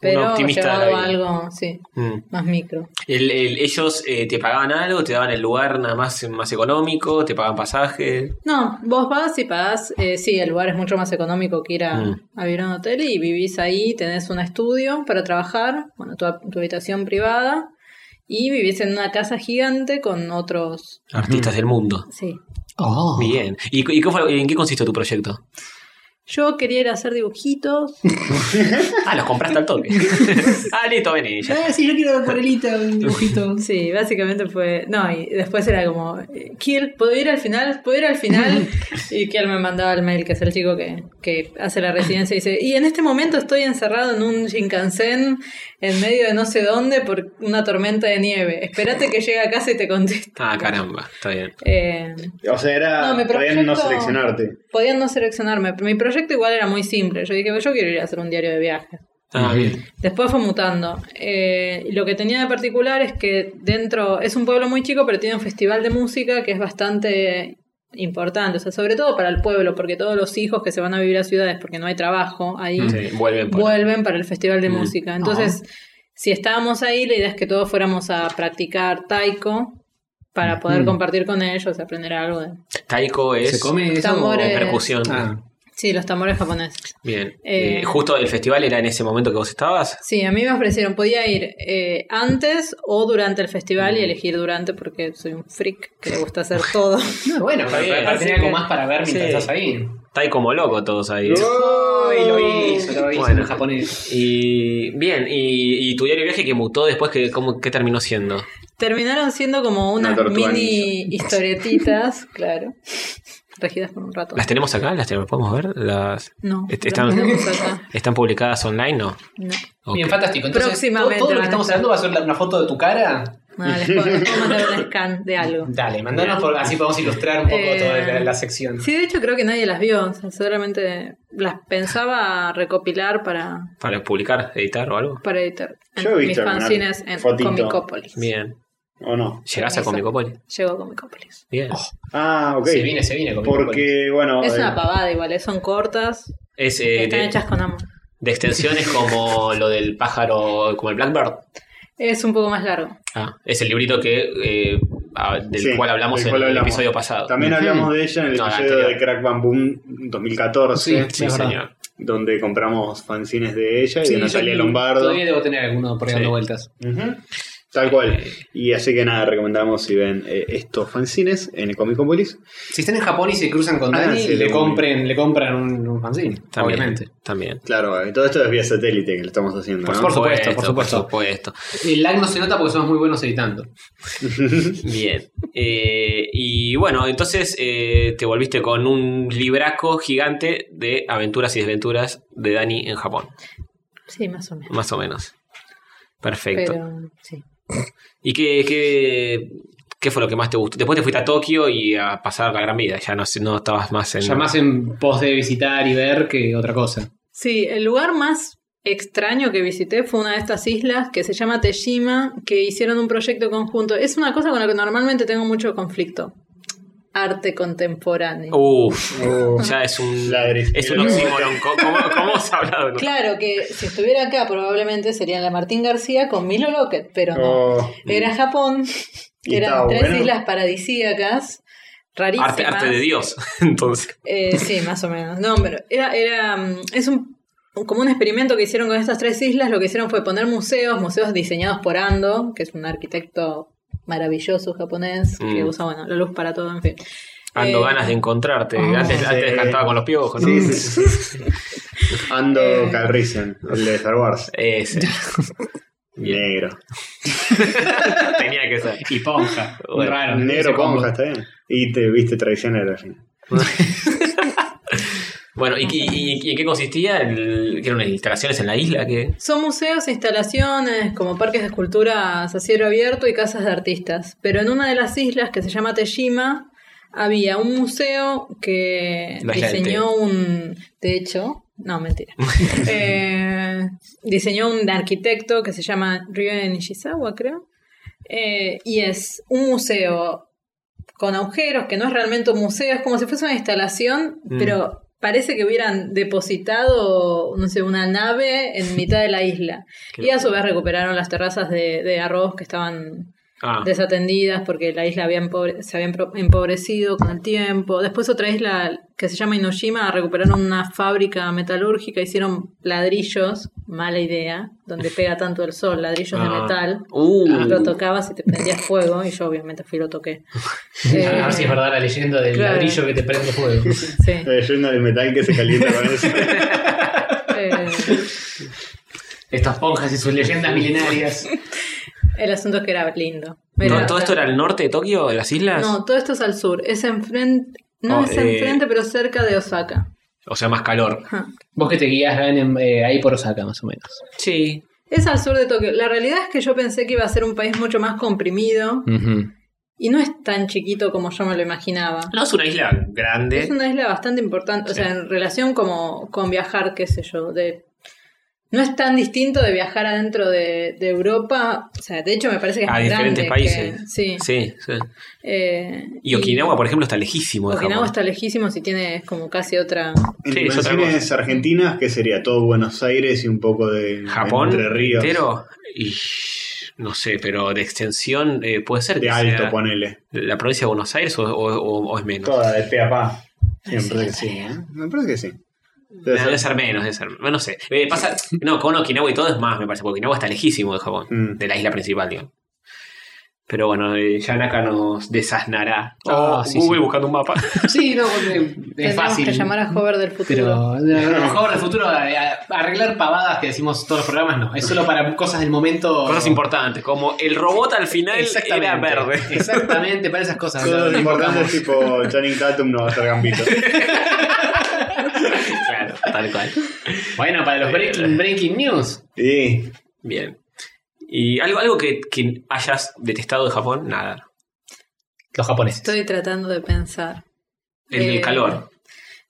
Pero
optimista de la
llevado a
vida.
algo, sí,
Mm.
más micro.
El- el- ellos eh, te pagaban algo, te daban el lugar nada más, más económico, te pagaban pasaje.
No, vos vas y pagás, eh, sí, el lugar es mucho más económico que ir a,
Mm.
a vivir a un hotel y vivís ahí, tenés un estudio para trabajar, bueno, tu, tu habitación privada y vivís en una casa gigante con otros,
Artistas del mundo.
sí.
Oh,
Bien. ¿Y, cu- y qué fue- en qué consistió tu proyecto?
Yo quería ir a hacer dibujitos,
Ah, los compraste al toque. ah, listo, vení. ya.
Ah, sí, yo quiero acuarelita, un dibujito.
sí, básicamente fue, no, y después era como, eh, Kiel, ¿puedo ir al final? ¿Puedo ir al final? y Kiel me mandaba el mail, que es el chico que, que hace la residencia, y dice, y en este momento estoy encerrado en un Shinkansen en medio de no sé dónde por una tormenta de nieve, espérate que llegue a casa y te contesto.
Ah, caramba, está bien.
Eh,
O sea, era.
No, me
podían no
proyecto-
seleccionarte.
podían no seleccionarme, mi proyecto igual era muy simple, yo dije, yo quiero ir a hacer un diario de viajes.
Ah, bien.
Después fue mutando. Eh, y lo que tenía de particular es que dentro es un pueblo muy chico, pero tiene un festival de música que es bastante importante, o sea, sobre todo para el pueblo, porque todos los hijos que se van a vivir a ciudades porque no hay trabajo ahí
Mm.
Sí, vuelven. por-
vuelven para el festival de
Mm.
música. Entonces, si estábamos ahí, la idea es que todos fuéramos a practicar taiko para poder compartir con ellos, aprender algo de
Taiko es
¿Se come eso?
Tambores.
es percusión.
Ah,
Sí, los tambores japoneses.
Bien.
Eh,
Eh, justo el festival era en ese momento que vos estabas.
Sí, a mí me ofrecieron, podía ir eh, antes o durante el festival
Mm.
y elegir durante porque soy un freak que le gusta hacer todo.
No, bueno,
Está
pero,
bien,
pero
así
tenía algo más para ver mientras
Sí.
estás ahí.
Está como loco todos ahí.
Uy, lo hizo, lo hizo
Bueno.
en japonés.
Y bien, y, y tu diario de viaje que mutó después, que, ¿cómo, ¿qué terminó siendo?
Terminaron siendo como unas
tortuga
mini historietitas, claro, regidas por un rato.
¿Las tenemos acá? ¿Las tenemos? ¿Podemos ver? ¿Las
No,
Est-
las
están-
tenemos acá.
están publicadas online? No.
No.
Ok.
Bien, fantástico. Entonces,
Próximamente
todo, todo
van
lo
a
que estamos
estar.
hablando va a ser la- una foto de tu cara.
No, les puedo, les puedo mandar un scan de algo.
Dale, mandanos por- así podemos ilustrar un poco
Eh,
toda la, la sección.
Sí, de hecho creo que nadie las vio, o sea, solamente las pensaba recopilar para,
¿Para publicar, editar o algo?
para editar en
Yo he
mis
visto alguna
fanzines en
fotito.
Comicopolis.
Bien.
¿O no?
¿Llegás a
Eso.
Comicopolis?
Llegó a Comicopolis.
Bien.
Oh.
Ah, ok.
Se viene, se viene. con-
Porque, bueno.
Es
eh,
una pavada igual, eh, son cortas,
Es eh,
están
de,
hechas con amor.
de extensiones como lo del pájaro, como el Blackbird.
Es un poco más largo.
Ah, es el librito que eh, ah, del
Sí,
cual hablamos
del
en
cual
el
hablamos.
episodio pasado.
También hablamos de ella en el
No, la
episodio de
anterior.
Crack Bam Boom 2014,
Sí,
Sí,
es verdad.
señor.
donde compramos fanzines de ella y
Sí,
de
yo
Natalia Lombardo.
Todavía debo tener alguno por ahí dando
Sí.
vueltas.
Ujú. Tal cual. Y así que nada, recomendamos si ven eh, estos fanzines en el Comicopolis.
Si están en Japón y se cruzan con
Ah,
Dani,
sí,
le,
lo-
compren, le compran un, un fanzine,
También,
obviamente.
También.
Claro, eh, todo esto es vía satélite que lo estamos haciendo.
Por,
¿no?
supuesto, por
supuesto.
supuesto,
El lag no se nota porque somos muy buenos editando.
Bien. Eh, y bueno, entonces eh, te volviste con un libraco gigante de aventuras y desventuras de Dani en Japón,
Sí, más o menos.
más o menos. Perfecto.
Pero sí.
¿Y qué, qué, qué fue lo que más te gustó? Después te fuiste a Tokio y a pasar la gran vida, ya no, no estabas más en...
Ya más en pos de visitar y ver que otra cosa.
Sí, el lugar más extraño que visité fue una de estas islas que se llama Tejima, que hicieron un proyecto conjunto. Es una cosa con la que normalmente tengo mucho conflicto. Arte contemporáneo.
Oh, Uf,
Oh,
ya es un...
La gris-
es un oxímoron. ¿Cómo, cómo has hablado?
Claro que si estuviera acá probablemente sería la Martín García con Milo Lockett, pero no.
Oh,
Era Japón,
Y
eran
estaba
tres
bueno.
islas paradisíacas, rarísimas.
Arte, arte de Dios, entonces.
Eh, sí, más o menos. No, pero era, era mm, es un como un experimento que hicieron con estas tres islas, lo que hicieron fue poner museos, museos diseñados por Ando, que es un arquitecto maravilloso japonés, que
Mm.
usa bueno, la luz para todo, en fin.
Ando
Eh,
ganas de encontrarte.
oh,
antes,
sí.
antes cantaba con los piojos, ¿no?
sí, sí, sí, sí. Ando
Eh.
Calrissian, el de Star Wars.
Ese. Eh, Bien.
Negro.
Tenía que ser.
Y Ponja. muy
Bueno,
raro.
Negro
ese combo.
Ponja, está bien. Y te viste traicionero al fin.
Bueno, ¿y, y, y- y en qué consistía? El, ¿Que eran unas instalaciones en la isla? que
Son museos, instalaciones, como parques de esculturas a cielo abierto y casas de artistas. Pero en una de las islas que se llama Tejima había un museo que
La isla del té.
diseñó un techo. No, mentira. Eh, diseñó un arquitecto que se llama Ryo Nishizawa, creo. Eh, y es un museo con agujeros, que no es realmente un museo, es como si fuese una instalación,
Mm.
pero parece que hubieran depositado, no sé, una nave en mitad de la isla. Y a su vez recuperaron las terrazas de, de arroz que estaban
Ah,
desatendidas porque la isla había empobre- se había empro- empobrecido con el tiempo. Después otra isla que se llama Inoshima recuperaron una fábrica metalúrgica, hicieron ladrillos, mala idea, donde pega tanto el sol, ladrillos de
Ah.
metal.
uh,
Lo tocabas y te prendías fuego y yo obviamente fui y lo toqué.
A ver si es verdad la leyenda del
Claro.
ladrillo que te prende fuego.
Sí.
Eh.
La leyenda del metal que se calienta con eso.
Eh,
Estas ponjas y sus leyendas milenarias.
El asunto es que era lindo.
¿todo,
Era-
todo esto era al norte de Tokio, de las islas?
No, todo esto es al sur. Es enfrente. No
Oh,
es
eh.
enfrente, pero cerca de Osaka.
O sea, más calor.
Ajá.
Vos que te guías Ren, en- eh, ahí por Osaka, más o menos.
Sí.
Es al sur de Tokio. La realidad es que yo pensé que iba a ser un país mucho más comprimido. Y no es tan chiquito como yo me lo imaginaba.
No es una isla
Es
grande.
una isla bastante importante. O sea, en relación como con viajar, qué sé yo. De... No es tan distinto de viajar adentro de, de Europa. O sea, de hecho me parece que es
A
más
diferentes
grande que-
países.
Sí.
Sí, sí.
Eh,
Y Okinawa, por ejemplo, está lejísimo de
Okinawa
Japón.
está lejísimo si tiene como casi otra.
En
Sí, es otra
dimensiones argentinas, que sería todo Buenos Aires y un poco de
Japón
Entre Ríos.
entero. Y no sé, pero de extensión eh, puede ser que
De alto,
sea
ponele.
la provincia de Buenos Aires o, o- o- o es menos.
Toda, de pe a pa. Siempre que sí, ¿eh? Me parece que sí. Debe
Nah,
ser-
Debe ser menos, debe ser. bueno, No sé. Eh, pasa, no, con Okinawa y todo es más, me parece, porque Okinawa está lejísimo de Japón,
Mm.
de la isla principal, digamos. Pero bueno, eh, Yanaka nos desasnará.
Ah,
Oh,
sí,
Google
sí.
buscando un mapa.
Sí, no, porque es
Tendríamos
fácil.
que llamar a Hover del futuro.
Pero a lo mejor el futuro, a- a- arreglar pavadas que decimos todos los programas, no. Es solo para cosas del momento.
Cosas importantes, como el robot al final era verde.
Exactamente, para esas cosas.
Todo lo
No,
importante es tipo Channing Tatum no va a ser gambito.
claro, tal cual.
Bueno, para los breaking, breaking news.
Sí.
Bien. ¿Y algo, algo que, que hayas detestado de Japón? Nada.
Los japoneses.
Estoy tratando de pensar.
El, el
Eh,
calor.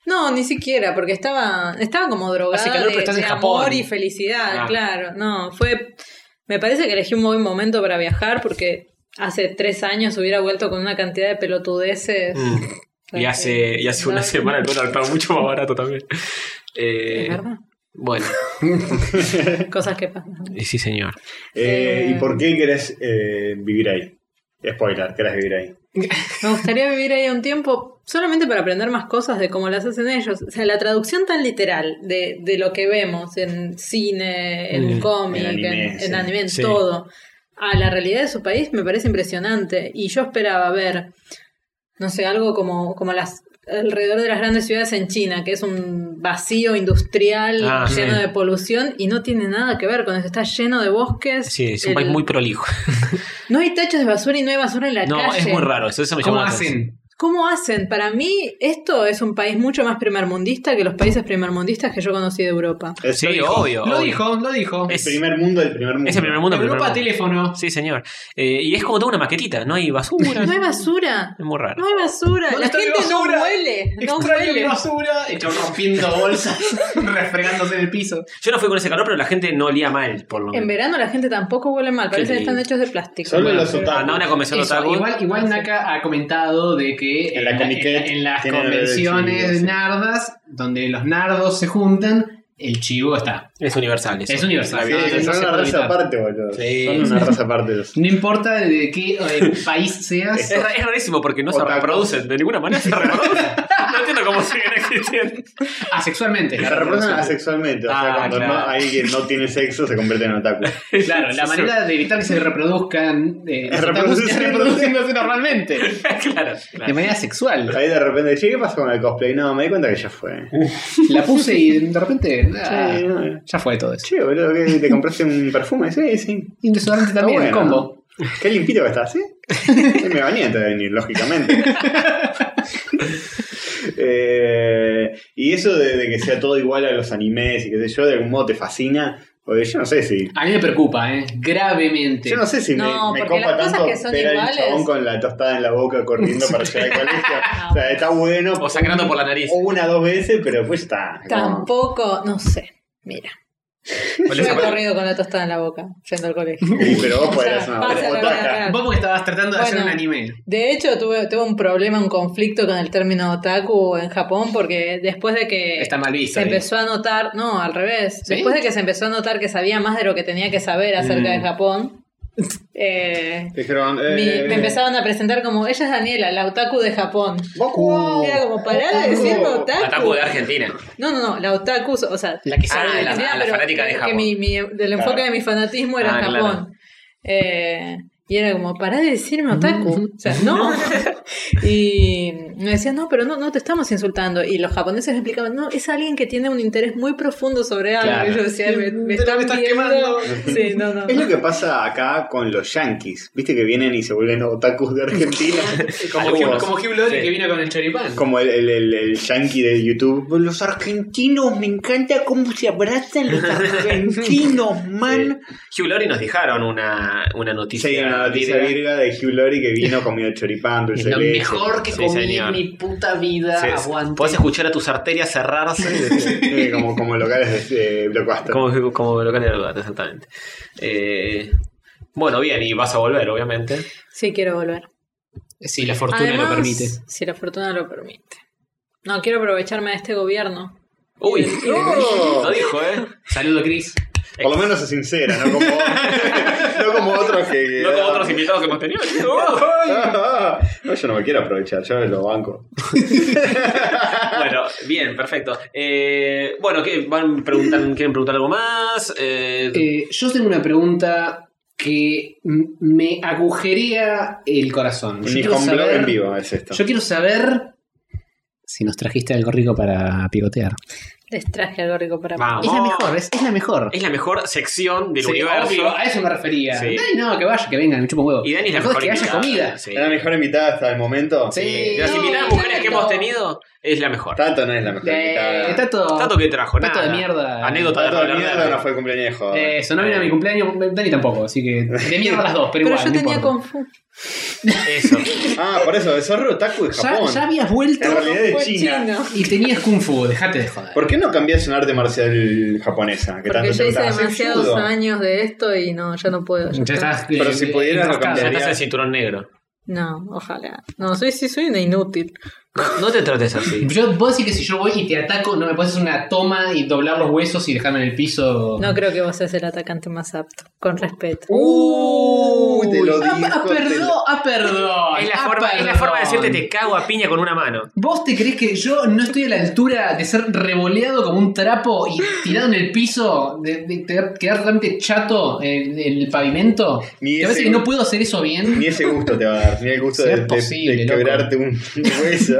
No, ni siquiera, porque estaba, estaba como drogada
Hace calor,
de,
pero estás en
de
Japón.
amor y felicidad,
Ah.
claro. No, fue... Me parece que elegí un buen momento para viajar porque hace tres años hubiera vuelto con una cantidad de pelotudeces.
Mm. Y hace, y hace una
No.
semana el dólar estaba mucho más barato también. Eh,
Es verdad.
bueno,
Cosas que pasan.
y sí, señor.
Eh,
Eh.
¿Y por qué querés eh, vivir ahí? Spoiler, querés vivir ahí.
Me gustaría vivir ahí un tiempo solamente para aprender más cosas de cómo las hacen ellos. O sea, la traducción tan literal de, de lo que vemos en cine, en
Mm,
cómic,
en
en
anime,
en anime, en,
sí.
Sí.
todo, a la realidad de su país me parece impresionante. Y yo esperaba ver, no sé, algo como, como las alrededor de las grandes ciudades en China, que es un vacío industrial
Ah,
lleno
sí.
de polución y no tiene nada que ver con eso. Está lleno de bosques.
Sí, es un
el-
país muy prolijo.
No hay tachos de basura y no hay basura en la
No,
calle.
es muy raro. Eso, eso me
¿Cómo
llama la atención.
hacen?
¿Cómo hacen? Para mí, esto es un país mucho más primermundista que los países primermundistas que yo conocí de Europa.
Es
Sí,
el
obvio.
Lo
obvio.
dijo, lo dijo.
Es,
primer mundo del primer mundo.
es el primer mundo. primer
Eh, Europa
mundo.
teléfono.
Sí, señor. Eh, y es como toda una maquetita. No hay basura.
No hay basura.
Es muy raro.
No hay basura.
¿Dónde
La
está mi
gente
basura?
no huele. No
Extraño mi
huele.
basura. Hecho rompiendo bolsas, refregándose en el piso.
Yo no fui con ese calor, pero la gente no olía mal, por lo
En
menos.
verano la gente tampoco huele mal. Parece que
lindo.
están hechos de plástico.
Solo los
pero-
otakus.
Andaba una convención
Eso,
otaku.
igual igual Naka ha comentado de que
En la Comiquet
en las
tiene el
convenciones
chivo, sí.
nardas, donde los nardos se juntan, el chivo está.
Es universal. eso.
Es universal.
La
Sí,
vida-
no,
que
no
son
se
una
puede
raza
evitar.
aparte, boludo.
Sí.
Son una raza aparte. los-
No importa de qué eh, país seas.
Es, ra- es rarísimo porque no
Otaku.
se reproducen. De ninguna manera se reproducen. no entiendo cómo siguen existiendo.
Asexualmente.
Se reproducen asexualmente, o sea,
Ah,
cuando
claro.
no, alguien no tiene sexo se convierte en otaku.
Claro, la manera de evitar que se reproduzcan eh,
Es
los otakus
reproducirse.
es reproduciéndose normalmente.
claro,
De
claro.
manera sexual.
Ahí de repente, che, ¿qué pasó con el cosplay? No, me di cuenta que ya fue.
La puse y de repente. ah,
Che, no,
ya fue todo eso.
che, boludo, ¿qué? ¿te compraste un perfume? Sí, sí.
Y un desodorante también,
bueno.
combo.
Qué limpito que estás, ¿sí? Sí, me bañé antes de venir, lógicamente. Eh, y eso de, de que sea todo igual a los animes y qué sé yo, de algún modo te fascina. Porque yo no sé si.
A mí me preocupa, ¿eh? Gravemente.
Yo no sé si me-
No,
me,
porque
copa
las cosas
tanto
que son
ver al
iguales-
chabón con la tostada en la boca corriendo para llegar al colegio. O sea, está bueno.
O sangrando por la nariz.
una, dos veces, pero pues está. como-
Tampoco, no sé. Mira. Yo he corrido con la tostada en la boca, yendo al colegio.
Sí, Uh, pero vos podrías
sea,
una
pasa la
botaca.
verdad.
Vos porque estabas tratando de hacer un
Bueno.
anime.
De hecho, tuve, tuve un problema, un conflicto con el término otaku en Japón, porque después de que
Está mal visto.
eh, se
ahí.
empezó a notar, no, al revés,
¿Sí?
después de que se empezó a notar que sabía más de lo que tenía que saber acerca
Mm.
de Japón, eh,
Te Dijeron, eh,
mi- me empezaron a presentar como, ella es Daniela, la otaku de Japón.
Uh.
Boku.
Era como, pará de
Otaku.
decirme otaku.
Ataco de Argentina.
No, no, no, la otaku, o sea,
La que sabe
Ah,
de
la-
Argentina,
a la
pero
fanática de
que
Japón.
mi- mi- del enfoque
Claro.
de mi fanatismo era
Ah, claro.
Japón. Eh, y era como, pará de decirme otaku. O sea, no. y me decían, no, pero no, no te estamos insultando. Y los japoneses me explicaban, no, es alguien que tiene un interés muy profundo sobre algo.
Claro.
Y yo decía, me, me
Pero
están
me estás
viendo".
quemando.
Sí, no, no.
Es lo que pasa acá con los yankees. Viste que vienen y se vuelven otakus de Argentina. como,
Como,
vos.
como Hugh Laurie
Sí.
que vino con el choripán.
Como el, el, el- el yankee de YouTube. Los argentinos, me encanta cómo se abrazan los argentinos, man.
Eh, Hugh Laurie nos dejaron una, una noticia.
Sí, hay una noticia virga de Hugh Laurie que vino comido choripán,
Es
dulce de
lo
leche.
mejor que
Sí,
comí
señor.
en mi puta vida.
Sí, sí.
Aguante.
Podés escuchar a tus arterias cerrarse.
Sí, como, como locales de eh, Blockbuster.
como, como local de Gato, exactamente. Eh, bueno, bien, y vas a volver, obviamente.
Sí, quiero volver.
Si la fortuna
Además,
lo permite.
Si la fortuna lo permite. No, quiero aprovecharme de este gobierno.
Uy,
No.
lo dijo, ¿eh?
Saludo, Chris.
Por lo menos es sincera, no como, no como otros que.
No como otros invitados que hemos tenido.
No, yo no me quiero aprovechar, yo lo banco.
bueno, bien, perfecto. Eh, bueno, ¿qué, van preguntan, ¿quieren preguntar algo más? Eh,
Eh, yo tengo una pregunta que m- me agujerea el corazón. Yo
Ni
quiero
con blog
saber-
en vivo es esto.
Yo quiero saber si nos trajiste algo rico para picotear.
Les traje algo rico para
Vamos.
Es la mejor, es, Oh. es la mejor.
es la mejor sección del
Sí,
universo.
obvio, a eso me refería.
Sí.
Dani, no, que vaya, que venga, me chupa un huevo.
Y Dani es la
Mejor
mejor
que haya
invitada.
comida.
Sí.
¿Es la mejor invitada hasta el momento?
Sí.
De las
No,
invitadas mujeres que
Tato.
hemos tenido, es la mejor.
Tato no es la mejor
Eh,
invitada.
está todo.
Tanto que trajo,
Tato
nada.
de mierda.
Anécdota
Tato
de
de
Roland
mierda no
Berger.
fue
Eh.
cumpleaños. joder.
Eso, no vino
eh,
a mi cumpleaños, Dani tampoco, así que de mierda las dos,
Pero
pero, igual.
yo
no
tenía
importa.
Kung Fu.
Eso.
Ah, por eso, es re otaku de
Ya,
Japón.
ya habías vuelto
En realidad es de
Fue
China.
chino.
y tenías Kung Fu, dejate de joder.
¿Por qué no cambias un arte marcial japonesa? Que
Porque
tanto
yo
te
hice
gusta? Hacer
demasiados
judo.
años de esto y no, ya no puedo. ya
Ya
está.
estás,
Pero
eh,
si pudieras, lo
enroscado.
Ya
cambiaría.
estás en cinturón negro.
No, ojalá. No, soy, sí, soy una inútil.
No te trates así.
Yo, vos decís que si yo voy y te ataco, no me puedes hacer una toma y doblar los huesos y dejarme en el piso.
No creo que vos seas el atacante más apto. Con respeto.
Uh, te lo
Ah,
dijo,
ah,
te
perdón,
lo-
ah, perdón.
Es la,
ah,
forma, es la
perdón.
forma de decirte te cago a piña con una mano.
¿Vos te crees que yo no estoy a la altura de ser revoleado como un trapo y tirado en el piso, de, de- de quedar realmente chato en, en el pavimento?
Ni
¿Te parece
ese-
que no puedo hacer eso bien?
Ni ese gusto te va a dar, ni el gusto
Sea
de, de-
posible,
de
loco.
quebrarte un hueso.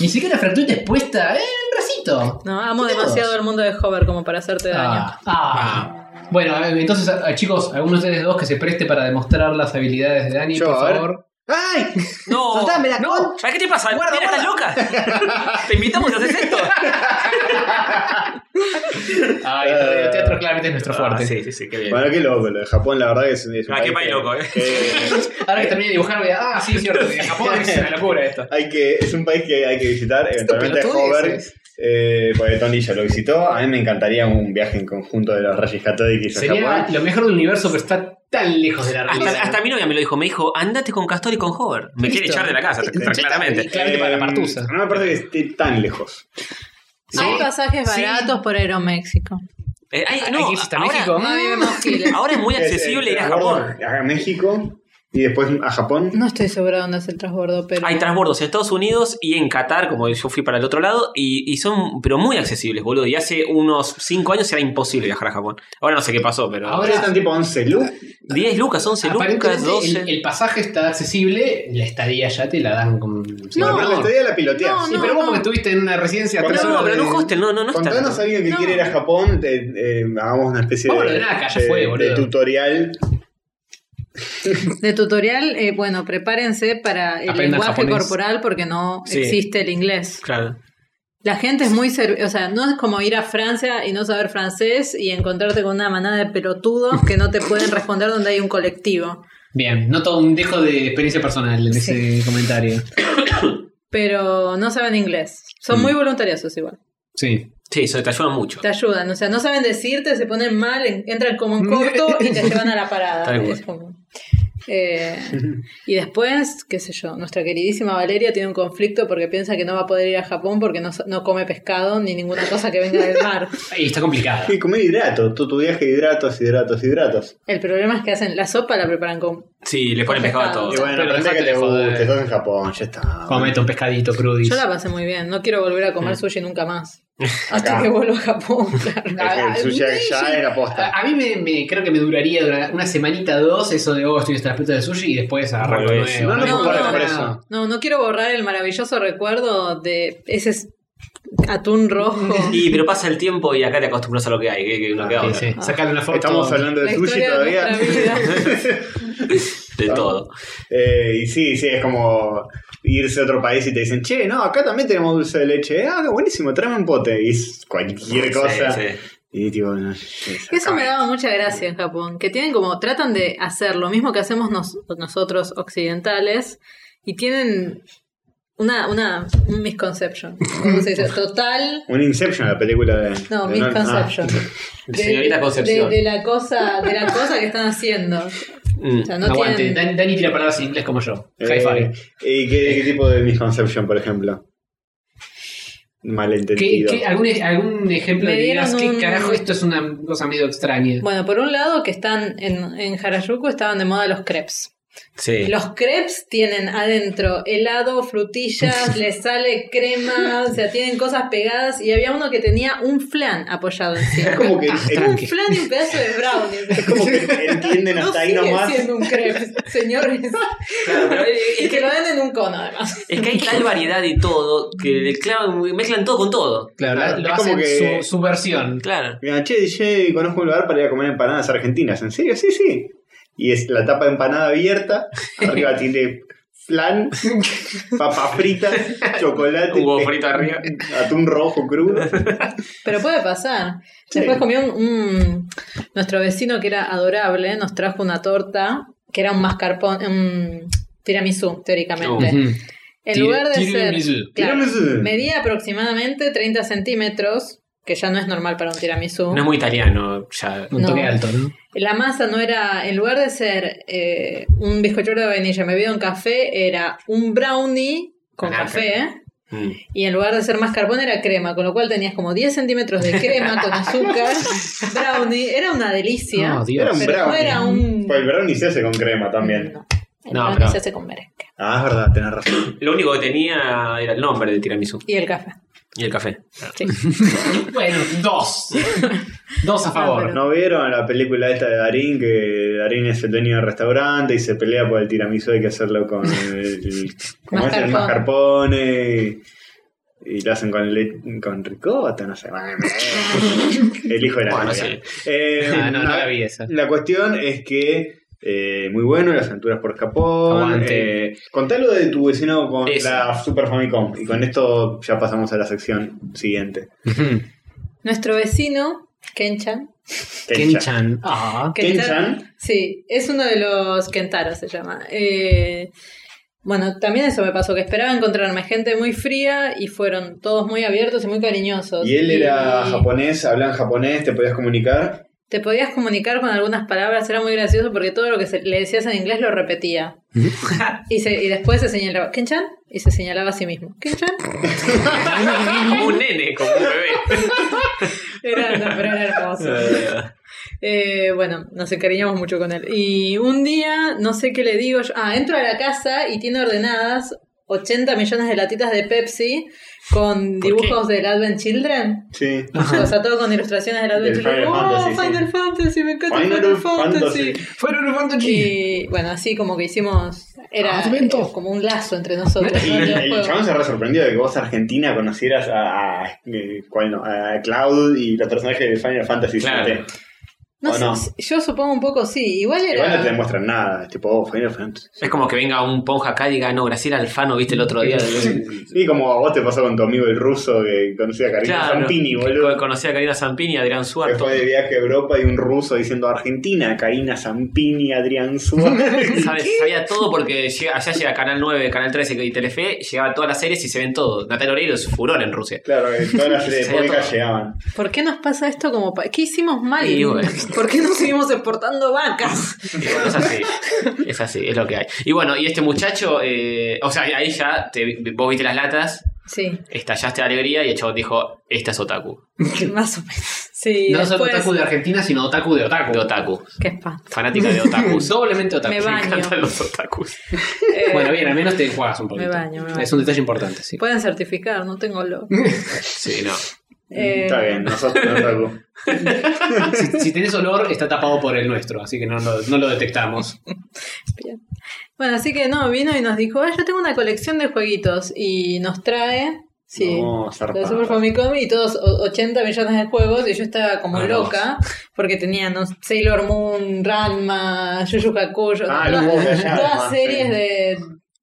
Ni siquiera fractura expuesta, eh, un bracito.
No, amo
Chicos.
demasiado el mundo de Hover como para hacerte daño.
Ah, ah. Bueno, a ver, entonces, a- a- chicos, alguno de ustedes dos que se preste para demostrar las habilidades de Dani,
Yo,
por
a ver.
favor. Oh,
¡Ay!
No.
Soltame la
no.
con-
¿Sabes qué te pasa?
Guarda,
Mira, ¿Estás loca? Te invitamos a hacer esto.
Ay, el teatro claramente es nuestro fuerte.
Ah, sí, sí, sí, qué bien.
Bueno, qué loco, lo de Japón, la verdad que es un, es un
Ah, qué país
que-
loco, eh.
que-
Ahora que termine de dibujar, voy a. Ah, sí, cierto. En Japón es una locura esto.
hay que, es un país que hay que visitar, eventualmente
pelotudo
Hover,
dices.
eh, porque Tony ya lo visitó. A mí me encantaría un viaje en conjunto de los Reyes Católicos a
Sería
Japón.
lo mejor del universo, pero está tan lejos de la realidad.
Hasta, hasta mi novia me lo dijo. Me dijo, andate con Castor y con Hover. Me quiere
Listo.
echar de la casa,
Ya está.
claramente.
claramente para la partusa.
Eh, No me parece que esté tan lejos.
Hay pasajes
Sí.
baratos por Aeroméxico.
Eh, ay, no,
Hay que ir hasta
ahora,
México.
No vivimos Chile.
ahora es muy accesible
Es, eh,
ir a
transbordo
Japón.
A México y después a Japón.
No estoy segura dónde es el transbordo, pero.
Hay transbordos en Estados Unidos y en Qatar, como yo fui para el otro lado, y, y son, pero muy accesibles, boludo. Y hace unos 5 años era imposible viajar a Japón. Ahora no sé qué pasó, pero.
Ahora-
Ahora están tipo 11 luz.
10 lucas, 11 lucas,
Aparentemente,
12.
el, el pasaje está accesible, la estadía ya te la dan
No,
con. No,
pero la estadía la piloteas.
No,
sí, pero vos porque estuviste en una residencia.
Cuando-
tres
no,
horas
pero en
de-
un hostel, no, no, no está.
Contanos a alguien que
No.
quiere ir a Japón, eh, eh, hagamos una especie
Vamos a
de,
la Naka, ya
de-
fue,
de
boludo.
tutorial.
De tutorial, eh, bueno, prepárense para el
Aprendan
lenguaje
japonés.
corporal porque no
Sí.
existe el inglés.
Claro.
La gente es muy serv- o sea, no es como ir a Francia y no saber francés y encontrarte con una manada de pelotudos que no te pueden responder donde hay un colectivo.
Bien, noto un dejo de experiencia personal en
Sí.
ese comentario.
Mm.
Pero no saben inglés. Son muy voluntariosos igual.
Sí.
Sí, eso te ayuda mucho.
Te ayudan, o sea, no saben decirte, se ponen mal, en- entran como en corto y te llevan a la parada.
Tal cual.
Es como- Eh, y después, qué sé yo, nuestra queridísima Valeria tiene un conflicto porque piensa que no va a poder ir a Japón porque no, no come pescado ni ninguna cosa que venga del mar.
Y está complicada.
Y comer hidratos, todo tu viaje hidratos, hidratos, hidratos.
El problema es que hacen la sopa, la preparan con...
Sí, le ponen pescado a
Pescado.
todo.
Y bueno,
Pero
aprende que
dejate
te
de joder.
guste, estás en Japón, ya está.
Comete un pescadito crudis.
Yo la pasé muy bien, no quiero volver a comer sushi nunca más. Hasta
Acá.
que vuelva a Japón, claro.
Es que el sushi
Ah,
ya
sí.
era posta.
A, a mí me, me- creo que me duraría dura- una semanita dos eso de, oh, estoy en esta puta de sushi y después agarrar lo
Volvés.
nuevo.
No, no,
ah, No,
por-
no,
por
no.
eso.
No, no quiero borrar el maravilloso recuerdo de ese s- atún rojo.
Y pero pasa el tiempo y acá te acostumbras a lo que hay, que, que no queda
Ah, Sí,
otra.
Ah.
sí. Sacarle una foto.
Estamos hablando de
La
sushi
historia de
todavía.
nuestra
De
Claro.
todo.
Eh, y sí, sí, es como irse a otro país y te dicen, che, no, acá también tenemos dulce de leche. Ah, qué buenísimo, tráeme un pote. Y es cualquier
Sí,
cosa.
sí.
Y tipo, no, es-
Eso me
acá.
daba mucha gracia en Japón, que tienen como, tratan de hacer lo mismo que hacemos nos- nosotros occidentales y tienen una, una un misconception, ¿cómo se dice? total,
Un Inception, la película de.
no,
de Nolan. Ah.
misconception.
Señorita Concepción.
de- de la cosa, de la cosa que están haciendo. O
Mm.
sea, no
Aguante,
tienen...
Dani, Dani tira palabras en inglés como yo.
Ah,
High
eh,
five.
¿Y qué, qué tipo de misconception, por ejemplo?
¿Qué,
Malentendido.
qué- algún, e, algún ejemplo
Me
de que digas,
dieron
¿qué
un-
carajo esto es una cosa medio extraña?
Bueno, por un lado que están en, en Harajuku estaban de moda los crepes.
Sí.
Los crepes tienen adentro helado, frutillas, les sale crema, o sea, tienen cosas pegadas y había uno que tenía un flan apoyado
Es
encima.
como que.
Un
es
flan y un pedazo de brownie.
como que entienden
No
hasta ahí
sigue
nomás.
siendo un crepe, señores.
Claro, pero es-
Y
es
te
que,
lo dan en un cono, además.
es que hay tal variedad y todo que le clavan- mezclan todo con todo.
Claro,
Claro,
Ah, lo
es como
hacen
que-
su, su versión.
Claro.
Mira, che, DJ, conozco un lugar para ir a comer empanadas argentinas. ¿En serio? Sí, sí. Y es la tapa de empanada abierta. Arriba tiene flan, papa frita, chocolate,
Un huevo
pe-
frito arriba.
atún rojo crudo.
Pero puede pasar. Después
Sí.
comió un, un- Nuestro vecino, que era adorable, nos trajo una torta que era un mascarpone, un tiramisú, teóricamente. En
Tira-
lugar de
tiramisú.
ser. claro,
Tirame ese.
Medía aproximadamente 30 centímetros, que ya no es normal para un tiramisú.
No es muy italiano, ya.
Un
No.
toque alto, ¿no?
La masa no era, en lugar de ser eh, un bizcochuelo de vainilla bebido en café, era un brownie con
Naranja.
café.
Mm.
Y en lugar de ser mascarpone era crema, con lo cual tenías como 10 centímetros de crema con azúcar, brownie, era una delicia.
No,
Era
Dios.
un
Pero
brownie.
no era un-
Pues el brownie se hace con crema también.
No, el
No,
brownie
pero-
se hace con merengue.
Ah, es verdad, tenés razón.
Lo único que tenía era el nombre del tiramisú
Y el café.
y el café.
sí.
Bueno, dos. dos a
Ah,
favor.
¿No vieron la película esta de Darín? Que Darín es el dueño del restaurante y se pelea por el tiramisú. Hay que hacerlo con el, el- ¿cómo es? El mascarpone. Y, y lo hacen con, le- con ricota, no sé. El hijo de la
Bueno,
novia.
sí.
Eh,
Ah, no, no
na-
la vi esa.
La cuestión es que eh, muy bueno las aventuras por Japón.
Aguante.
Eh, contá lo de tu vecino con
Eso.
la Super Famicom. Y con esto ya pasamos a la sección siguiente.
Nuestro vecino, Kenchan.
Kenchan.
Kenchan. Ah.
Kenchan.
Sí, es uno de los Kentaro, se llama. Eh, bueno, también eso me pasó, que esperaba encontrarme gente muy fría y fueron todos muy abiertos y muy cariñosos.
Y él era
Y
japonés, hablan japonés, te podías comunicar.
Te podías comunicar con algunas palabras, era muy gracioso porque todo lo que se- le decías en inglés lo repetía. Ah, y, se- y después se señalaba, ¿Kenchan? Y se señalaba a sí mismo, ¿Kenchan?
Como un nene, como un bebé.
Era, no, pero era hermoso.
Eh,
Eh, bueno, nos encariñamos mucho con él. Y un día, no sé qué le digo yo. Ah, entro a la casa y tiene ordenadas 80 millones de latitas de Pepsi con
¿Por
dibujos del Advent Children.
Sí.
O sea, todo con ilustraciones del Advent
Del
Children.
Final
¡Oh,
Fantasy, sí.
Final Fantasy! Me encanta Final,
Final
Fantasy.
Fantasy.
Fueron un montón de
Y bueno, así como que hicimos. Era
Advento.
eh, como un lazo entre nosotros.
Y
¿no? En el
el
juego.
chabón se re sorprendió de que vos Argentina conocieras a, a- eh, ¿cuál no? a Cloud y los personajes de Final Fantasy
Claro.
VII.
No
¿O
sé,
no?
si- yo supongo un poco sí. Igual era.
Igual no te demuestran nada, es tipo, oh, Final Fantasy.
Es como que venga un ponja acá y diga, no, Graciela Alfano, viste el otro día.
Y como a vos te pasó con tu amigo el ruso que conocía a Karina
Claro,
Zampini,
que
boludo.
Conocí a Karina Zampini y a Adrián
Que
Suarto.
fue de viaje a Europa y un ruso diciendo Argentina, Karina Zampini, Adrián Suárez.
¿Sabes? Sabía todo porque llega- allá llega Canal 9, Canal 13 y Telefe, llegaba todas las series y se ven todo. Natalia Oreiro es furor en Rusia.
claro, que todas las series de
Sabía
podcast
todo.
llegaban.
¿Por qué nos pasa esto como pa- ¿Qué hicimos mal?
Y bueno.
¿Por qué no seguimos exportando vacas?
Es así, es así, es lo que hay. Y bueno, y este muchacho, eh, o sea, ahí ya te- vos viste las latas,
Sí,
estallaste de alegría y el chabón dijo, esta es otaku,
más o menos. Sí,
no solo
después,
otaku de Argentina, sino otaku de otaku.
de otaku,
qué espanto.
fanática de otaku.
Doblemente otaku.
Me
Me
baño.
encantan los otakus.
Eh,
Bueno, bien, al menos te enjuagas un poquito.
Me baño, me baño.
Es un detalle importante, sí.
Pueden certificar, no tengo lo.
Sí, no.
Eh,
Está bien, nosotros no otaku.
Si, si tenés olor, está tapado por el nuestro, así que no, lo- no lo detectamos.
Bien. Bueno, así que no, vino y nos dijo, "Ah, yo tengo una colección de jueguitos y nos trae, sí,
No,
la
zarpado.
de Super Famicom y todos o- 80 millones de juegos y yo estaba como
Ah,
loca porque tenía no, Sailor Moon, Ranma, Yu Kakuyo,
Ah,
todas,
los juegos de allá,
todas
además,
series
sí.
de,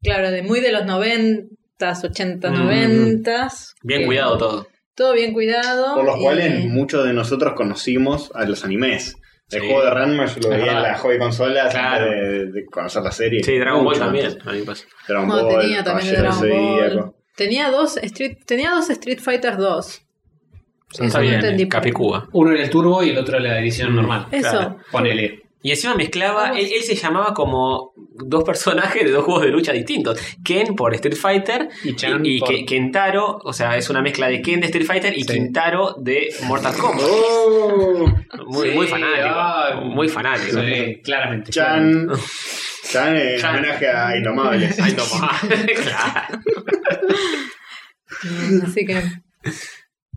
claro, de muy de los 90s, 80,
Mm.
90s.
Bien
que-
cuidado todo.
Todo bien cuidado.
Por los
y-
cuales muchos de nosotros conocimos a los animes. El
Sí.
juego de Ranma yo lo
Es
veía en
verdad.
la hobby consola antes
Claro.
de, de conocer la serie.
Sí, Dragon Ball
Mucho
también,
antes.
a mí me pasa.
Dragon
No,
Ball,
tenía también
Caballero
Dragon Ball.
Zodíaco.
Tenía dos Street, tenía dos Street Fighter 2.
Está
no entendí
bien, eh,
por qué.
Capicúa.
Uno en el turbo y el otro en la edición normal.
Eso.
Claro.
Ponele.
Y encima mezclaba, él, él se llamaba como dos personajes de dos juegos de lucha distintos. Ken por Street Fighter
Y Chan
y, y
por-
Ke- Kentaro, o sea, es una mezcla de Ken de Street Fighter y
Sí.
Kentaro de Mortal Kombat.
Oh,
Muy, muy
Sí,
fanático,
ah,
muy fanático.
Sí, claramente.
Chan. Chan en
Chan.
homenaje a Indomables.
Ay, no, ma. Claro.
Mm, Así que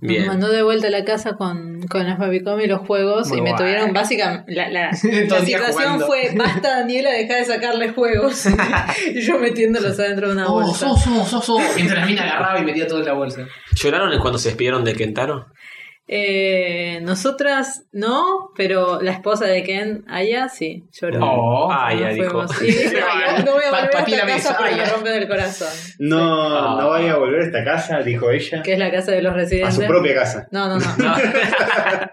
Bien.
nos mandó de vuelta a la casa con, con las Famicom y los juegos
Muy
y me
guay.
tuvieron básicamente. La, la,
el
la
día
situación
jugando.
fue: basta, Daniela, deja de sacarle juegos. y yo metiéndolos adentro de una
No,
bolsa.
so, so, so, so. Mientras la mina agarraba y metía todo en la bolsa.
¿Lloraron cuando se despidieron de Kentaro?
Eh, nosotras no, pero la esposa de Ken, Aya, sí, lloró.
Oh,
Ah,
Con
ya
los
dijo.
juegos. Y dijo, "Ay, no voy a
Pa-
volver a
patí la
esta casa
mesa,
porque
Aya".
me rompen el corazón.
No,
Ah.
no vaya a volver a esta casa, dijo ella.
Que es la casa de los
A
residentes.
su propia casa.
No, no, no.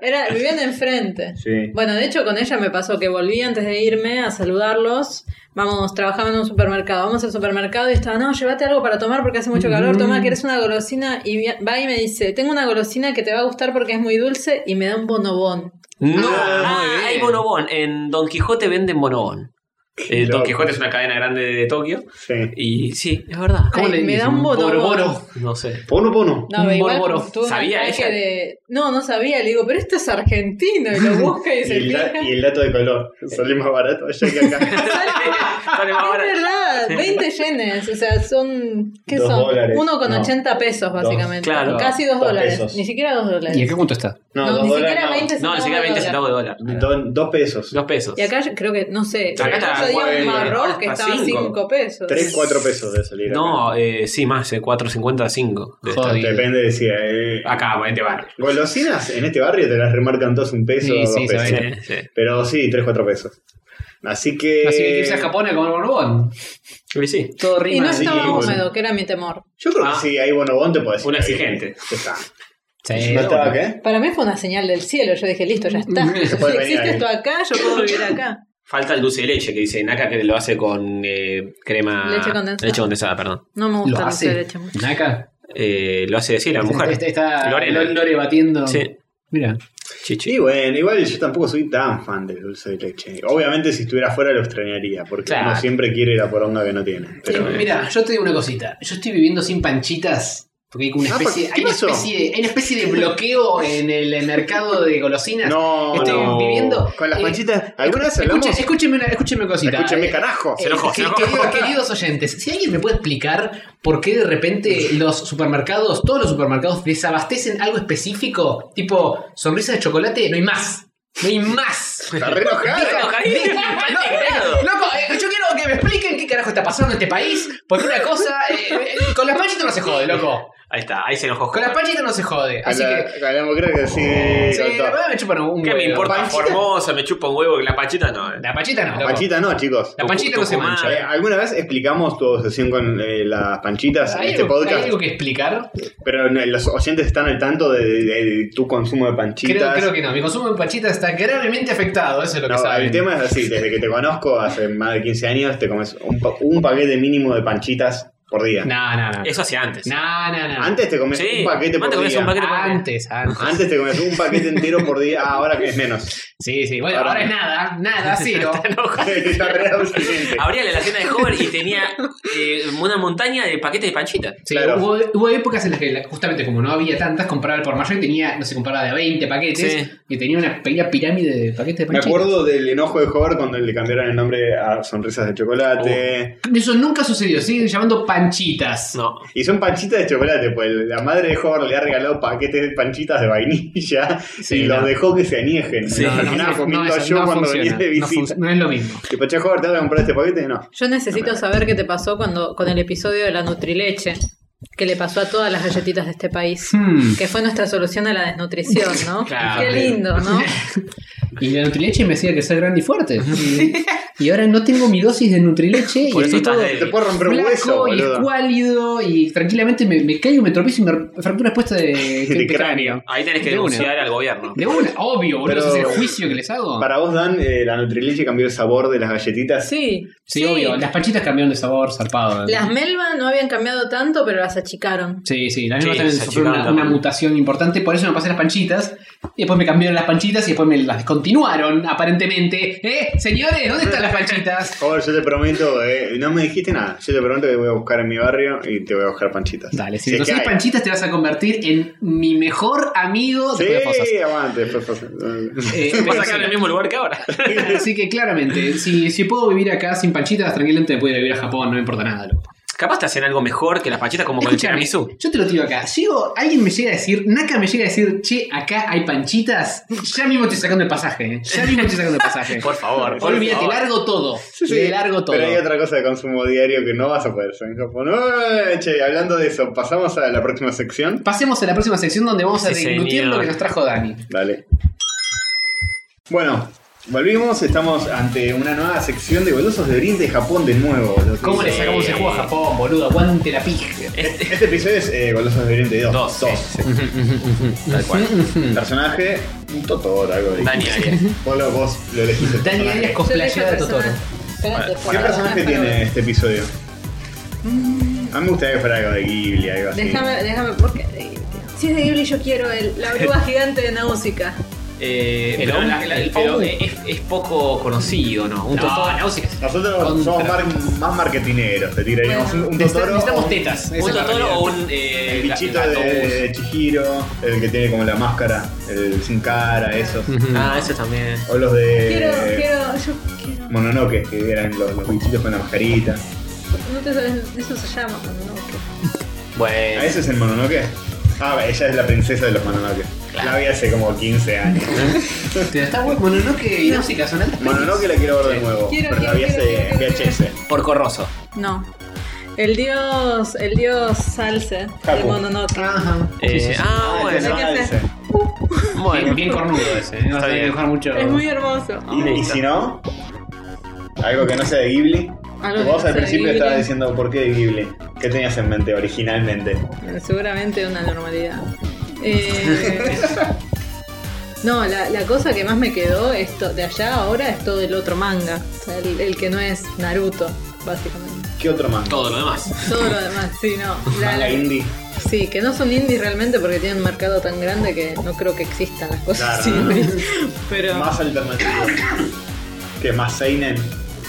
Era, vivían enfrente.
Sí.
Bueno, de hecho con ella me pasó que volví antes de irme a saludarlos. Vamos, trabajaba en un supermercado. Vamos al supermercado y estaba, no, llévate algo para tomar porque hace mucho calor. Toma, quieres una golosina. Y vi- va y me dice, tengo una golosina que te va a gustar porque es muy dulce y me da un bonobón.
No,
Ah, muy bien.
hay bonobón. En Don Quijote venden bonobón. Eh, Don
loco.
Quijote es una cadena grande de Tokio.
Sí.
Y sí, es verdad.
¿Cómo
Ay,
le
me da
dicen?
un bonobón.
Boroboro.
No sé.
Pono, pono.
No,
Un
pero igual
borboro.
tuve un
¿Sabía
ataque
ella?
de- No, no sabía. Le digo, pero esto es argentino. Y lo busca y
Y
se
el,
fija.
da- y el dato de color. Sale más barato allá que acá.
Sale más barato.
Es verdad, 20 yenes, o sea, son. ¿Qué
Dos
son?
dólares.
Uno con
No.
80 pesos, básicamente.
claro.
Casi 2
Dos
dólares.
pesos.
Ni siquiera 2 dólares.
¿Y a qué punto está?
No,
No,
dos
ni
dólares.
siquiera
no.
20
No, ni siquiera 20 centavos de dólar.
Do- dos pesos.
Dos pesos.
Y acá yo creo que, no sé,
Acá
el
está
otro día
cuatro,
un
ahora
marrón que
está
estaba
cinco.
5 pesos.
Tres, cuatro pesos de salir. acá.
No, eh, sí, más, eh, 4.50 a 5. debe estar.
Joder.
Depende de si. eh,
Ah.
Acá, pues, este bueno, te van.
golosinas en este barrio te las remarcan todos un peso
Sí,
o dos
sí,
pesos.
sabés.
Sí, sí.
Pero sí, tres, cuatro pesos. Así que.
Así que hay que irse a Japón a comer bonobón.
Y sí.
Y
Todo
no
rima.
Sí,
estaba
bueno.
húmedo, que era mi temor.
Yo creo
Ah.
que sí, ahí Bonobón te puedes
Un exigente.
Está.
Sí,
¿No estaba
Eh,
¿eh?
bueno.
qué?
Para mí fue una señal del cielo. Yo dije, listo, ya está. Si
puede venir ahí.
existe esto acá, yo puedo vivir acá.
Falta el dulce de leche que dice Naka que lo hace con eh, crema.
Leche condensada.
Leche condensada, perdón.
No me
¿Lo
gusta el dulce de
hace?
leche mucho.
¿Naka?
Eh, lo hace decir la mujer.
Está, está Lore,
Lorena.
Lore batiendo.
Sí,
Mira.
chichi.
Sí, bueno, igual yo tampoco soy tan fan del dulce de leche. Obviamente si estuviera afuera lo extrañaría, porque
Claro.
uno siempre quiere la poronga que no tiene. Pero, eh,
Sí, mira, yo te digo una cosita. Yo estoy viviendo sin panchitas. Porque hay como una
Ah,
especie,
¿qué
hay una
pasó?
especie, de, hay una especie de bloqueo en el mercado de golosinas.
no,
Estoy
no.
viviendo-
Con las
eh,
panchitas, ¿alguna vez hablamos?
Escuche- escúcheme una, escúcheme una cosita.
Escúchame,
Eh,
carajo.
eh,
enojó,
que-
se enojó.
querido- queridos oyentes, si alguien me puede explicar por qué de repente los supermercados, todos los supermercados desabastecen algo específico, tipo sonrisa de chocolate, no hay más. No hay más.
Está re enojado.
Deja- no, Loco, eh, yo quiero que me expliquen qué carajo está pasando en este país. Porque una cosa, eh, eh, con las panchitas no se jode, loco.
Ahí está, ahí se enojó.
Con las panchitas no se jode,
Con
así
la,
que.
con la democracia, sí.
Sí,
con
la
todo.
verdad me chupan un
¿Qué me
huevo.
importa
Panchita.
Formosa? Me chupa un huevo que la panchita no. eh.
La panchita no. loco.
Panchita no, chicos.
La panchita no se
Tucumán.
mancha.
Eh, ¿Alguna vez explicamos tu obsesión con eh, las panchitas en
¿Hay
este
algo,
podcast?
hay algo que explicar?
Pero no, los oyentes están al tanto de, de- de tu consumo de
Creo,
panchitas.
creo que no. Mi consumo de panchitas está gravemente afectado, eso es lo que
No,
saben.
el tema es así, desde que te conozco hace más de 15 años, te comes un, pa- un paquete mínimo de panchitas por día.
No, no, no.
Eso hacía antes.
No, no, no.
Antes te comías
Sí,
un paquete
antes
por
comías
día.
un paquete.
Antes, antes.
Antes te comías un paquete entero por día, Ah, ahora que es menos.
Sí, sí. Bueno,
Ahora
ahora, es
no.
nada, nada, cero.
Está re obsediente.
Abría la alacena de joven y tenía eh, una montaña de paquetes de panchita.
Sí,
Claro.
hubo, hubo épocas en las que, la- justamente como no había tantas, compraba el por mayor y tenía, no sé, compraba de 20 paquetes
Sí.
y tenía una pequeña pirámide de paquetes de
Me
panchitas.
acuerdo del enojo de Hover cuando le cambiaron el nombre a Sonrisas de Chocolate.
Eso nunca sucedió, siguen llamando panchitas.
No.
Y son panchitas de chocolate, pues la madre de Hover le ha regalado paquetes de panchitas de vainilla y
Sí, no.
los dejó que se aniejen.
Sí.
Me lo
No,
imaginaba
eso-
comiendo
eso
yo cuando venía de
no
visita.
func- no es lo mismo.
Y Paché Hover, ¿te vas a comprar este paquete? No.
Yo necesito saber qué te pasó cuando con el episodio de la Nutrileche, que le pasó a todas las galletitas de este país,
Hmm.
que fue nuestra solución a la desnutrición, ¿no?
Claro.
Qué lindo, ¿no?
Y la Nutrileche me hacía crecer grande y fuerte. Y, y ahora no tengo mi dosis de Nutrileche
Por
y
eso
estoy
estás
todo
débil.
Te puedo romper un
flaco
hueso,
y
boludo.
escuálido y tranquilamente me, me caigo, me tropiezo y me fractura expuesta de,
De
de cráneo.
Ahí tenés que
De una.
denunciar al gobierno.
De una, obvio, boludo,
Pero-
ese es el juicio que les hago.
Para vos, Dan, eh, la Nutrileche cambió el sabor de las galletitas.
Sí,
Sí, obvio, las panchitas cambiaron de sabor zarpado.
Las melvas no habían cambiado tanto, pero las achicaron.
Sí, sí, las
Sí,
mismas también
se
sufrieron una,
achicaron
una
también.
mutación importante, por eso me pasé las panchitas, y después me cambiaron las panchitas y después me las descontinuaron, aparentemente. ¿Eh? Señores, ¿dónde están las panchitas?
Hover, yo te prometo, eh, no me dijiste nada. Yo te prometo que voy a buscar en mi barrio y te voy a buscar panchitas.
Dale, si
es que
conseguís
hay.
panchitas te vas a convertir en mi mejor amigo después de Fosas.
Sí, aguante. después Fosas.
Eh,
Vas
pero
a quedar en el mismo lugar que ahora.
sí, así que claramente, si, si puedo vivir acá sin panchitas, tranquilamente puedo vivir a Japón, no me importa nada. loco.
Capaz te hacen algo mejor que las panchitas como con el
Escúchame,
tiramisú.
Yo te lo tiro acá. Llego, alguien me llega a decir, Naka me llega a decir, che, acá hay panchitas. Ya mismo estoy sacando el pasaje. eh. Ya mismo estoy sacando el pasaje.
Por favor. por
Olvídate,
favor.
largo todo.
Sí, sí,
Le largo todo.
Pero hay otra cosa de consumo diario que no vas a poder hacer en Japón. ¡Ay, eh, che! hablando de eso, pasamos a la próxima sección.
Pasemos a la próxima sección donde vamos a
Sí,
deglutir
señor.
lo que nos trajo Dani.
Dale. Bueno, volvimos. Estamos ante una nueva sección de golosos de Oriente y Japón de nuevo. boludo.
¿Cómo le
Sí.
sacamos el juego a Japón, boludo? Aguante la pija.
Este-
Este episodio es eh, Golosos de Oriente 2.
Dos, sí. Tal cual.
Mm,
Personaje, un Totoro, algo de
Dani Arias.
Vos lo, vos lo elegís. el
Dani
personaje.
Arias
Yo dije
cosplayada de
persona-
Totoro.
Espérate,
¿Qué
espérate,
personaje
déjame-
tiene este episodio? A mí me gustaría que fuera algo de Ghibli, algo así.
Déjame, déjame, porque si es de Ghibli yo quiero el, la oruga gigante de Nausicaa.
Eh,
El
pero
hombre-
la- la-
el
pero
hombre.
es, es poco conocido, ¿no? Un Totoro.
Nosotros
Contra.
somos mar- más marketineros, te tiraríamos
Bueno,
un, un Totoro. o
Necesitamos
un-
tetas.
Un Totoro o un. eh,
El
ga-
bichito
gato.
de Chihiro, el que tiene como la máscara, el sin cara, esos.
mm,
Ah, eso también.
O los de
Quiero, quiero, yo quiero.
Mononoke, que eran los, los bichitos con la mascarita.
No te sabes, eso se llama Mononoke.
¿A
Bueno.
ese es el Mononoke? Ah, ella es la princesa de los Mononoke. La vi hace como 15 años.
Te está bueno, Mononoke y Náusica son altas.
Mononoke la quiero ver de nuevo,
Quiero,
pero la vi
quiero,
hace
quiero, quiero,
VHS.
Por corroso.
No. El dios, el dios Salsa de
Capo.
Mononoke.
Ajá.
Eh, ah,
Ah,
bueno.
que hacer.
ese.
Bien,
bueno.
bien cornudo ese. No
Está
sé
bien.
dibujar mucho.
Es muy hermoso.
¿Y, y si no? ¿Algo que no sea de Ghibli?
Algo que
Vos
no
al
sea de
principio
Ghibli.
estabas diciendo por qué de Ghibli. ¿Qué tenías en mente originalmente?
Seguramente una normalidad. Eh, no, la, la cosa que más me quedó esto de allá ahora es todo el otro manga. O sea, el, el que no es Naruto, básicamente.
¿Qué otro manga?
Todo lo demás.
Todo lo demás, sí, no. La-
Manga indie.
sí, que no son indies realmente porque tienen un mercado tan grande que no creo que existan las cosas
Claro.
indies. Pero.
Más alternativo. que más Seinen,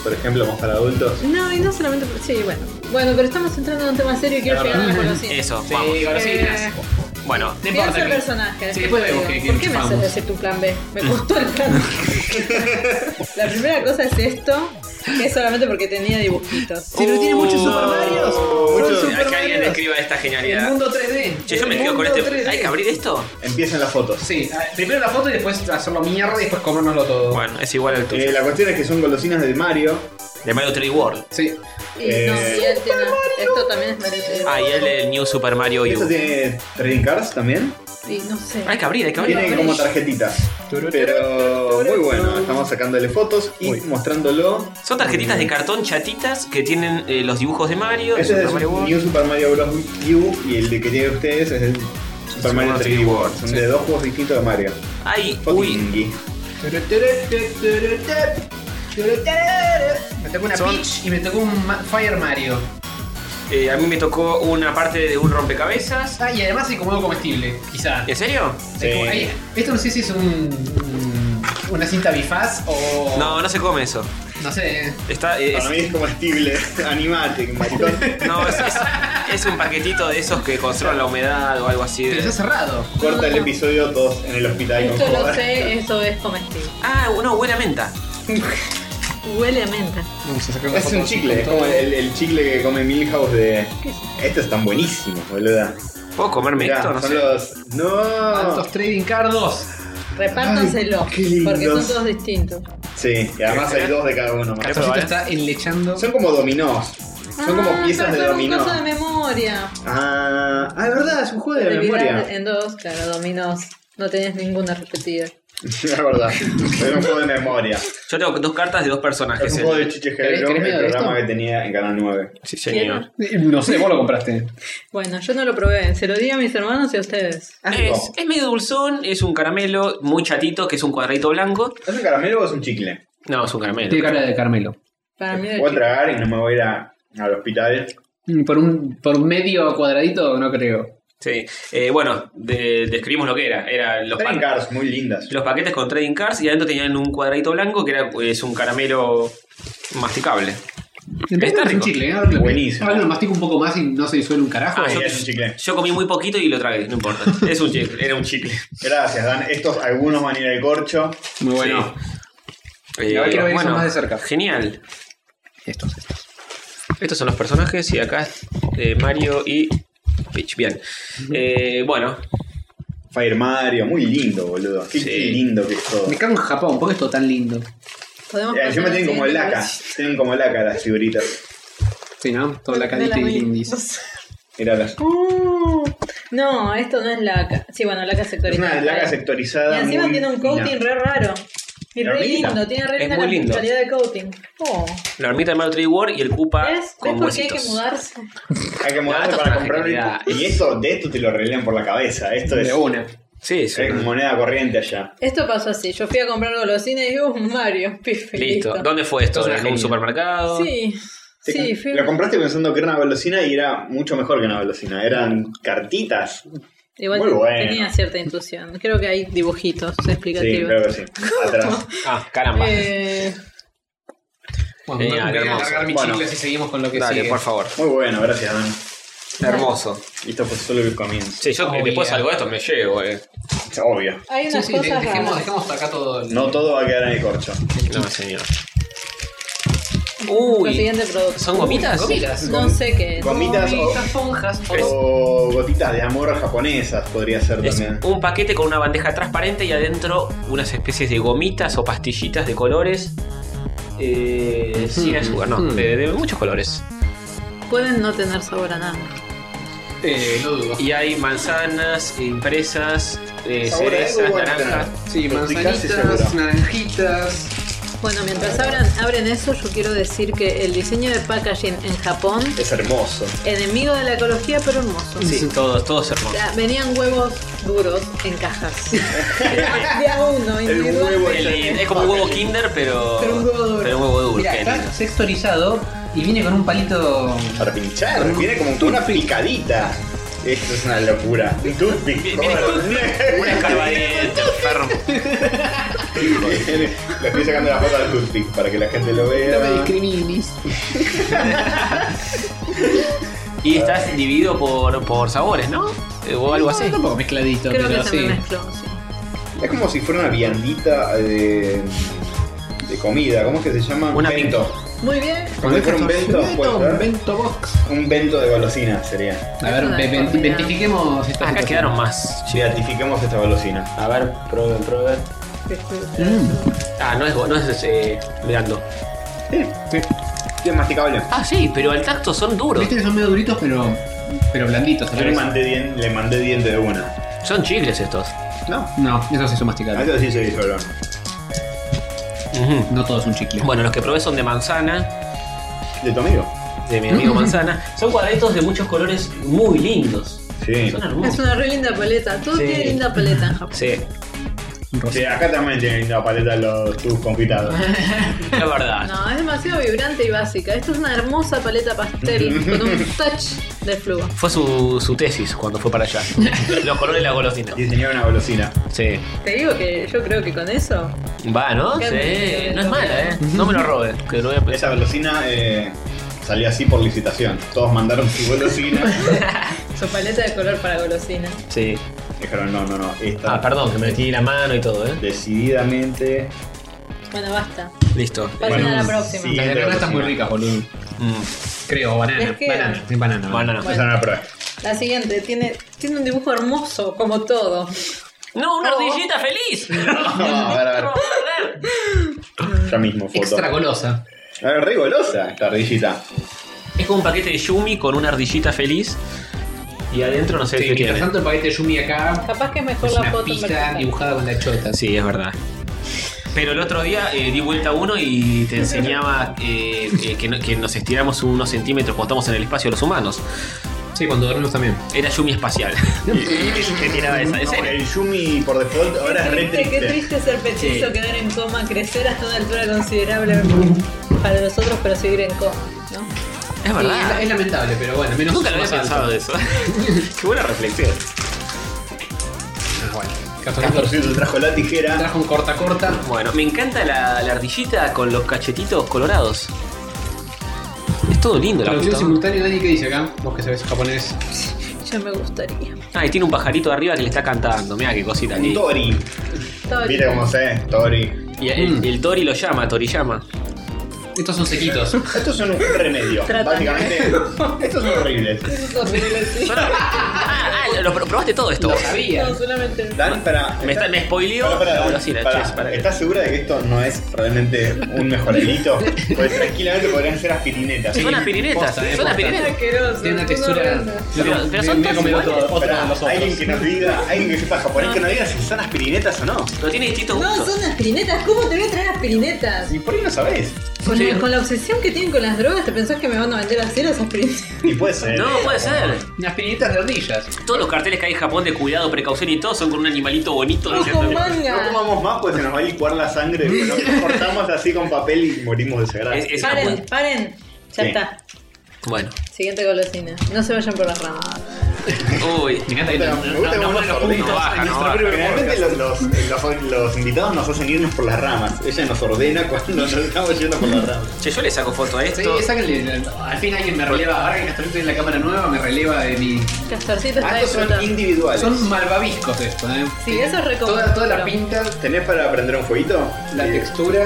por ejemplo, más para adultos.
No, y no solamente. por- Sí, bueno. Bueno, pero estamos entrando en un tema serio y quiero
Claro.
llegar a la conocida.
Eso,
Sí,
vamos.
golosinas.
Eh,
Bueno.
No
Pienso
importa.
el personaje.
Sí,
después
después vemos
te digo.
qué- qué
¿Por qué me haces
chupamos?
decir tu plan B? Me costó el plan B. La primera cosa es esto, que es solamente porque tenía dibujitos.
Si no
Uh,
tiene muchos Super Marios.
Muchos-
son
Hay
Super
que alguien
Marios.
escriba esta
El
genialidad.
mundo 3D.
Che, yo me
El
quedo con
mundo
este.
3D.
¿Hay que abrir esto?
Empiezan las fotos.
Sí, a- primero la foto y después hacerlo mierda y después comérnoslo todo.
Bueno, es igual al tuyo.
Eh, la cuestión es que son golosinas del Mario,
De Mario 3D World.
Sí.
Y no,
Eh,
y él tiene- Esto también es merecido.
Ah, y el del New Super Mario
¿Esto
U.
tiene trading cards también?
Sí, no sé.
Hay que abrir, hay que abrir.
Tiene como tarjetita. Pero muy bueno, estamos sacándole fotos y mostrándolo.
Son tarjetitas de cartón chatitas que tienen eh, los dibujos de Mario. de
Este
Super
es
Mario
el
World.
New Super Mario Bros. U y el de que tienen ustedes es el Super Mario 3D World. Son de dos juegos distintos de Mario.
Ay, uy.
Fucking
Me tocó una
Son-
Peach y me tocó un Ma- Fire Mario.
eh, a mí me tocó una parte de un rompecabezas.
Ah, y además hay como algo comestible, quizá.
¿En serio?
Este,
Hay como-
Sí.
hay- esto no sé si es un, una cinta bifaz o.
No, no se come eso.
No sé.
Está, eh, es-
Para mí es comestible. Animate, maricón.
no, es, es- es un paquetito de esos que controlan la humedad o algo así.
Pero
de-
está cerrado.
Corta el episodio todos en el hospital con
Esto lo
jodas.
sé, esto es comestible.
Ah, una buena menta.
Huele a menta.
Es un chicle, es como el, el chicle que come Milhouse de. Estos están buenísimos, boluda.
¿Puedo comerme
Mirá,
esto? No
son
sé.
los. ¡No!
Tantos trading cardos.
Repártanselo,
Ay, qué lindos.
porque son todos distintos.
Sí, y además hay dos de cada uno. más.
Castorcito está enlechando.
Son como dominós. Son como
Ah,
piezas
pero
de
son
dominó.
cosas de memoria.
Ah, ah, es verdad, es un juego de memoria.
Dividas en dos, claro, dominos. No tenés ninguna repetida.
Es verdad, es un juego de memoria.
Yo tengo dos cartas de dos personajes.
Es un
el-
juego de Chiche
¿Querés-
Headrock,
querés
el
medio de esto?
programa que tenía en Canal 9.
Sí, señor.
No sé, vos lo compraste.
Bueno, yo no lo probé. Se lo di a mis hermanos y a ustedes.
Es, es medio dulzón, es un caramelo muy chatito, que es un cuadradito blanco.
¿Es un caramelo o es un chicle?
No, es un caramelo.
Tiene cara de Carmelo.
Para mí,
Voy a tragar y no me voy a ir a- al hospital.
Mm, Por un por medio cuadradito, no creo.
Sí. Eh, bueno, de- describimos lo que era. Eran los,
Traen
pa-
cards muy lindas.
los paquetes con trading cards y adentro tenían un cuadradito blanco que era es un caramelo masticable.
En realidad
Está
es un
rico.
chicle, ¿eh? Ahora lo-
Buenísimo.
Ahora lo mastico un poco más y no se disuelve un carajo.
Ah,
Sí,
yo-
es un chicle.
Yo comí muy poquito y lo tragué, no importa. es un chicle, era un chicle.
Gracias, Dan. Estos algunos van a ir al corcho.
Muy bueno.
Eh,
Ahora quiero ver eso más de cerca.
Genial.
Estos, estos.
Estos son los personajes y acá eh, Mario y Peach. Bien. Eh, bueno,
Fire Mario, muy lindo, boludo. Qué,
Sí.
qué lindo que es todo.
Me cago en Japón, ¿por qué es todo tan lindo?
podemos
Y encima
pasar
Eh, tienen
al
como
siguiente,
laca, tienen como laca las figuritas.
Sí, ¿no? Todo la
De la
cadita y
mil-
lindis.
Mirá las.
Uh, No, esto no es laca. Sí, bueno, laca
Es
sectorizada.
una laca
Y
sectorizada.
encima
muy
tiene un coating
fina.
re raro. Y
Pero
re
linda.
lindo, tiene re
Es
linda
muy lindo.
calidad de coating. Oh.
la hormita de Mario 3 War y el Koopa
¿Ves? ¿Ves
con
por qué hay que
huesitos.
mudarse?
Hay que mudarse
No, esto
para
es
comprarlo.
genial.
Y eso, de esto te lo arreglan por la cabeza. Esto es,
De una.
Sí, sí.
es Eh, moneda corriente allá.
Esto pasó así. Yo fui a comprar golosina y digo, "Uh, Mario, pife.
Listo. ¿Dónde fue esto?
Esto es una
¿En un
genia.
supermercado?
Sí,
Te
sí,
com-
fui.
Lo compraste pensando que era una golosina y era mucho mejor que una golosina. Eran cartitas.
Igual
Muy bueno.
tenía cierta intuición. Creo que hay dibujitos
Sí,
explicativos.
creo que sí. Atrás.
Ah, caramba.
Eh,
Bueno,
Genial,
no, voy a
hermoso.
cargar Eh, mis
Bueno.
chicles y seguimos con lo que
Dale,
sigue.
por favor.
Muy bueno, gracias, Dan.
Hermoso.
Y Esto fue solo el comienzo.
Sí, yo
Oh,
después
yeah.
salgo de esto, me llevo, eh.
Obvio.
hay
Sí,
unas
sí, de-
cosas
dejemos,
raras.
dejemos acá todo el...
No todo va a quedar en el corcho.
No, señor.
Lo
Uy.
siguiente producto.
¿Son gomitas?
Gomitas.
No sé qué es.
Gomitas o,
Gomitas, esponjas. o-
o gotitas de amor japonesas podría ser
Es
también.
un paquete con una bandeja transparente y adentro unas especies de gomitas o pastillitas de colores. Eh, sin azúcar, no, de, de muchos colores.
Pueden no tener sabor a nada.
Eh, no dudo.
Y hay manzanas, impresas, eh,
Ahora,
cerezas,
algo bueno
naranjas.
tener.
Sí,
Estoy casi
manzanitas,
seguro.
naranjitas.
Bueno, mientras abran, abren eso, yo quiero decir que el diseño de packaging en Japón,
Es hermoso.
enemigo de la ecología, pero hermoso.
Sí, todos, todos
O
hermosos.
sea, venían huevos duros en cajas. de a uno, individual.
huevo
El- es como un huevo kinder, pero.
Pero un huevo duro.
pero un huevo duro,
Mira,
qué
está
lindo.
sextorizado y viene con un palito.
Para pinchar, viene como con una picadita. Esto es una locura. Un toothpick.
Viene con una escarbadiente, enfermo.
Le estoy sacando la foto al toothpick para que la gente lo vea.
discriminis.
Y estás dividido por, por sabores, ¿no? Eh, O algo así.
Está un poco mezcladito,
Creo
pero
que se
sí.
me mezcló, sí.
Es como si fuera una viandita de, de comida. ¿Cómo es que se llama?
Una
bento.
Muy bien.
Como si fuera un bento,
Vento,
puede ser.
Vento box.
Un bento de golosina sería.
A ver,
Una
ve- ve-
deformidad.
identifiquemos
Ah,
estas
acá
cosas.
quedaron más.
Beatifiquemos esta golosina.
A ver, prueben, prueben.
Mm.
Ah, no es, go- no es eh, mirando.
Sí.
Bien masticable.
Ah, sí, pero al tacto son duros.
Viste que son medio duritos, pero, pero blanditos. a
Yo
la
le
vez.
mandé, dien- le mandé diente de una.
Son chicles estos.
No,
No, esos sí son masticables.
a eso sí se disolvió.
Ujú.
No todo es un chicle.
Bueno, los que probé son de manzana,
¿De tu amigo?
de mi amigo manzana. Son cuadraditos de muchos colores muy lindos.
Sí.
Son
Es
hermosos.
una re linda paleta. Todo
Sí.
tiene linda paleta en Japón.
Sí,
Sí, acá también tienen linda paleta los tus confitados.
es verdad.
No, es demasiado vibrante y básica. Esto es una hermosa paleta pastel con un touch de fluo.
Fue su, su tesis cuando fue para allá. Los colores de la golosina.
Diseñaron una golosina.
Sí.
Te digo que yo creo que con eso
Va, ¿no?
Qué
Sí.
bonito.
No es mala, ¿eh? No me lo robes, que lo voy a empezar.
Pues Esa golosina eh, salió así por licitación. Todos mandaron su golosina.
Su paleta de color para golosina.
Sí.
Dijeron, no, no, no. Esta
Ah, perdón, que me metí la mano y todo, ¿eh?
decididamente.
Bueno, basta.
Listo.
Pasen a la próxima.
sí.
Las de banana están muy ricas, boludo.
Mm.
Creo, banana.
Les queda.
Banana, sí, banana.
Banana.
Esa no la probé.
La siguiente tiene, tiene un dibujo hermoso, como todo.
¡No, una ardillita feliz!
No, a ver, a ver. Ya mismo foto.
Extra golosa.
A ver, re golosa esta ardillita.
Es como un paquete de Yumi con una ardillita feliz. Y adentro no sé
Sí,
qué
mientras
tiene.
tanto el paquete de Yumi acá
Capaz que es mejor
es
la
una
foto en
pija
vertical.
dibujada con la chota.
Sí, es verdad. Pero el otro día eh, di vuelta a uno y te enseñaba eh, eh, que, no- que nos estiramos unos centímetros cuando estamos en el espacio los humanos.
Sí, cuando dormimos también.
Era Yumi espacial. que tiraba esa. ¿Es
No, el Yumi por default ahora es re
Qué triste, qué
triste.
triste ser petizo,
Sí.
quedar en coma, crecer hasta una altura considerable para nosotros, pero seguir en coma, ¿no?
Es
Sí, es,
verdad.
es lamentable, pero bueno, menos
Nunca lo había
más
pensado
alto.
de eso. Qué buena reflexión.
Ah, bueno. Castor-
Castorcito trajo la tijera.
Trajo un corta corta.
Bueno, me encanta la, la ardillita con los cachetitos colorados. Es todo lindo la
Traducción
puta.
simultánea, Dani, ¿qué dice acá? Vos que sabés japonés.
Ya me gustaría.
Ah, y tiene un pajarito arriba que le está cantando. Mira qué cosita
Un
linda.
Tori.
Tori.
Mira cómo se Tori.
Y el,
Mm.
el Tori lo llama, Toriyama.
Estos son sequitos.
Estos son un remedio.
Tratamiento.
Básicamente, estos son horribles.
Es horrible, sí.
Ah, ah, lo, lo probaste todo esto.
Lo
vos.
sabía.
No, solamente.
Dan, para.
Me, está, me spoileó
Pará, pará,
la
Dan,
golosina,
pará.
che, pará.
¿Estás segura de que esto no es realmente un mejorelito? Pues tranquilamente podrían ser aspirinetas.
Son las
posta,
pirinetas,
eh,
son las
posta.
pirinetas.
Asqueroso.
Tiene una textura.
Pero-
Me-
pero son
me he
todos
comido
iguales.
todo. Otro
Pará,
con los
alguien
otros.
que nos diga, alguien que sepa japonés que nos diga si son aspirinetas o no.
Pero tiene distintos
No,
gustos.
son aspirinetas. ¿Cómo te voy a traer aspirinetas?
Y por ahí no sabés.
Con,
Sí.
con la obsesión que tienen con las drogas, ¿te pensás que me van a vender así las aspirinetas?
Y puede ser.
No, puede ser.
Unas pinitas de ardillas.
Todos los carteles que hay en Japón de cuidado, precaución y todo son con un animalito bonito.
¡Ojo,
diciendo-
No
manga!
comamos más pues se nos va a licuar la sangre. Bueno, cortamos así con papel y morimos de sagrado.
Es- es una
Paren,
buena-
paren. Ya
Sí.
está.
Bueno.
Siguiente golosina. No se vayan por las ramas.
Uy.
Me encanta que
Me
no,
gusta
no,
como unos
no, ponen los
sorditos
puntos
bajan, no
en nuestro
bajan.
propio
Generalmente
podcast.
los, los, los- los invitados nos hacen irnos por las ramas. Ella nos ordena cuando nos estamos yendo por las ramas.
Che, yo le saco foto a esto.
Sí, sáquenle. Al fin alguien me releva. Ahora que Castorito tiene la cámara nueva, me releva de mi.
Castorcito está
Ah, estos son
disfrutando.
individuales.
Son malvaviscos esto, ¿eh?
Sí, eso es recomendable.
Toda, toda la pinta,
¿Tenés para prender un fueguito?
la
Eh,
textura.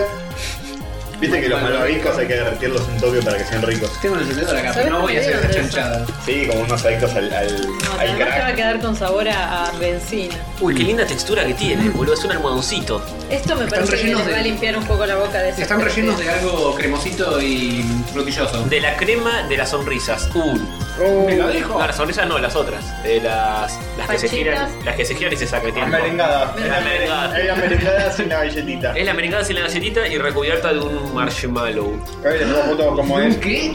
Viste que los malvaviscos hay que derretirlos un toque para que sean ricos.
Tengo el encendedor acá,
¿Sabes
pero no voy a hacer
dónde
esa
es eso?
chanchada.
Sí, como unos adictos al, al,
No,
al
además te va a
crack.
quedar con sabor a, a benzina.
Uy, qué linda textura que tiene, boludo. Es un almohadoncito.
Esto me
Están
parece que
rellenos
les va
de-
a limpiar un poco la boca de ese.
Están rellenos de algo cremosito y frutilloso.
De la crema de las sonrisas. Uy.
¿Me lo dejo?
No, las sonrisas no, las otras. De las, las que se
Panchitas.
giran. Las que se giran y se sacan.
La
tienen-
merengada.
La merengada.
La merengada sin la galletita.
Es la merengada sin la galletita y recubierta de un marshmallow.
Ahí les pongo foto como es.
¿Qué?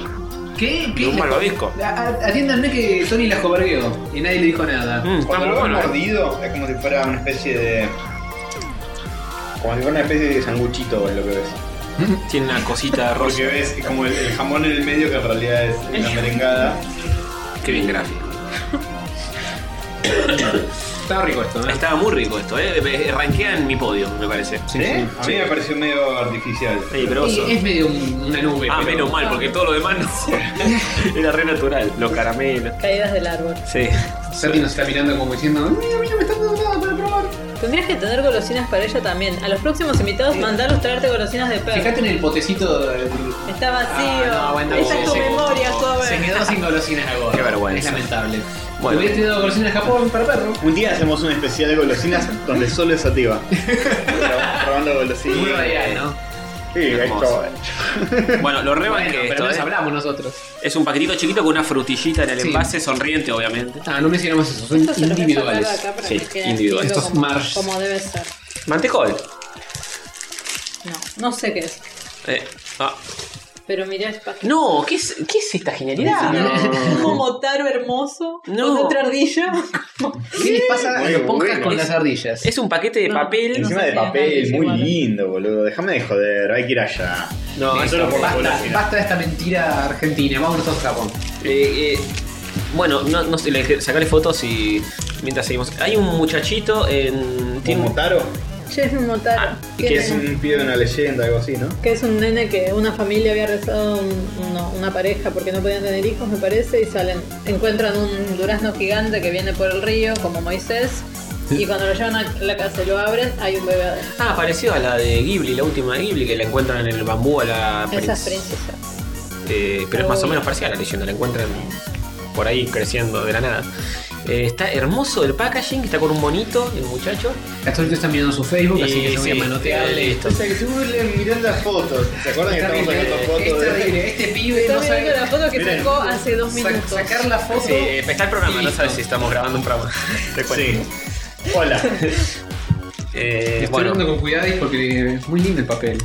¿Qué?
De
¿Qué?
un malvavisco.
A- a- Atiéndanme que Tony la jovergueó y nadie le dijo nada.
Mm, está
Cuando
muy
lo ves
bueno.
mordido, es como si fuera una especie de. Como si fuera una especie de sanguchito lo que ves.
Tiene una cosita rosa.
Porque ves como el, el jamón en el medio que en realidad es una merengada.
Qué bien gráfico.
Estaba rico esto, ¿eh?
Estaba muy rico esto, eh. Me- Ranquea en mi podio, me parece.
Sí,
¿Eh?
sí.
A mí me pareció medio artificial.
Sí, pero
Sí,
oso.
es medio un- una nube.
Ah,
pero-
menos mal, porque todo lo demás no. Era re natural. Los caramelos.
Caídas del árbol.
Sí.
Santi nos está mirando como diciendo, mira, mira, me están dando nada para probar.
Tendrías que tener golosinas para ella también. A los próximos invitados, mandalos traerte golosinas de perro.
Fíjate en el potecito del...
Está vacío.
Ah, no, bueno,
Esa
sí,
es tu
sí.
memoria,
Se
joven.
quedó sin golosinas a Gordon.
Qué vergüenza.
Es lamentable.
Bueno.
Bueno. Hubiera tenido golosinas a Japón para perro.
Un día hacemos un especial de golosinas donde solo es sativa. Probando golosinas.
Muy radial, ¿no?
Sí, esto.
Hermoso. Bueno, lo rebanqué
Bueno, pero
esto.
no nos
¿eh?
hablamos nosotros.
Es un paquetito chiquito con una frutillita en el
Sí.
envase, sonriente, obviamente.
Ah, no mencionamos eso, son
Esto se lo voy a sacar de
individuales.
acá para
Sí,
que quede
individuales.
chiquito
Estos
como,
Mars.
como debe ser.
Mantecol.
No, no sé qué es.
Eh, ah.
Pero mirá el paquete.
No, ¿qué es, qué es esta genialidad?
Como motaro hermoso.
No.
Con otra ardilla.
¿Qué les pasa a
Muy
los pongas
bueno.
con
Es-
las ardillas?
Es un paquete de
No,
papel.
no.
Encima de
sabía,
papel,
nadie
muy
igual.
lindo, boludo. Déjame de joder, hay que ir allá.
No,
Listo,
eso
solo por la
basta,
golosina.
basta de esta mentira argentina, vámonos todos a Japón.
Eh, eh, bueno, no, no sé, le- sacale fotos y mientras seguimos. Hay un muchachito en.
¿Un
tiene un-
Motaro?
Che, es un motaro.
Ah,
que,
que
es
Es
un...
un pibe de una leyenda, algo así, ¿no?
que es un nene que una familia había rezado un- uno- una pareja porque no podían tener hijos, me parece, y salen. Encuentran un durazno gigante que viene por el río, como Moisés. Y cuando lo llevan a la casa y lo abren, hay un bebé adentro.
Ah, pareció a la de Ghibli, la última de Ghibli, que la encuentran en el bambú a la
Esa es
princ-
princesa.
Eh, pero es más o menos parcial la leyenda, la encuentran por ahí creciendo de la nada. Eh, está hermoso el packaging, está con un monito, el muchacho.
Catorito está mirando su Facebook, así que
Y
yo voy a
sí,
manotearle.
eh, listo.
O sea, que estuve mirando las fotos. ¿Se acuerdan que
Es
estamos
terrible,
sacando
es
fotos? de-
terrible, este pibe
Está
no
mirando la
sabe
foto que
Miren.
sacó hace dos
sa-
minutos.
sacar la foto.
Sí, eh, está el programa, no
Listo.
sabes si estamos grabando un programa. Te cuento.
Sí. Hola.
Eh,
Estoy
bueno,
hablando con cuidado porque es muy lindo el papel.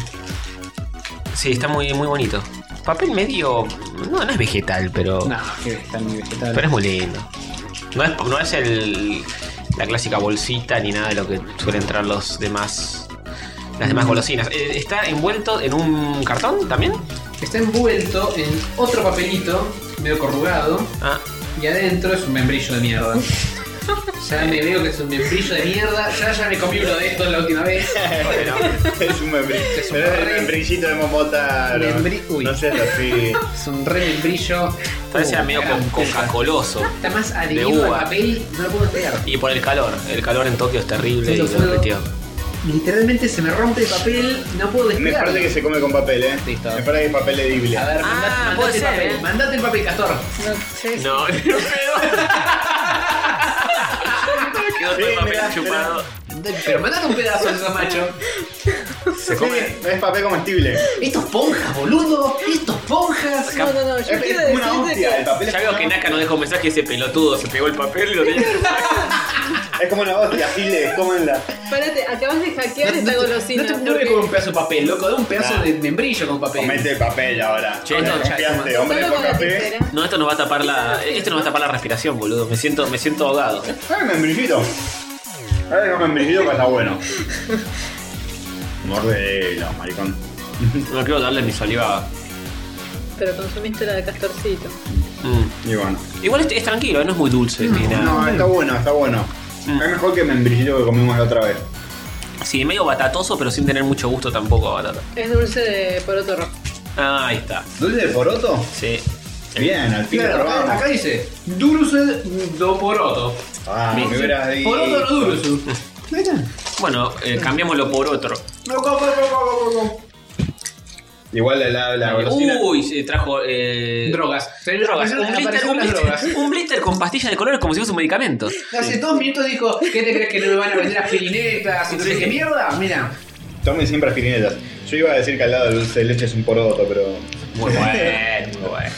sí, está muy, muy bonito. Papel medio. No, no es vegetal, pero.
No, que está muy vegetal.
Oh. Pero es muy lindo. No es, no es el, la clásica bolsita ni nada de lo que suelen entrar los demás. Las
Mm.
demás golosinas. Eh, ¿Está envuelto en un cartón también?
Está envuelto en otro papelito, medio corrugado,
Ah,
y adentro es un membrillo de mierda. ya me veo que es un membrillo de mierda. Ya, ya me comí uno de estos la última vez.
bueno.
es un membrillo.
Es un
Pero es el
re-
membrillito de Momotaro.
Membri- uy.
No seas así.
Es un re membrillo.
Tal vez
Uh,
era medio
gran
co-
teta.
coca-coloso.
Está más adherido
De
al
uva.
papel, no lo puedo creer.
Y por el calor. El calor en Tokio es terrible
Sí,
y
lo
lo
puedo-
derritió.
Literalmente se me rompe el papel, no puedo
Me
despegar.
parece que se come con papel, ¿eh?
Listo.
Me parece que es papel edible.
A ver,
Ah,
mandate, mandate
puede
el
ser,
papel.
eh.
Mandate el papel, Castor.
No, sí, sí.
No, no pedo. Quedó todo
Sí,
el papel
mirá,
chupado.
Pero mandate un pedazo de esos macho.
Se
Sí,
come.
es papel comestible.
Estos ponjas, boludo. Estos ponjas.
No, no, no,
Es,
yo quiero
es como una
decirte
hostia. El
que.
papel es
Ya
como
veo que
una-
Naka no dejó mensaje ese pelotudo. Se pegó el papel y lo tenía.
Es como una hostia, Giles, cómenla.
Párate, acabas de hackear esta golosina.
No te mueve
porque
con un pedazo de papel, loco. Da un pedazo
Ah.
de membrillo con papel.
Comete el papel ahora.
Che,
Te
no, ya,
confiaste, hombre de
solo con
poca
la
fe.
tijera.
No, esto nos va a tapar la. Esto nos va a tapar la respiración, boludo. Me siento, me siento ahogado.
Ay, membrillito. Ay, un membrillito que está bueno. Mordelo, maricón.
No quiero darle mi saliva.
Pero consumiste la de Castorcito.
Mm.
Y bueno.
Igual es, es tranquilo, eh, no es muy dulce ni nada.
No, está bueno, está bueno.
Mm.
Es mejor que el membrillito que comimos la otra vez.
Sí, medio batatoso, pero sin tener mucho gusto tampoco a batata.
Es dulce de poroto rojo.
Ah, ahí está.
¿Dulce de poroto?
Sí.
Bien, al fin
Claro,
lo
acá, acá
probamos.
dice dulce do poroto.
Ah, me hubieras dicho.
Poroto no dulce. Ahí está.
Bueno, eh, cambiémoslo por otro.
No, no, no, no, no, no.
Igual la, la, la golosina.
Uy, se trajo. Eh,
Drogas. Se le
drogas. Un
aparecieron-
blister,
aparecieron
un,
las drogas.
blister, un blister con pastillas de colores como si fuese un medicamento.
Hace dos minutos dijo, ¿qué te crees que no me van a vender aspirinetas? Y tú le dije, mierda, mira.
Tomen siempre aspirinetas. Yo iba a decir que al lado del dulce de leche es un poroto, pero
Muy bueno, muy bueno.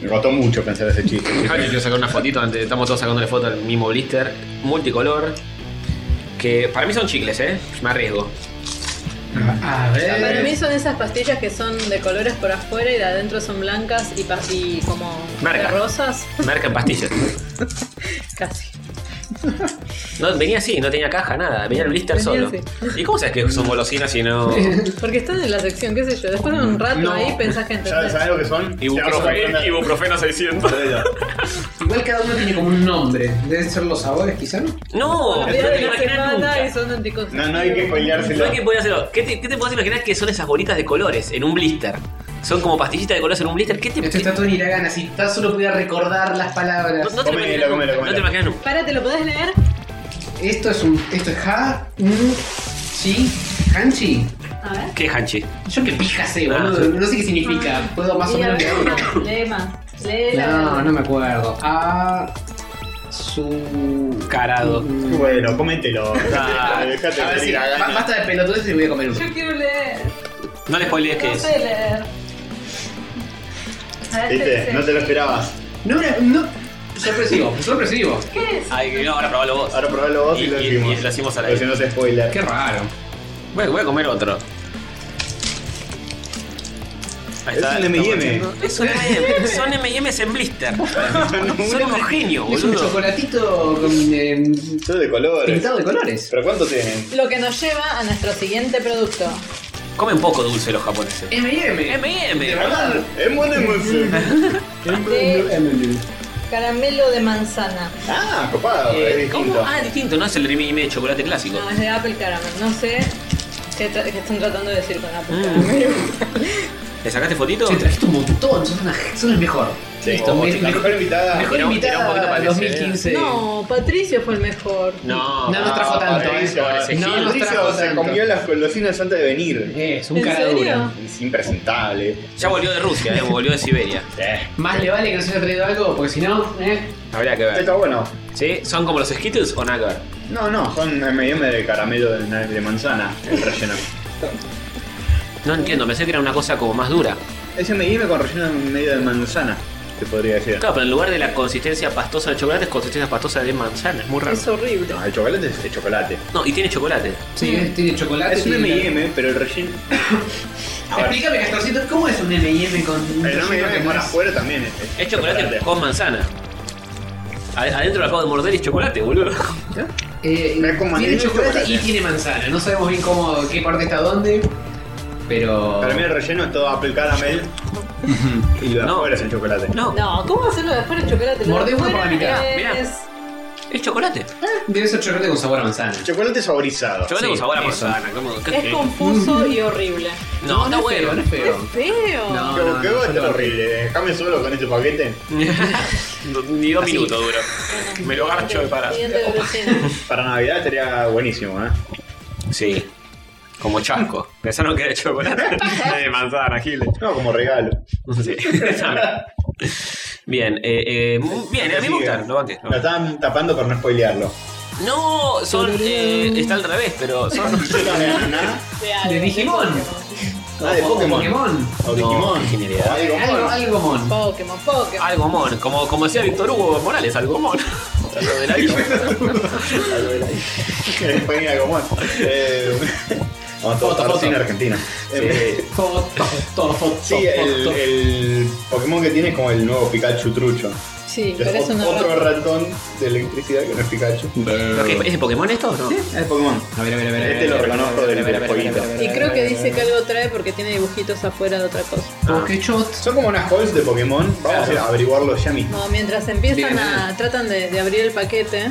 me costó mucho pensar ese chiste.
Ahora yo quiero sacar una fotito antes. Estamos todos sacándole foto al mismo blister multicolor. Que para mí son chicles, ¿eh? Me arriesgo.
A ver.
Para mí son esas pastillas que son de colores por afuera y de adentro son blancas y, pa- y como
Marca.
de rosas.
Marca en pastillas.
Casi.
No, venía así, no tenía caja, nada. Venía el blister
Venía
solo. ¿Y cómo sabes que son golosinas si no.?
Porque están en la sección, qué sé yo. Después de un rato
No.
ahí pensás que
¿Ya
entendés.
sabes lo que son?
Ibuprofeno,
Te
ibuprofeno 600.
abro-
Igual cada uno tiene como un nombre. Deben ser los sabores, quizá.
No, no
Los
te
días
lo
de la
imaginas
semana y
nunca.
son anticonceptivos.
No, no hay que
No
spoileárselo.
hay que poder hacerlo. ¿Qué te, qué te podés imaginar que son esas bolitas de colores en un blister? Son como pastillitas de colores en un blister. ¿Qué te.?
Esto está todo en Hiragana, si tan solo pudiera recordar las
no,
palabras.
no te
Comelo,
lo imaginas nunca.
comelo,
No te lo imaginas nunca.
Párate, ¿lo podés leer?
Esto es un. Esto es ha, un, chi, hanchi.
A ver. Ah,
¿Qué hanchi?
Yo qué pija sé,
Ah,
boludo. No sé qué significa. Puedo más o
Y a
menos
ver,
leerlo.
más, Lee más. Lee
No,
la-
no me acuerdo. A. Su. mm,
Carado.
Bueno, coméntelo.
Ah,
Dejate
A ver
de
si.
ir a
ba-
gana.
Basta de pelotudeces y voy a comer uno.
Yo quiero leer.
No les spoilees qué
No
es.
sé leer. A ver,
¿Viste?
te-
No te lo esperabas.
No, era- no. Sorpresivo, sorpresivo.
¿Qué es?
Ay, no, ahora probalo vos.
Ahora probalo vos y,
Y-
lo
y-
decimos.
y lo hacemos al
Porque
aire.
no se spoiler.
Qué raro.
Voy a, voy a comer otro. Ahí
Es un M&M.
Es un M&M, son M&M's en blister. Son unos genios,
Es un
boludo.
chocolatito con, eh,
Todo de colores.
pintado de colores.
¿Pero cuánto tienen?
Lo que nos lleva a nuestro siguiente producto.
Comen poco dulce los japoneses.
M&M.
M&M.
Es bueno, es bueno.
De caramelo de manzana.
Ah, copado, es
Eh, ¿Cómo?
distinto.
Ah, distinto, no es el M&M de chocolate clásico.
No, es de Apple Caramel. No sé qué, tra- qué están tratando de decir con
Ah.
Apple Caramel.
¿Le sacaste fotito?
Che, trajiste un montón, son, una, son el mejor.
Sí,
Listo,
o-
me-
la mejor invitada.
Mejor
Era un- era un poquito
invitada
para
para
que se
2015.
No, Patricio fue el mejor.
No,
No nos
Ah,
trajo tanto,
Patricio,
eh,
Patricio,
no nos
Patricio
trajo
se
tanto.
comió las golosinas antes de venir.
Es un
¿En
cara dura.
serio?
Es impresentable.
ya volvió de Rusia, eh, volvió de Siberia.
Eh,
Más le vale que nos haya traído algo, porque si no, eh.
Habría que ver.
está bueno.
¿Sí? ¿Son como los Skittles o nada que ver?
No, no, son M&M de caramelo de, de manzana, el relleno.
No entiendo, pensé que era una cosa como más dura.
Es M&M con relleno en medio de manzana, te podría decir.
Claro, pero en lugar de la consistencia pastosa de chocolate es consistencia pastosa de manzana, es muy raro.
Es horrible.
No, el chocolate es de chocolate.
No, y tiene chocolate.
Sí, es- tiene chocolate.
Es un
tiene-
M&M, pero el relleno... A ver,
Explícame, Castorcito, ¿cómo es un M&M con un
el
relleno
M&M
que
que por
no es-
afuera también es, es
Es chocolate, con manzana. Ad- Adentro lo acabo de morder y es chocolate, boludo.
Eh,
No es como
tiene
anillo,
chocolate
chocolate.
y tiene manzana. No sabemos bien cómo, qué parte está dónde, pero...
Para mí el relleno es todo apple caramel y lo de
No.
afuera es el chocolate.
No,
No, ¿cómo hacerlo de afuera el chocolate? Lo
Mordé
de
uno por la
afuera
mitad,
mirá.
es-
es chocolate.
Debe ser chocolate con sabor a manzana.
Chocolate saborizado.
Chocolate con
Sí,
sabor a
eso.
manzana. ¿cómo- qué- qué?
Es confuso y horrible.
No, está
es
bueno.
feo, no es feo.
¡Qué feo!
No.
Qué- qué
no,
gusto
no, no.
horrible. eh. Déjame solo con este paquete.
Ni dos minutos duro. Me lo garcho de parada.
Siguiente golosina.
Para Navidad estaría buenísimo, ¿eh?
Sí. Como chasco. Pensaron que era chocolate. de manzana, Giles.
No, como regalo.
Sí. bien, eh, eh, mu- bien, a mí me gustan, lo banqué. lo
Lo
banqué.
están tapando por no spoilearlo.
No, son. eh, está al revés, pero son.
Yo también, ¿no?
De algo,
De Digimon.
Ah, de
O- o
Pokémon.
Pokémon.
O de
No,
Digimon.
qué genialidad.
O algo
Algo,
más.
algo mon.
Pokémon,
Ah,
Pokémon.
Algo mon, como, como decía Víctor Hugo Morales, algo mon. Lo del algo.
Algo de la- Que ponía algo más. Eh, Vamos todos
Foto,
tapados
foto.
en Argentina. Eh,
Sí.
Todo, todo, todo,
Sí,
todo,
el,
todo.
el Pokémon que tiene es como el nuevo Pikachu trucho.
Sí,
Es
pero es
ot-
una
otro
rata.
ratón de electricidad que no es Pikachu.
Ok, ¿Es de Pokémon esto o no?
Es de Pokémon.
A ver, a ver, a ver. a ver,
Este lo
a ver,
reconozco
a ver,
del-
a
del
ver, a ver, a ver,
jueguito.
a ver, a ver,
Y
a
creo
ver,
que
a ver,
dice
a
que
ver.
algo trae porque tiene dibujitos afuera de otra cosa.
Pokéshot.
Son como unas halls de Pokémon. Vamos a averiguarlo ya mismo.
No, mientras empiezan
Bien,
a. tratan de, de abrir el paquete.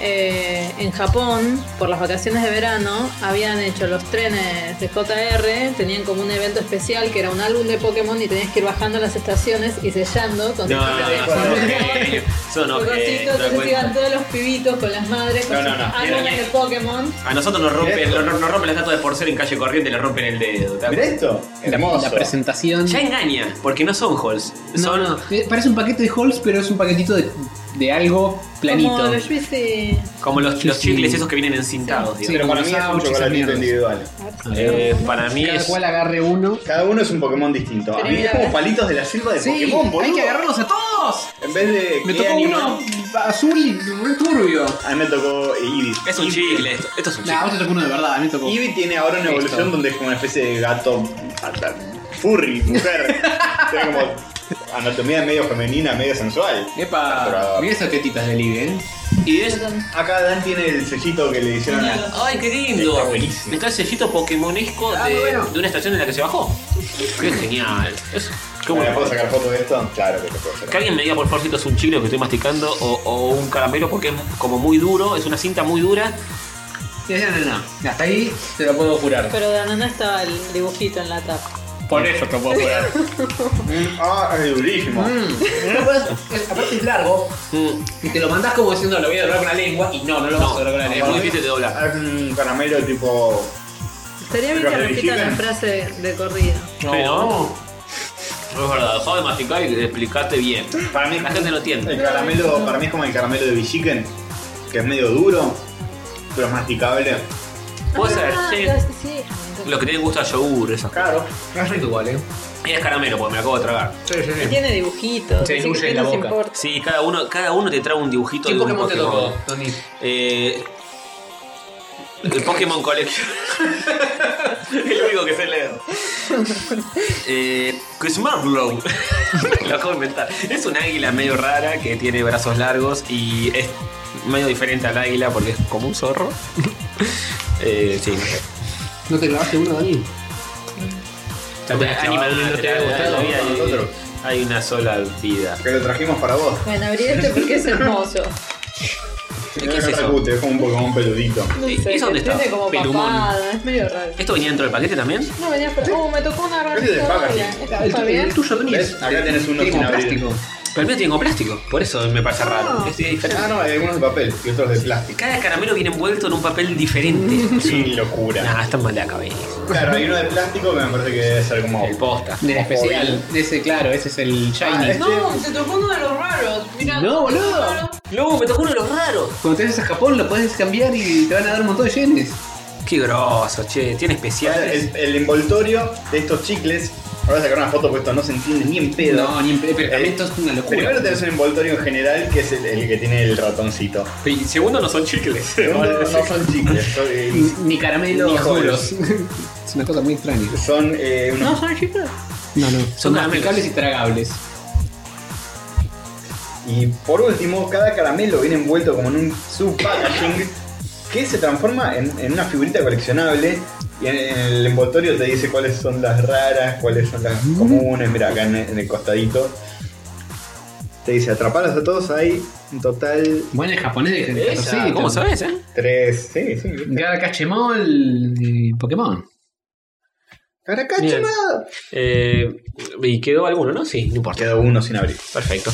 eh, en Japón, por las vacaciones de verano, habían hecho los trenes de JR, tenían como un evento especial que era un álbum de Pokémon y tenías que ir bajando las estaciones y sellando con
No,
distintas
son ok, son ok,
Cositos,
te das
entonces
eh, cuenta.
iban todos los pibitos con las madres, con
No, no,
sus
no.
álbumes
Mira,
de Pokémon.
A nosotros nos rompen, nos, nos rompen la estatua de porcel en calle corriente y le rompen el dedo. ¿te das
Mirá
cuenta?
esto.
La,
Hermoso.
la presentación.
Ya engaña, porque no son halls.
No,
Son.
no, eh, Parece un paquete de Halls, pero es un paquetito de, de algo planito.
Como los Juicy.
Como los, los
Sí.
chicles esos que vienen encintados,
Sí.
Pero
digamos.
para mí es un
sándwiches,
chocolatito
mierdas.
individual.
Eh, para mí
Cada
es.
cual agarre uno.
Cada uno es un Pokémon distinto. A mí es como palitos de la selva de Pokémon, boludo.
hay que agarrarlos a todos.
En vez de.
Me
¿qué
tocó
animal?
uno azul y re turbio.
A mí me tocó Eevee.
Es un chicle, esto, esto es un
Nah,
chicle.
vos te tocó uno de verdad, a mí me tocó.
Eevee tiene ahora una
Listo.
evolución donde es como una especie de gato. hasta Furry, mujer. tiene como anatomía medio femenina, medio sensual.
Epa,
Ah, Pero-
mira esas tetitas de Ligue, eh.
Y es.
Acá Dan tiene el sellito que le hicieron a.
¡Ay, qué lindo!
Está buenísimo.
Está el sellito pokemonesco
Ah,
de,
bueno.
de una estación en la que se bajó. ¡Qué genial! Es- ¿Cómo
¿Cómo le
lo-
puedo sacar foto de esto? Claro que lo puedo
Que
sacar.
alguien me diga por favor si esto es un chicle que estoy masticando o, o un caramelo porque es como muy duro, es una cinta muy dura.
Sí, no, no, no. Hasta ahí te lo puedo jurar.
Pero de Ananá estaba el dibujito en la tapa.
Por eso te lo puedo jurar.
Ah, es durísimo.
Mm. Aparte es largo
Mm,
y te lo mandás como diciendo lo voy a doblar con la lengua y no, no lo vas a doblar con la
es muy
lengua.
difícil de doblar.
Es un caramelo tipo.
Estaría bien
Pero
que
me
repita la
dijeron-
frase de corrido.
Sí, ¿no? No es verdad, dejá de masticar y explicate bien.
Para mí es
La
como-
gente no entiende.
El caramelo, para mí es como el caramelo de Villiquen, que es medio duro, pero es masticable.
Puede ser,
Ah,
sí.
ya- sí.
Los que tienen gusto a yogur, eso.
Claro.
Es rico igual, ¿eh?
Es caramelo, porque me lo acabo de tragar.
Sí, sí,
Y
sí.
tiene dibujitos.
Se
así
diluye
que
en la
no se
boca.
importa.
Sí, cada uno, cada uno te trae un dibujito
¿Qué
de un
Pokémon te
Pokémon.
tocó, Tony?
Eh, el Pokémon Collection. el único que sé leer. Eh, Chris Marlowe. Lo acabo de inventar. Es un águila medio rara que tiene brazos largos y es medio diferente al águila porque es como un zorro. Eh, sí, no sé.
¿No te clavaste uno, Dani?
Animal,
no te
la-
debe
la-
gustar,
la
¿no?
vida hay-
Otro.
Hay una sola vida.
Que lo trajimos para vos.
Bueno, abrí este porque es hermoso.
¿Qué es eso?
Recute, es como un Pokémon peludito.
No
¿Y-
sé,
y eso dónde está?
tiene como
Pelumón.
papada, es medio raro.
¿Esto venía dentro del paquete también?
No venía por... Oh, me tocó una
Ese es de
ranita
packaging.
¿Está está bien?
tuyo, Tony.
¿Ves? Acá tenés uno sin
como
abrir.
plástico.
Pero el mío tiene como plástico, por eso me parece raro. Es diferente.
Ah, no, hay algunos de papel y otros de plástico.
Cada caramelo viene envuelto en un papel diferente. Es
Sí,
un-
locura.
Nah, está mal de la cabeza.
Claro, hay uno de plástico que me parece que debe ser como.
El posta.
De la
especial.
¿eh? Ese, claro, ese es el
Ah, este-
No, se tocó uno de los raros. Mira,
No, boludo.
Luego me tocó uno de los raros.
Cuando te vas a Japón lo puedes cambiar y te van a dar un montón de yenes.
Qué groso, che. Tiene especiales.
el, el envoltorio de estos chicles. Ahora sacar una foto puesto no se entiende ni en pedo.
No, ni en pe- pero
Eh,
también esto es una locura.
Primero tenés un envoltorio en general que es el, el que tiene el ratoncito.
Y segundo no son chicles.
Segundo, no son chicles, son, eh,
Ni- Ni caramelo
Ni
ni
jolos.
duros. es una cosa muy extraña.
son eh, unos.
son chicos.
No, no.
Son
Son
caramelos.
masticables y tragables.
Y por último, cada caramelo viene envuelto como en un sub-packaging que se transforma en, en una figurita coleccionable. Y en, en el envoltorio te dice cuáles son las raras, cuáles son las comunes. Mira, acá en, en el costadito. Te dice, atraparlas a todos hay en total
Bueno, el japonés de gente.
Esa, ¿Cómo sabes, eh?
tres. Sí, sí. ¿viste?
Cada cachemol y Pokémon.
Caracacho,
Bien.
nada.
Eh, Y quedó alguno, ¿no? Sí, no importa.
Quedó uno sin abrir.
Perfecto.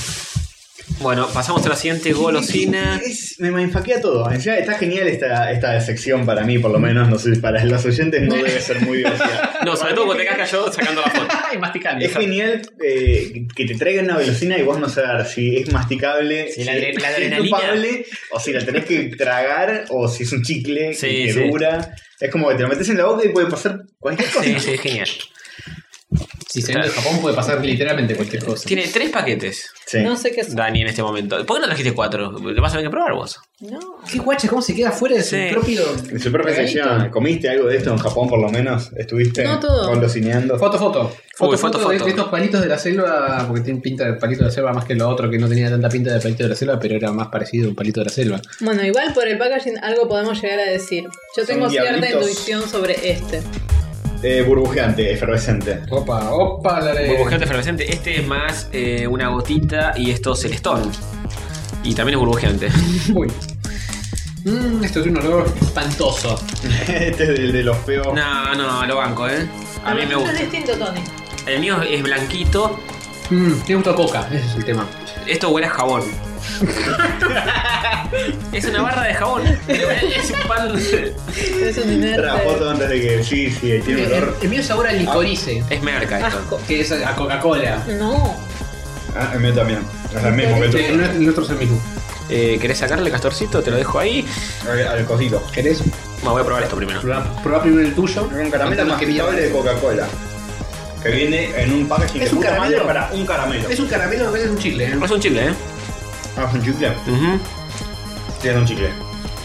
Bueno, pasamos a la siguiente golosina.
Es- me manfaquea todo. En realidad está genial esta, esta sección para mí, por lo menos. No sé, para los oyentes no debe ser muy divertida.
No, sobre todo cuando te casca yo sacando la foto.
Ay, masticable.
Es genial eh, que te traigan una velocina y vos no sabes si es masticable,
Si
si,
la adre- la
es
adrenalina.
chupable, o si la tenés que tragar, o si es un chicle
Sí,
que
sí.
dura. Es como que te lo metes en la boca y puede pasar cualquier cosa.
Sí, sí, es genial.
Si se vende en Japón puede pasar literalmente cualquier cosa.
Tiene tres paquetes,
Sí.
No sé qué son.
Dani, en este momento. ¿Por qué no trajiste cuatro? Lo vas a tener que probar vos.
No.
¿Qué guacha? ¿Cómo se queda fuera de su
Sí.
propio.
En su propia sección, ¿comiste algo de esto en Japón por lo menos? ¿Estuviste
No todo.
golosineando?
Foto, foto. Foto,
Uy,
foto,
foto,
de,
foto.
de estos palitos de la selva, porque tiene pinta de palito de la selva más que lo otro, que no tenía tanta pinta de palito de la selva, pero era más parecido a un palito de la selva.
Bueno, igual por el packaging algo podemos llegar a decir. Yo
Son
tengo cierta
diablitos.
intuición sobre este.
Eh, burbujeante, efervescente.
Opa, opa, la de...
Burbujante efervescente. Este es más eh, una gotita y esto es el stone. Y también es burbujeante.
Uy. Mm, esto tiene un olor espantoso.
este es el de los feos.
No, no, lo banco, ¿eh? A mí me
Es
gusta.
distinto, Tony.
El mío es blanquito.
Mm, tiene gusto a coca, ese es el tema.
Esto huele a jabón. es una barra de jabón. es un pan.
Es un inerte.
Otra foto antes de que. Sí, sí, tiene un
El,
olor.
Eh, el mío es sabor a licorice,
Es merca esto.
Asco.
que es a Coca-Cola.
No.
Ah, el mío también. Es el mismo que tú.
Sí, el nuestro- el nuestro es el mismo.
Eh, ¿Querés sacarle castorcito? Te lo dejo ahí.
Al, al cosito.
¿Querés?
Bueno, voy a probar esto primero.
Probá, probá primero el
Es
tuyo.
un caramelo
Contame
más
qué mierda
masticable de
es.
Coca-Cola. Que viene en un packaging
¿Es
de
un
puta madre
caramelo?
para un caramelo.
Es un caramelo, a veces es un chicle. ¿eh?
Es un chicle, ¿eh?
Ah, es un chicle.
Ujú.
Sí, es un chicle.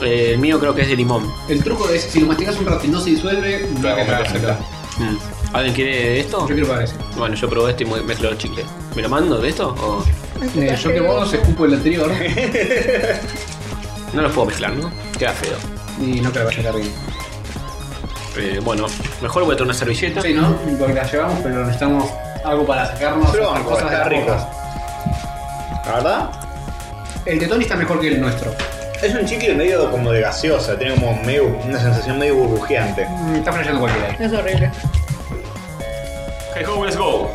Eh, el mío creo que es de limón.
El truco es, si lo masticas un rato y no se disuelve, no hay que tragárselo.
Mm. ¿Alguien quiere de esto?
Yo quiero probar ese.
Bueno, yo probé este y mu- mezclo el chicle. ¿Me lo mando de esto? O...
Eh, yo que vos escupo el anterior
No los puedo mezclar, ¿no? Queda feo.
y no creo que vaya a arriba.
Eh, bueno, mejor voy a traer una servilleta.
Sí, ¿no? Porque la llevamos, pero necesitamos algo para sacarnos
Pero
otras
vamos,
cosas de
está
la
rico.
boca.
La verdad,
El de Tony está mejor que el nuestro.
es un chicle medio como de gaseosa. Tiene como medio, una sensación medio burbujeante.
Mm, Está fallando cualquiera.
Es horrible.
Hey, ho, let's go.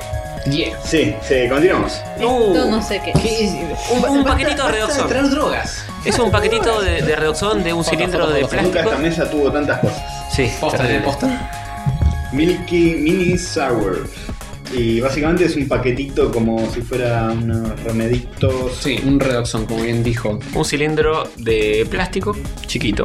Yeah.
Sí, sí, continuamos.
Uh,
Esto no sé qué.
¿Qué es?
Un- un paquetito de
basta
Redoxon.
traer drogas.
Es un paquetito de, de redoxón de un
Foto,
cilindro
foto,
de
foto.
Nunca esta
plástico.
mesa tuvo tantas cosas.
Sí,
Posta,
terrible.
¿tenés posta?
Milky Mini Sour. Y básicamente es un paquetito como si fuera unos remeditos.
Sí, un Redoxon, como bien dijo.
Un cilindro de plástico chiquito.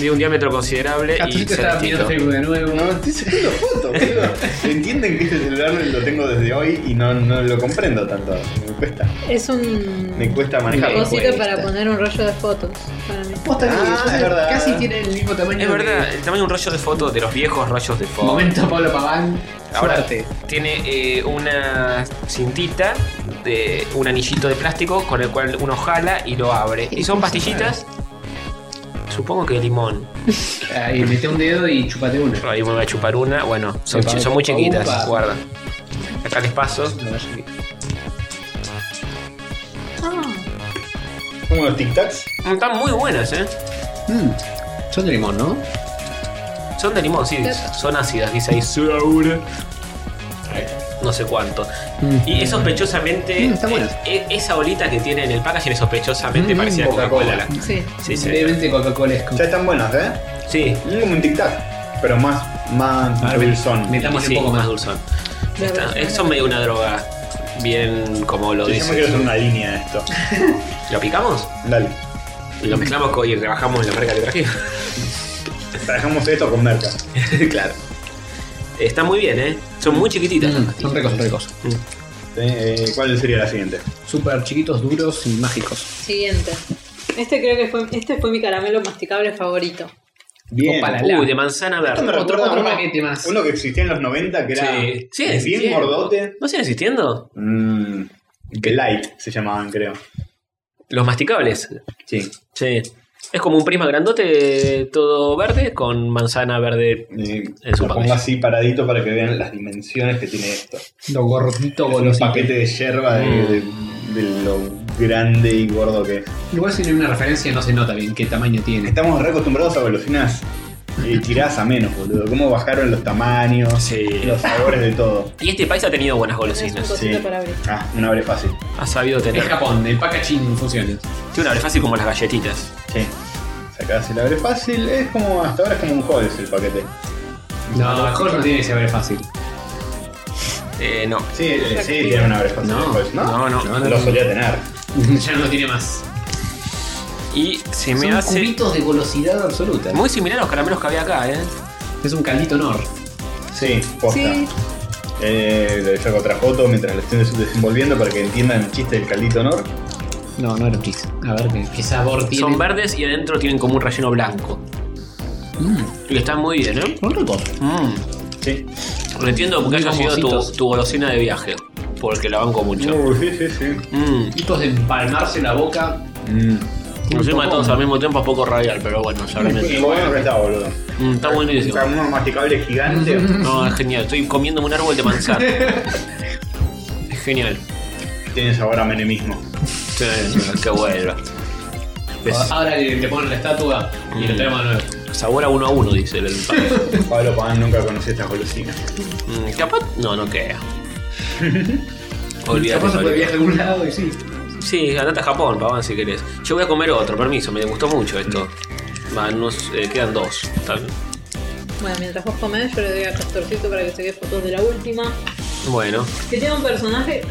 de un diámetro considerable
Gato,
y
si te
ser
estaba
distinto.
mirando Facebook de nuevo.
No, estoy sacando fotos, boludo. Entienden que este celular lo tengo desde hoy y no, no lo comprendo tanto. Me cuesta.
Es un
Me cuesta manejarlo.
cosito para poner un rollo de fotos. Para mí.
Posta que
Ah,
entonces
es verdad.
Casi tiene el mismo tamaño.
Es
que-
verdad, el tamaño de un rollo de foto, de los viejos rollos de foto.
Momento Pablo Paván.
Ahora-
Suerte.
Tiene eh, una cintita de un anillito de plástico con el cual uno jala y lo abre. Y son pastillitas. Supongo que de limón.
Ahí, mete un dedo y chupate una.
Ahí me voy a chupar una. Bueno, son,
Epa,
chi- son muy
upa,
chiquitas.
upa.
Guarda. Acá les paso.
Una galletita.
Ah,
Como unos tic tacs.
Están muy buenas, ¿eh?
Mm, Son de limón, ¿no?
Son de limón, sí. Son ácidas, dice ahí. Sour. No sé cuánto. Y es sospechosamente.
Mm, está bueno.
e- e- esa bolita que tiene en el packaging es sospechosamente
Mm,
parecida a
Coca-Cola.
Coca-Cola.
sí.
Sí, sí.
Levemente Coca-Cola es
Ya están buenos, ¿eh?
Sí.
Mm, Como un tic tac. Pero más, más dulzón.
Metamos
Sí,
un poco
más
más.
dulzón.
La
Está-
verdad.
eso es medio una droga. Bien como lo
Yo me quiero
dices.
hacer una línea de esto.
¿Lo picamos?
Dale.
Mm.
Lo mezclamos con, y rebajamos la marca que traje.
Trabajamos esto con merca.
claro. Está muy bien, ¿eh? Son muy chiquititas. las
Mm, son ricos, son ricos.
Eh, ¿Cuál sería la siguiente?
Súper chiquitos, duros y mágicos.
Siguiente. Este creo que fue, este fue mi caramelo masticable favorito.
Bien.
Opa, la-
pastillas. Uy, de manzana
Esto me
verde.
Otro,
recuerda a
otro
uno-
paquete más.
Uno que existía en los 90 que era
Sí. Sí,
bien
existiendo.
gordote.
¿No siguen existiendo?
Mmm. Light se llamaban, creo.
Los masticables.
Sí.
Sí. Es como un prisma grandote, todo verde, con manzana verde.
Eh,
Es un
lo pongo
paquete.
así paradito para que vean las dimensiones que tiene esto.
Lo gordito,
un
golosito.
paquete de yerba de,
Mm.
de- de lo grande y gordo que es.
Igual si no hay una referencia no se nota bien qué tamaño tiene.
Estamos re acostumbrados a golosinas eh, tiradas a menos, boludo. Cómo bajaron los tamaños,
Sí.
los sabores de todo.
Y este país ha tenido buenas
Es un
golosinas.
cosito
sí.
para abrir.
Ah, un abre fácil.
Ha sabido
Es
tener.
Japón, el packaging funciona.
Tiene un abre fácil como las galletitas.
Sí. Sacás el abre fácil, es como hasta ahora es como un Halls el paquete.
No, el Halls no tiene que ser fácil.
Eh, no.
Sí, eh, sí, tiene un abre fácil.
No,
el Halls,
no, no, no,
Lo
no.
solía tener.
ya no tiene más.
Y se me
Son
hace.
cubitos de golosidad absoluta.
Muy similar a los caramelos que había acá, ¿eh?
Es un caldito Nor.
Sí, posta.
Sí.
Eh, le saco otra foto mientras lo estén desenvolviendo para que entiendan el chiste del caldito honor.
No, no era un chiste. A ver qué, qué sabor tiene.
Son verdes y adentro tienen como un relleno blanco.
Mm,
Y están muy bien, ¿eh?
son ricos.
Mm.
Sí.
Lo entiendo porque
Muy
haya sido tu,
gomositos.
tu golosina de viaje. Porque la banco mucho.
Uy, sí, sí, sí.
Mm.
Chicos de empalmarse la boca.
Mm.
No soy todos al mismo tiempo, poco radial, pero bueno, ya lo
Y
metí.
bueno que está, boludo.
Mm, Está
Un
buenísimo.
carbón masticable gigante.
No, es genial. Estoy comiéndome un árbol de manzana. es genial.
Tiene sabor a menemismo.
Sí, que vuelva. Es
Ahora que te ponen la estatua y lo traemos de nuevo.
sabor a uno a uno, dice el padre.
Pablo Pan nunca conoció estas golosinas.
Mm, Capaz. No, no queda.
Capaz se puede
Olvídate.
viajar a algún lado y sí.
Sí, andate a Japón, Paván, si querés. Yo voy a comer otro, permiso, me gustó mucho esto. Va, nos eh, quedan dos. Está bien.
Bueno, mientras vos comés, yo le doy a Castorcito para que saque fotos de la última.
Bueno.
Que tiene un personaje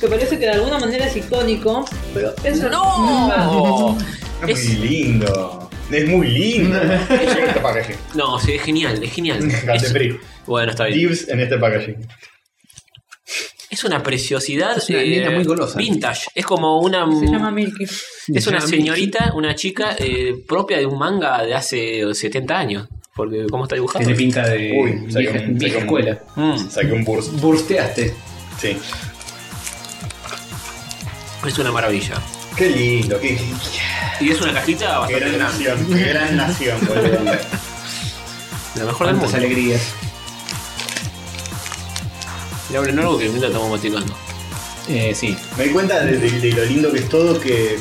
que parece que de alguna manera es icónico, pero eso
Oh.
¡No!
Es
Es-
muy lindo. Es muy lindo. Checa este packaging.
No, sí, es genial, es genial. Es-
Gantefree.
bueno, está bien.
Tips en este packaging.
Es una preciosidad. eh,
Es una nena muy golosa.
Vintage. Es como una.
Se llama Milky.
Es una
Ya,
señorita, una chica eh, propia de un manga de hace 70 años. Porque, ¿cómo está dibujado?
Tiene pinta de
Uy, salió
vieja,
un-
vieja
salió un-
escuela.
Mm,
Saqué un burst.
Bursteaste.
Sí.
es una maravilla.
Qué lindo. Qué,
Y es una cajita
qué
bastante
gran
grande.
nación. Qué gran nación, boludo.
La mejor del
Cuántas
mundo.
alegrías.
Le abren algo que mientras estamos masticando.
Eh, sí.
Me di cuenta de, de- de lo lindo que es todo que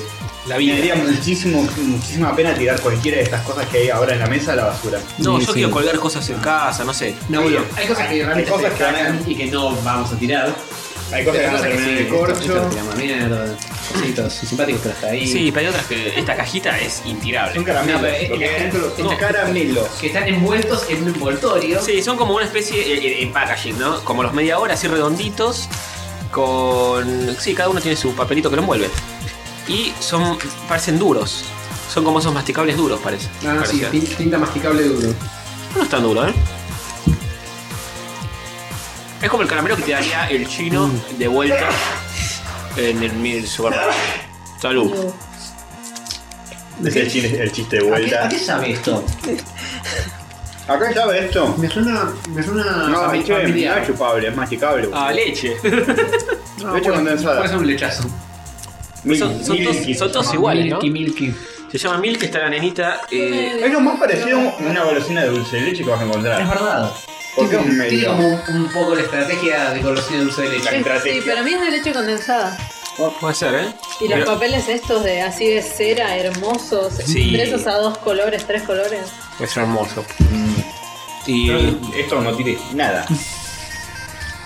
La
me
vida.
daría muchísimo, muchísima pena tirar cualquiera de estas cosas que hay ahora en la mesa a la basura.
No,
Sí,
yo
sí.
quiero colgar cosas en casa, no sé.
No, bueno, Eh, hay cosas
Hay
que realmente
cosas
se
que van a-
destacan y que no vamos a tirar.
Hay cosas que van a terminar en el corcho.
tiramos mierda. Cositos simpáticos que hasta ahí.
Sí, pero hay otras que esta cajita es
Son
intirable.
caramelos.
No, pero
lo que
el
hay dentro son
no.
caramelos.
Que están envueltos en un envoltorio.
Sí, son como una especie eh, eh, en packaging, ¿no? Como los media hora así redonditos con sí, cada uno tiene su papelito que lo envuelve. Y son parecen duros. Son como esos masticables duros, parece.
Ah, sí,
Parecía.
tin- tinta masticable duro.
No es tan duro, ¿eh? Es como el caramelo que te daría el chino de vuelta en el, mil supermercado. Salud.
Es el chiste, el chiste de vuelta.
¿A qué sabe esto?
Acá ya ve esto.
Me suena. Me suena.
No,
fami-
che, no
familiar.
es chupable, es masticable.
Ah,
A Ah, leche.
Leche condensada.
Puede ser un lechazo.
Mil-
Son, son
mil-
todos, son todos iguales, ¿no?
Milky, Milky.
Se llama Milk, está la nenita. eh,
Es lo más parecido a una golosina de dulce de leche que vas a
Es
encontrar.
verdad.
Porque es un
Tiene
medio.
como un, un poco la estrategia de conocido dulce de leche.
Es- sí,
estrategia.
pero a mí es de leche condensada.
puede ser, ¿eh?
Y los
Pero-
papeles estos de así de cera, hermosos,
Sí.
impresos a dos colores, tres colores.
Es hermoso. Y
Entonces, Mm, Esto no tiene nada.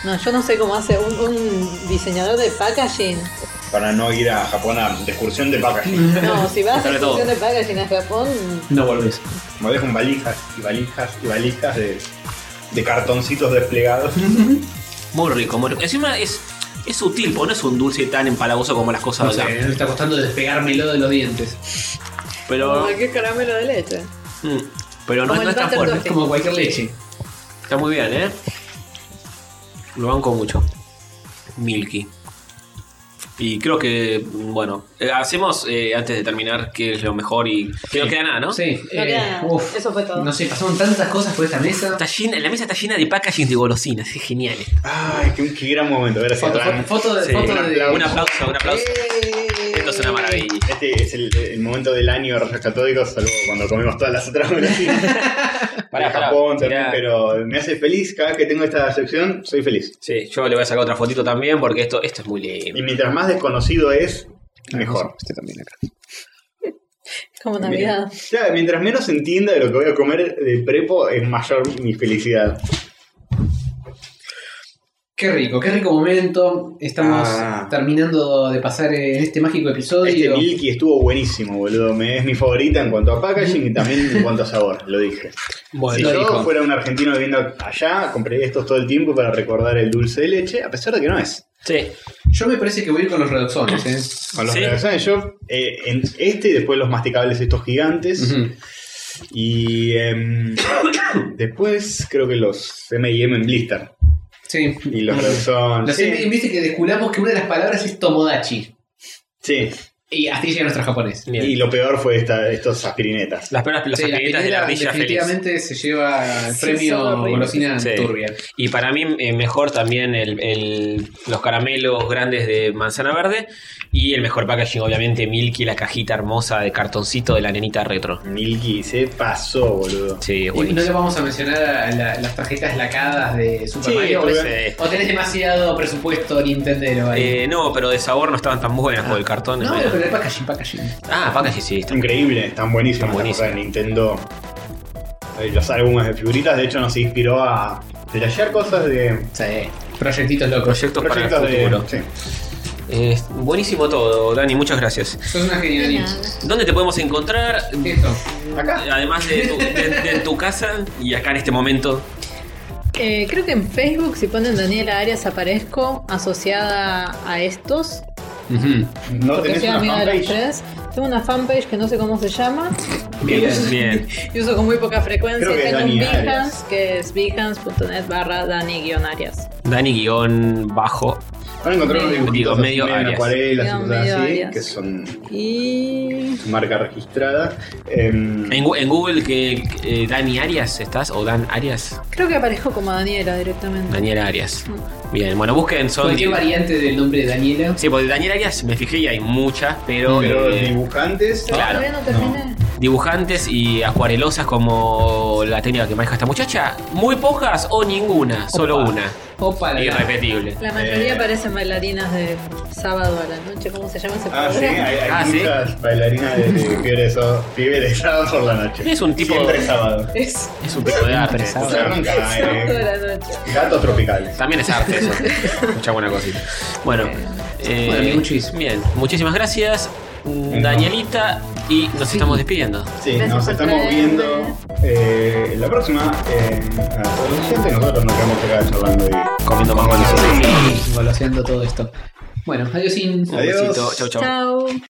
No, yo no sé cómo hace un, un diseñador de packaging.
Para no ir a Japón a de excursión de packaging.
No, si vas a
Dale
la
todo.
función de packaging a Japón,
No volvés.
Me dejan valijas y valijas y valijas de, de cartoncitos desplegados.
muy rico, muy rico. Encima es, es sutil, porque no es un dulce tan empalagoso como las cosas
No
de acá.
sé, me está costando despegármelo de los dientes.
Pero,
como cualquier caramelo de leche.
mm, pero no,
Como
es- no
el
es tan
butter
fuerte.
toast.
Es como cualquier leche.
Está muy bien, ¿eh? Lo banco mucho. Milky. Y creo que, bueno, eh, hacemos eh, antes de terminar qué es lo mejor y que no queda nada, ¿no?
Sí.
No
eh,
queda-
uf.
eso fue todo.
No sé, pasaron tantas cosas por esta mesa.
Está llena- la mesa está llena de packaging de golosinas, es genial.
Ay, qué, qué gran momento. Gracias,
Foto,
Ran.
foto, foto de.
Sí.
foto de-
Un aplauso, un aplauso.
Eh.
Esto es una maravilla.
Este es el, el momento del año de Reyes Católicos, salvo cuando comemos todas las otras golosinas.
Pará,
De
pará,
Japón también,
mirá.
pero me hace feliz. Cada vez que tengo esta sección, soy feliz.
Sí, yo le voy a sacar otra fotito también porque esto, esto es muy
Y
lindo.
mientras más desconocido es, mejor.
Este también acá.
Como Navidad.
Claro, mientras menos entienda de lo que voy a comer de prepo, es mayor mi felicidad.
Qué rico, qué rico momento. Estamos
Ah.
terminando de pasar eh, en este mágico
Este
episodio.
Milky estuvo buenísimo, boludo. Me- es mi favorita en cuanto a packaging y también en cuanto a sabor, lo dije. si
Bueno,
yo
dijo.
fuera un argentino viviendo allá, compraría estos todo el tiempo para recordar el dulce de leche, a pesar de que no es.
Sí,
Yo me parece que voy a ir con los redoxones, ¿eh?
Con los
Sí.
regazones, yo, eh, en este y después los masticables estos gigantes.
¿eh? Ujú.
Y em, después creo que los M&M en blister.
Sí.
Y los redoxones.
Los M&M,
Sí,
viste que desculamos que una de las palabras es tomodachi.
sí.
Y hasta ahí llega nuestro japonés.
bien.
Y lo peor fue esta, estos aspirinetas.
las peores las
Sí, la
aspirinetas de la
primera
ardilla feliz.
definitivamente se lleva el
Sí, son
premio
horribles.
golosina
Sí.
turbia.
Y para mí eh, mejor también el, el- los caramelos grandes de manzana verde y el mejor packaging obviamente Milky, la cajita hermosa de cartoncito de la nenita retro.
Milky se pasó, boludo.
Sí, es
Y no le
buenísimo.
vamos a mencionar a la- las tarjetas lacadas de Super
Sí,
Mario.
porque-
¿o tenés- O tenés demasiado presupuesto Nintendero ahí.
Eh, no, pero de sabor no estaban tan buenas por el cartón.
Ah. no,
en realidad.
pero el packaging, packaging.
Ah, packaging sí, está.
Increíble, están buenísimos
Están
las cosas de Nintendo. Eh, Los álbumes de figuritas, de hecho, nos inspiró a detallar cosas de
Sí. Proyectitos locos.
Proyectos para el
proyectos
futuro.
de. sí.
Eh, buenísimo todo, Dani, muchas gracias.
Sos una genialidad.
¿Dónde te podemos encontrar?
Esto.
Acá.
Además de tu, de- de tu casa y acá en este momento.
Eh, creo que en Facebook, si ponen Daniela Arias, aparezco asociada a estos.
No
Porque
tenés
soy
una
amiga de los
fanpage.
tres. Tengo una fanpage que no sé cómo se llama
Bien, bien.
y uso con muy poca frecuencia.
Creo que
Tengo
Dani
un
Arias.
Behance que es behance.net barra Dani-Arias.
Dani guión bajo.
Van a encontrar unos dibujitos
Digo,
así,
medio
en
Arias.
acuarelas y
Digo,
cosas
medio
así,
Arias.
que son
Y
marca registrada. Em,
En, Gu- en Google que que, eh, Dani Arias estás o Dan Arias.
creo que aparezco como Daniela directamente.
Daniel Arias. Bien, bueno, busquen son.
Cualquier variante del nombre de Daniela.
Sí, porque Daniel Arias me fijé y hay muchas, pero,
pero
eh,
dibujantes.
Pero
claro,
todavía no terminé.
dibujantes y acuarelosas como la técnica que maneja esta muchacha, muy pocas o ninguna, solo
Opa.
una,
Opa, la-
irrepetible.
La mayoría
Eh.
parecen bailarinas de sábado a la noche. ¿Cómo se llama ese
Ah, sí,
programa?
hay, hay
Ah, sí.
muchas bailarinas de, de fiebre de sábado, fiebre de sábado por la noche.
Es un tipo,
Siempre sábado.
Es
es un tipo de arte.
Se arranca,
sábado a
eh,
la noche.
Gatos tropicales.
También es arte eso. Mucha buena cosita. Bueno, eh,
Bueno, amiguchis.
bien, muchísimas gracias, Danielita, y nos estamos despidiendo.
Sí,
Gracias
nos
por
estamos
traerme.
viendo eh, la próxima. Eh, a todos los oyentes, nosotros nos quedamos acá charlando y
Comiendo más buenos.
Goloseando todo esto. Bueno, adiós,
Un
Adiós.
besito. Chau, chau.
Chao.